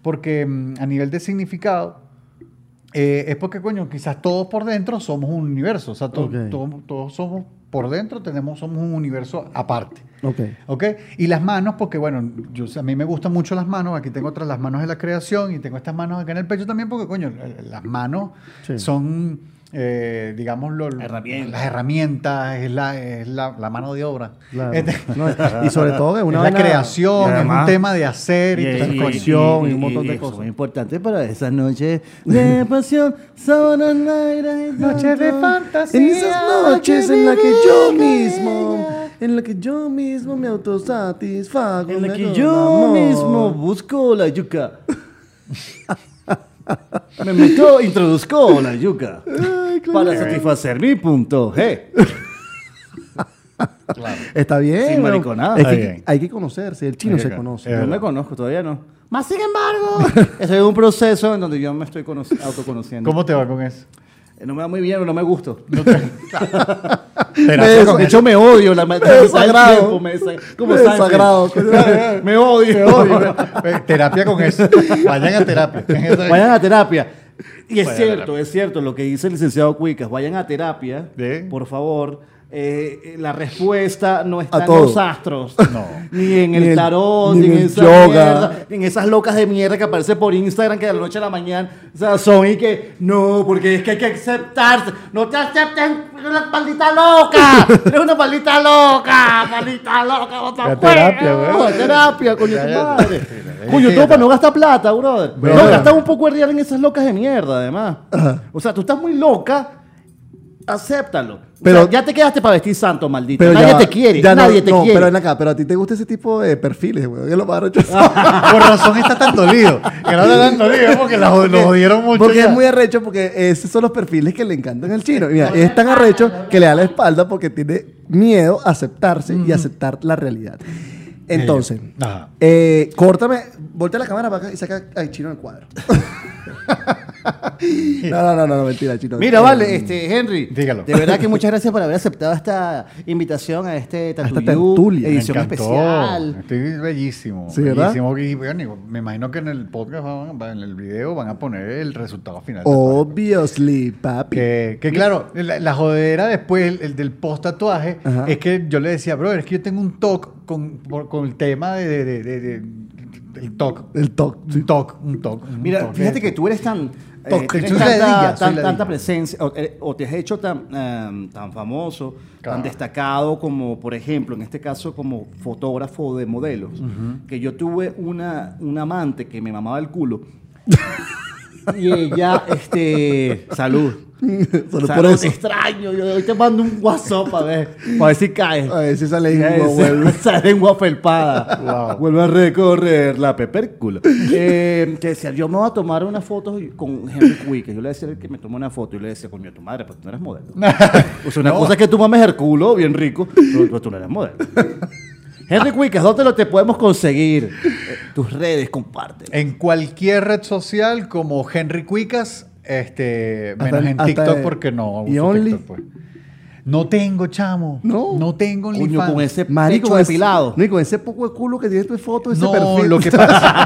Speaker 3: porque mm, a nivel de significado eh, es porque, coño, quizás todos por dentro somos un universo, o sea, to-
Speaker 1: Ok.
Speaker 3: to- todos somos por dentro, tenemos, somos un universo aparte.
Speaker 1: Ok.
Speaker 3: ¿Ok? Y las manos, porque bueno, yo, a mí me gustan mucho las manos. Aquí tengo otras, las manos de la creación y tengo estas manos acá en el pecho también, porque coño, eh, las manos
Speaker 1: Sí.
Speaker 3: son, eh, digamos, lo- las herramientas, es la, es la, la mano de obra.
Speaker 1: Claro.
Speaker 3: Este-
Speaker 1: <laughs> No, y sobre todo que es una
Speaker 3: es la
Speaker 1: vaina-
Speaker 3: creación,
Speaker 5: y además-
Speaker 3: es un tema de hacer y, todo eso.
Speaker 1: conexión y un montón de
Speaker 5: eso
Speaker 1: cosas.
Speaker 5: Es muy importante para esas noches de pasión, sábanas negras y
Speaker 3: Noches de
Speaker 5: tanto.
Speaker 3: fantasía.
Speaker 1: En esas noches en las que yo mismo, en la que yo mismo me autosatisfago.
Speaker 5: En la
Speaker 1: me
Speaker 5: que
Speaker 1: hago
Speaker 5: yo
Speaker 1: el amor.
Speaker 5: mismo busco la yuca. Me meto, introduzco la yuca. para satisfacer mi punto G.
Speaker 1: Está bien.
Speaker 5: Sin
Speaker 1: weón.
Speaker 5: mariconada.
Speaker 1: Es que
Speaker 3: Está bien.
Speaker 1: hay que conocerse. El chino
Speaker 3: Hay que
Speaker 1: se
Speaker 3: con-
Speaker 1: conoce.
Speaker 3: Es
Speaker 5: Yo
Speaker 3: verdad.
Speaker 5: me conozco, todavía no. Más sin <laughs> embargo, estoy en un proceso en donde yo me estoy conoci- autoconociendo.
Speaker 3: ¿Cómo te va con
Speaker 1: <laughs>
Speaker 3: eso?
Speaker 5: Eh, No me va muy bien, no me gusto.
Speaker 3: Terapia con
Speaker 5: de
Speaker 3: eso.
Speaker 5: hecho, me odio la mitad del
Speaker 1: desagrado.
Speaker 5: tiempo, me desa- como
Speaker 1: Me
Speaker 5: Seinfeld. <laughs>
Speaker 1: desagrado.
Speaker 5: me odio. Me odio.
Speaker 3: Eh, terapia con eso. <laughs> Vayan
Speaker 1: <laughs>
Speaker 3: a terapia.
Speaker 5: Vayan a terapia. Y es cierto, es cierto lo que dice el licenciado Cuicas. Vayan a terapia,
Speaker 3: Bien.
Speaker 5: por favor. Eh, eh, la respuesta no está en
Speaker 1: todo.
Speaker 5: los astros,
Speaker 3: No.
Speaker 5: <laughs> ni en
Speaker 1: Ni
Speaker 5: el
Speaker 1: en-
Speaker 5: tarot,
Speaker 1: ni
Speaker 5: ni,
Speaker 1: en
Speaker 5: en,
Speaker 1: el
Speaker 5: esa
Speaker 1: yoga.
Speaker 5: mierda, ni en esas locas de mierda que aparecen por Instagram que de la noche a la mañana o sea, son y que no, porque es que hay que aceptarse. No te acepten, eres una maldita loca, eres una maldita loca, maldita loca, bota
Speaker 3: La terapia,
Speaker 5: huevo,
Speaker 3: weón.
Speaker 5: terapia, coño,
Speaker 3: Ya,
Speaker 5: tu
Speaker 3: ya.
Speaker 5: madre.
Speaker 3: Sí,
Speaker 5: Coño,
Speaker 3: sí,
Speaker 5: todo para
Speaker 3: ya.
Speaker 5: no gasta plata, brother.
Speaker 3: Bro.
Speaker 5: No, gasta un poco de real en esas locas de mierda, además. O sea, tú estás muy loca, acéptalo. Pero
Speaker 1: Pero-
Speaker 5: ya te quedaste para vestir santo, maldito.
Speaker 1: Pero
Speaker 5: nadie
Speaker 1: ya va,
Speaker 5: te quiere,
Speaker 1: ya no-
Speaker 5: nadie te
Speaker 1: no,
Speaker 5: quiere.
Speaker 1: Pero ven acá, pero a ti te gusta ese tipo de perfiles, weón. que lo más arrecho.
Speaker 3: Por razón está tan dolido. Que no está tan dolido es porque la jod- lo jodieron mucho.
Speaker 1: Porque
Speaker 3: ya.
Speaker 1: es muy arrecho, porque esos son los perfiles que le encantan al chino. Y Mira, es tan arrecho que le da la espalda porque tiene miedo a aceptarse y aceptar la realidad. Entonces,
Speaker 3: Ajá.
Speaker 1: eh, córtame, voltea la cámara para acá y saca al chino del
Speaker 5: <laughs>
Speaker 1: cuadro. no, no, no, no, mentira, chino.
Speaker 5: Mira,
Speaker 1: Eh,
Speaker 5: vale, este, Henry.
Speaker 3: Dígalo.
Speaker 5: De verdad que muchas gracias por haber aceptado esta invitación a este
Speaker 1: tertulia.
Speaker 5: tertulia edición
Speaker 3: Me encantó.
Speaker 5: especial.
Speaker 3: Estoy bellísimo.
Speaker 1: Sí, ¿verdad?
Speaker 3: bellísimo. Y, bueno, me imagino que en el podcast, van- van- en el video, van a poner el resultado final.
Speaker 1: Obviously, papi.
Speaker 3: Que, que claro, la, la jodera después el, el del post tatuaje
Speaker 1: Ajá.
Speaker 3: es que yo le decía, bro, es que yo tengo un toque con, por- con el tema de, de- de- de- de- El TOC.
Speaker 1: El TOC.
Speaker 3: Un TOC, un TOC. un
Speaker 5: Eh,
Speaker 3: Este,
Speaker 5: Mira,
Speaker 3: toc.
Speaker 5: fíjate que tú eres tan. eh,
Speaker 3: Toc,
Speaker 5: tienes
Speaker 3: soy
Speaker 5: tanta,
Speaker 3: ladilla, soy
Speaker 5: tan-
Speaker 3: ladilla.
Speaker 5: tanta presencia, o, eh, o te has hecho tan, eh, tan famoso, tan destacado como, por ejemplo, en este caso, como fotógrafo de modelos, que yo tuve una, una amante que me mamaba el
Speaker 3: <laughs>
Speaker 5: culo. y ella, este.
Speaker 3: <laughs>
Speaker 5: Salud.
Speaker 1: Solo
Speaker 5: Salud,
Speaker 1: por
Speaker 5: te
Speaker 1: eso.
Speaker 5: extraño. Yo hoy te mando un WhatsApp a ver, para ver si caes.
Speaker 1: A ver si sale
Speaker 5: Ya
Speaker 1: ahí,
Speaker 5: es,
Speaker 1: güey.
Speaker 5: esa lengua felpada. Vuelve a recorrer la pepércula. Eh, que decía, yo me voy a tomar una foto con Henry Quick. Yo le decía al que me tomó una foto. Y le decía, coño, tu madre, pero tú no eres modelo.
Speaker 1: <laughs>
Speaker 5: o sea, una cosa es que tú mames el culo, bien rico, pero, pero tú no eres modelo. Henry Quick, ¿dónde lo te podemos conseguir? Eh, tus redes, comparte.
Speaker 1: Eh,
Speaker 3: En cualquier red social como Henry Cuicas, este,
Speaker 1: Hasta
Speaker 3: menos
Speaker 1: el-
Speaker 3: en
Speaker 1: hasta
Speaker 3: TikTok
Speaker 1: el-
Speaker 3: porque no.
Speaker 1: ¿y
Speaker 3: uso
Speaker 1: Only?
Speaker 3: TikTok, pues. No tengo, chamo.
Speaker 1: No.
Speaker 3: No tengo
Speaker 5: Coño,
Speaker 3: OnlyFans.
Speaker 5: con <laughs> ese
Speaker 1: Marico,
Speaker 5: pecho
Speaker 1: con ese-
Speaker 5: depilado.
Speaker 1: No, y con ese poco de culo que tiene tu foto, ese
Speaker 3: No,
Speaker 1: perfil.
Speaker 3: lo que pasa.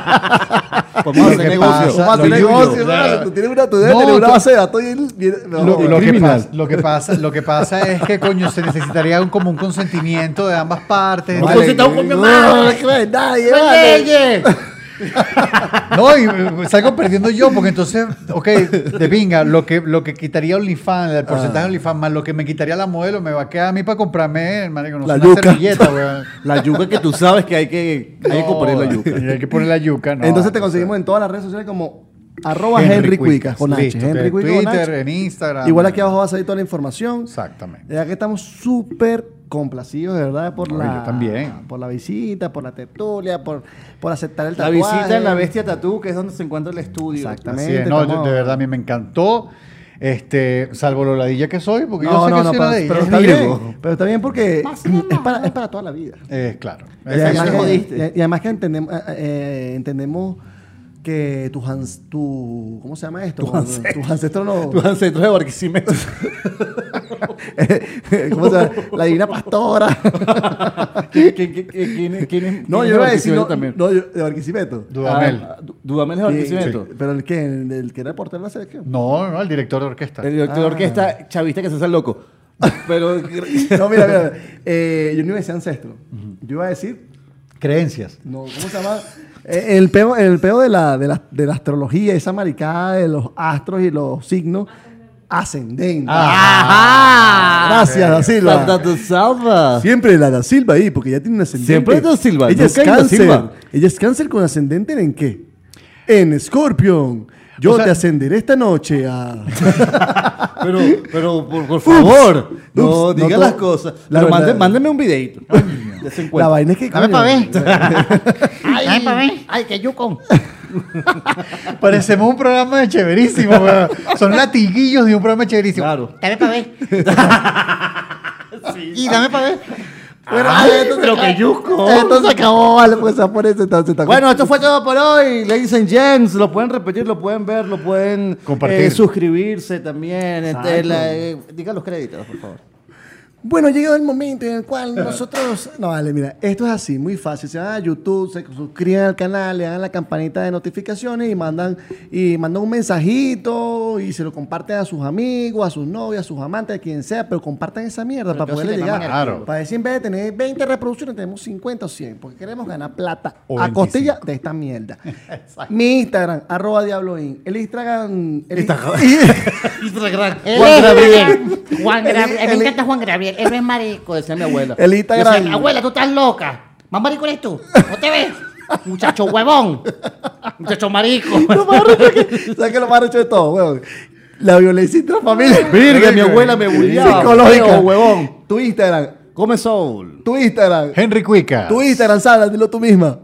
Speaker 5: Vamos a
Speaker 3: lo
Speaker 5: hacer
Speaker 3: que
Speaker 5: negocio. Vamos
Speaker 3: pasa-
Speaker 5: a
Speaker 1: Tú
Speaker 5: hacer
Speaker 3: lo
Speaker 1: tienes-
Speaker 3: tuyo.
Speaker 5: negocio.
Speaker 1: sí, vale, tú tienes una, tú debes
Speaker 3: No,
Speaker 1: tener una
Speaker 3: tú-
Speaker 1: base de datos bien- bien- no,
Speaker 3: Lo, lo que
Speaker 1: criminal.
Speaker 3: pasa, lo, que pasa, lo que pasa es que, coño, se necesitaría un, como un consentimiento de ambas partes.
Speaker 1: Vale,
Speaker 3: Entonces,
Speaker 1: no, no le crees nadie, vale.
Speaker 7: ¡Oye!
Speaker 3: No, y eh, salgo perdiendo yo, porque entonces, ok, de pinga, lo que, lo que quitaría OnlyFans, el
Speaker 1: Ah.
Speaker 3: porcentaje de OnlyFans, más lo que me quitaría la modelo, me va a quedar a mí para comprarme, marico, no
Speaker 1: La
Speaker 3: sé,
Speaker 1: yuca.
Speaker 3: una servilleta, weón.
Speaker 5: La yuca que tú sabes que hay que, hay que
Speaker 3: No,
Speaker 5: comprar la yuca.
Speaker 3: y Hay que poner la yuca, no.
Speaker 1: Entonces te
Speaker 3: o
Speaker 1: conseguimos
Speaker 3: sea,
Speaker 1: en todas las redes sociales como arroba Henry,
Speaker 3: Henry
Speaker 1: Cuicas con H.
Speaker 3: Listo,
Speaker 1: Henry
Speaker 3: en
Speaker 1: Cuicas con
Speaker 3: Twitter,
Speaker 1: H.
Speaker 3: en Instagram.
Speaker 1: Igual aquí abajo va a salir toda la información.
Speaker 3: Exactamente.
Speaker 1: De verdad que estamos súper complacidos, de verdad, por
Speaker 3: No,
Speaker 1: la
Speaker 3: yo también.
Speaker 1: por la visita, por la tertulia, por, por aceptar el
Speaker 5: La
Speaker 1: tatuaje.
Speaker 5: visita en la bestia tatú, que es donde se encuentra el estudio.
Speaker 1: Exactamente.
Speaker 3: Así es, no, yo-
Speaker 1: estamos-
Speaker 3: de verdad, a mí me encantó. Este, salvo lo ladilla que soy, porque yo
Speaker 1: No,
Speaker 3: sé
Speaker 1: no,
Speaker 3: que
Speaker 1: no,
Speaker 3: soy
Speaker 1: pero,
Speaker 3: ladilla.
Speaker 1: pero
Speaker 3: Es
Speaker 1: está
Speaker 3: virgo.
Speaker 1: bien. Pero está bien porque es para, es para toda la vida.
Speaker 3: Eh, claro.
Speaker 1: Y
Speaker 3: Ese-
Speaker 1: además,
Speaker 5: ya
Speaker 1: que,
Speaker 5: me jodiste.
Speaker 1: y- y además que entendemos, eh, eh, entendemos que tus ans- tu, ¿cómo se llama esto? Tus ancestros. no.
Speaker 5: Tus ancestros de Barquisimeto.
Speaker 1: <laughs> ¿Cómo se llama? La divina pastora.
Speaker 5: ¿Quién, quién, quién, quién, quién es?
Speaker 1: No, yo
Speaker 5: quién es
Speaker 1: iba a decir.
Speaker 5: Barquisimeto
Speaker 1: No, no, yo- de Barquisimeto.
Speaker 3: Dudamel.
Speaker 5: Ah, Du- Dudamel es de Barquisimeto.
Speaker 1: Sí, Pero el que, el, el que era portero de la
Speaker 3: <laughs>
Speaker 1: selección.
Speaker 3: No, no, el director de orquesta.
Speaker 5: El director de orquesta chavista que se hace el loco. Ah. <laughs> Pero
Speaker 1: No, mira, mira. mira. Eh, yo no iba a decir ancestro. Yo iba a decir.
Speaker 3: Creencias.
Speaker 1: No, ¿Cómo se llama? Eh, El peo, el peo de, la, de, la, de la astrología, esa maricada de los astros y los signos ascendentes.
Speaker 3: Ah,
Speaker 5: ¡Ajá!
Speaker 1: Ah, Gracias, Da
Speaker 5: Santa
Speaker 1: Silva.
Speaker 5: tu salva.
Speaker 1: Siempre la Da Silva ahí, porque ya tiene un ascendente.
Speaker 5: Siempre Da Silva,
Speaker 1: Ella es
Speaker 5: nunca hay Da
Speaker 1: cáncer.
Speaker 5: Silva.
Speaker 1: Ella es cáncer con ascendente en qué? En Scorpion. Yo
Speaker 3: O sea-
Speaker 1: te ascenderé esta noche a.
Speaker 5: Pero, pero por, por favor, no
Speaker 1: Ups, no
Speaker 5: diga
Speaker 1: to-
Speaker 5: las cosas.
Speaker 1: La
Speaker 5: pero
Speaker 1: verdad-
Speaker 5: mande- mándeme un videito. Ya se
Speaker 1: La
Speaker 5: encuentra.
Speaker 1: vaina es que.
Speaker 7: Dame
Speaker 1: coño,
Speaker 7: pa' ver. ¡Ay,
Speaker 10: Ay, pa' ver.
Speaker 7: ay que yuco!
Speaker 3: <laughs> Parecemos un programa de chéverísimo, weón. Son latiguillos de un programa de chéverísimo.
Speaker 5: Claro.
Speaker 7: Dame pa' ver. Y dame pa' ver.
Speaker 1: Bueno, esto,
Speaker 5: Pero que yusco.
Speaker 1: se, esto se acabó, vale, pues se pone entonces. está-
Speaker 5: Bueno, esto fue todo por hoy, ladies and gents. Lo pueden repetir, lo pueden ver, lo pueden
Speaker 3: Compartir.
Speaker 5: eh, suscribirse también. este, la- eh, diga los créditos, por favor.
Speaker 1: Bueno, ha llegado el momento en el <laughs> cual nosotros. No, vale, mira, esto es así, muy fácil. Se van a YouTube, se suscriben al canal, le dan la campanita de notificaciones y mandan, y mandan un mensajito y se lo comparten a sus amigos, a sus novias, a sus amantes, a quien sea, pero compartan esa mierda para
Speaker 5: entonces
Speaker 1: poderle
Speaker 5: le
Speaker 1: llegar.
Speaker 5: maman
Speaker 3: el culo.
Speaker 1: Para decir, en vez de tener 20 reproducciones, tenemos 50 o 100, porque queremos ganar plata
Speaker 3: O
Speaker 1: a
Speaker 3: 25.
Speaker 1: costilla de esta <laughs> mierda. Mi Instagram, arroba diabloin. El Instagram. El <laughs> Instagram.
Speaker 7: Él
Speaker 5: Juan
Speaker 7: es-
Speaker 5: Gabriel.
Speaker 7: Juan Gabriel.
Speaker 1: El-
Speaker 7: Me
Speaker 1: el-
Speaker 7: encanta Juan Gabriel. Él es marico.
Speaker 5: Decía mi abuela.
Speaker 1: El
Speaker 7: Yo
Speaker 1: Instagram.
Speaker 7: decía, abuela, tú estás loca. Más marico eres tú. ¿No te ves? Muchacho huevón. Muchacho marico.
Speaker 1: <laughs> lo más arrecho que- ¿Sabes qué es lo más arrecho de todo, huevón? La violencia intrafamiliar.
Speaker 5: Virgen, mi abuela me bulleaba.
Speaker 1: Psicológica.
Speaker 5: Feo, huevón.
Speaker 1: Tu Instagram.
Speaker 5: Come Soul.
Speaker 1: Tu Instagram.
Speaker 3: Henry Cuica.
Speaker 1: Tu Instagram, Sara, dilo tú misma.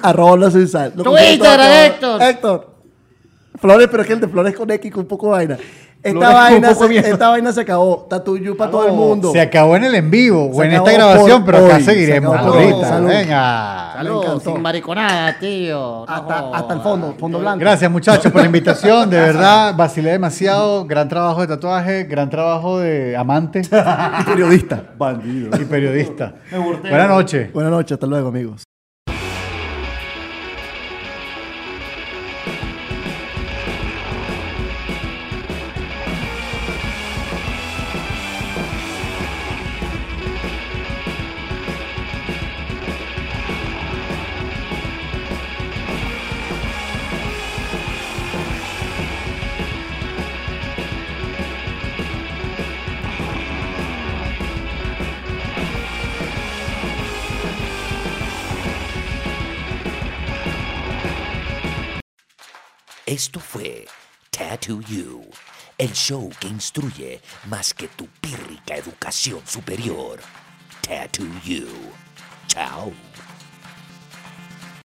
Speaker 1: Arroba la soy Sara. Lo
Speaker 7: Tu
Speaker 1: consigo
Speaker 7: Instagram,
Speaker 1: todo,
Speaker 7: Héctor.
Speaker 1: Héctor. Flores, pero es que el de Flores con X, con un poco de vaina. Esta,
Speaker 5: Flores con
Speaker 1: vaina,
Speaker 5: un poco
Speaker 1: se,
Speaker 5: mierda.
Speaker 1: esta vaina se acabó. Está tuyo para todo el mundo.
Speaker 3: Se acabó en el en vivo
Speaker 1: Se
Speaker 3: o en esta
Speaker 1: acabó
Speaker 3: grabación,
Speaker 1: por
Speaker 3: pero acá
Speaker 1: hoy.
Speaker 3: seguiremos
Speaker 1: Se acabó.
Speaker 3: ahorita.
Speaker 1: Salud.
Speaker 3: Venga.
Speaker 7: Salud,
Speaker 1: Ah, encantó.
Speaker 7: sin mariconada, tío. No
Speaker 1: hasta, hasta el
Speaker 7: jodas.
Speaker 1: fondo, fondo blanco.
Speaker 3: Gracias muchachos por la invitación, de verdad, vacilé demasiado, gran trabajo de tatuaje, gran trabajo de amante
Speaker 1: Y periodista.
Speaker 5: Bandido.
Speaker 3: y periodista. Buenas noches.
Speaker 1: Buenas noches, hasta luego, amigos.
Speaker 4: Esto fue Tattoo You, el show que instruye más que tu pírrica educación superior. Tattoo You. Chao.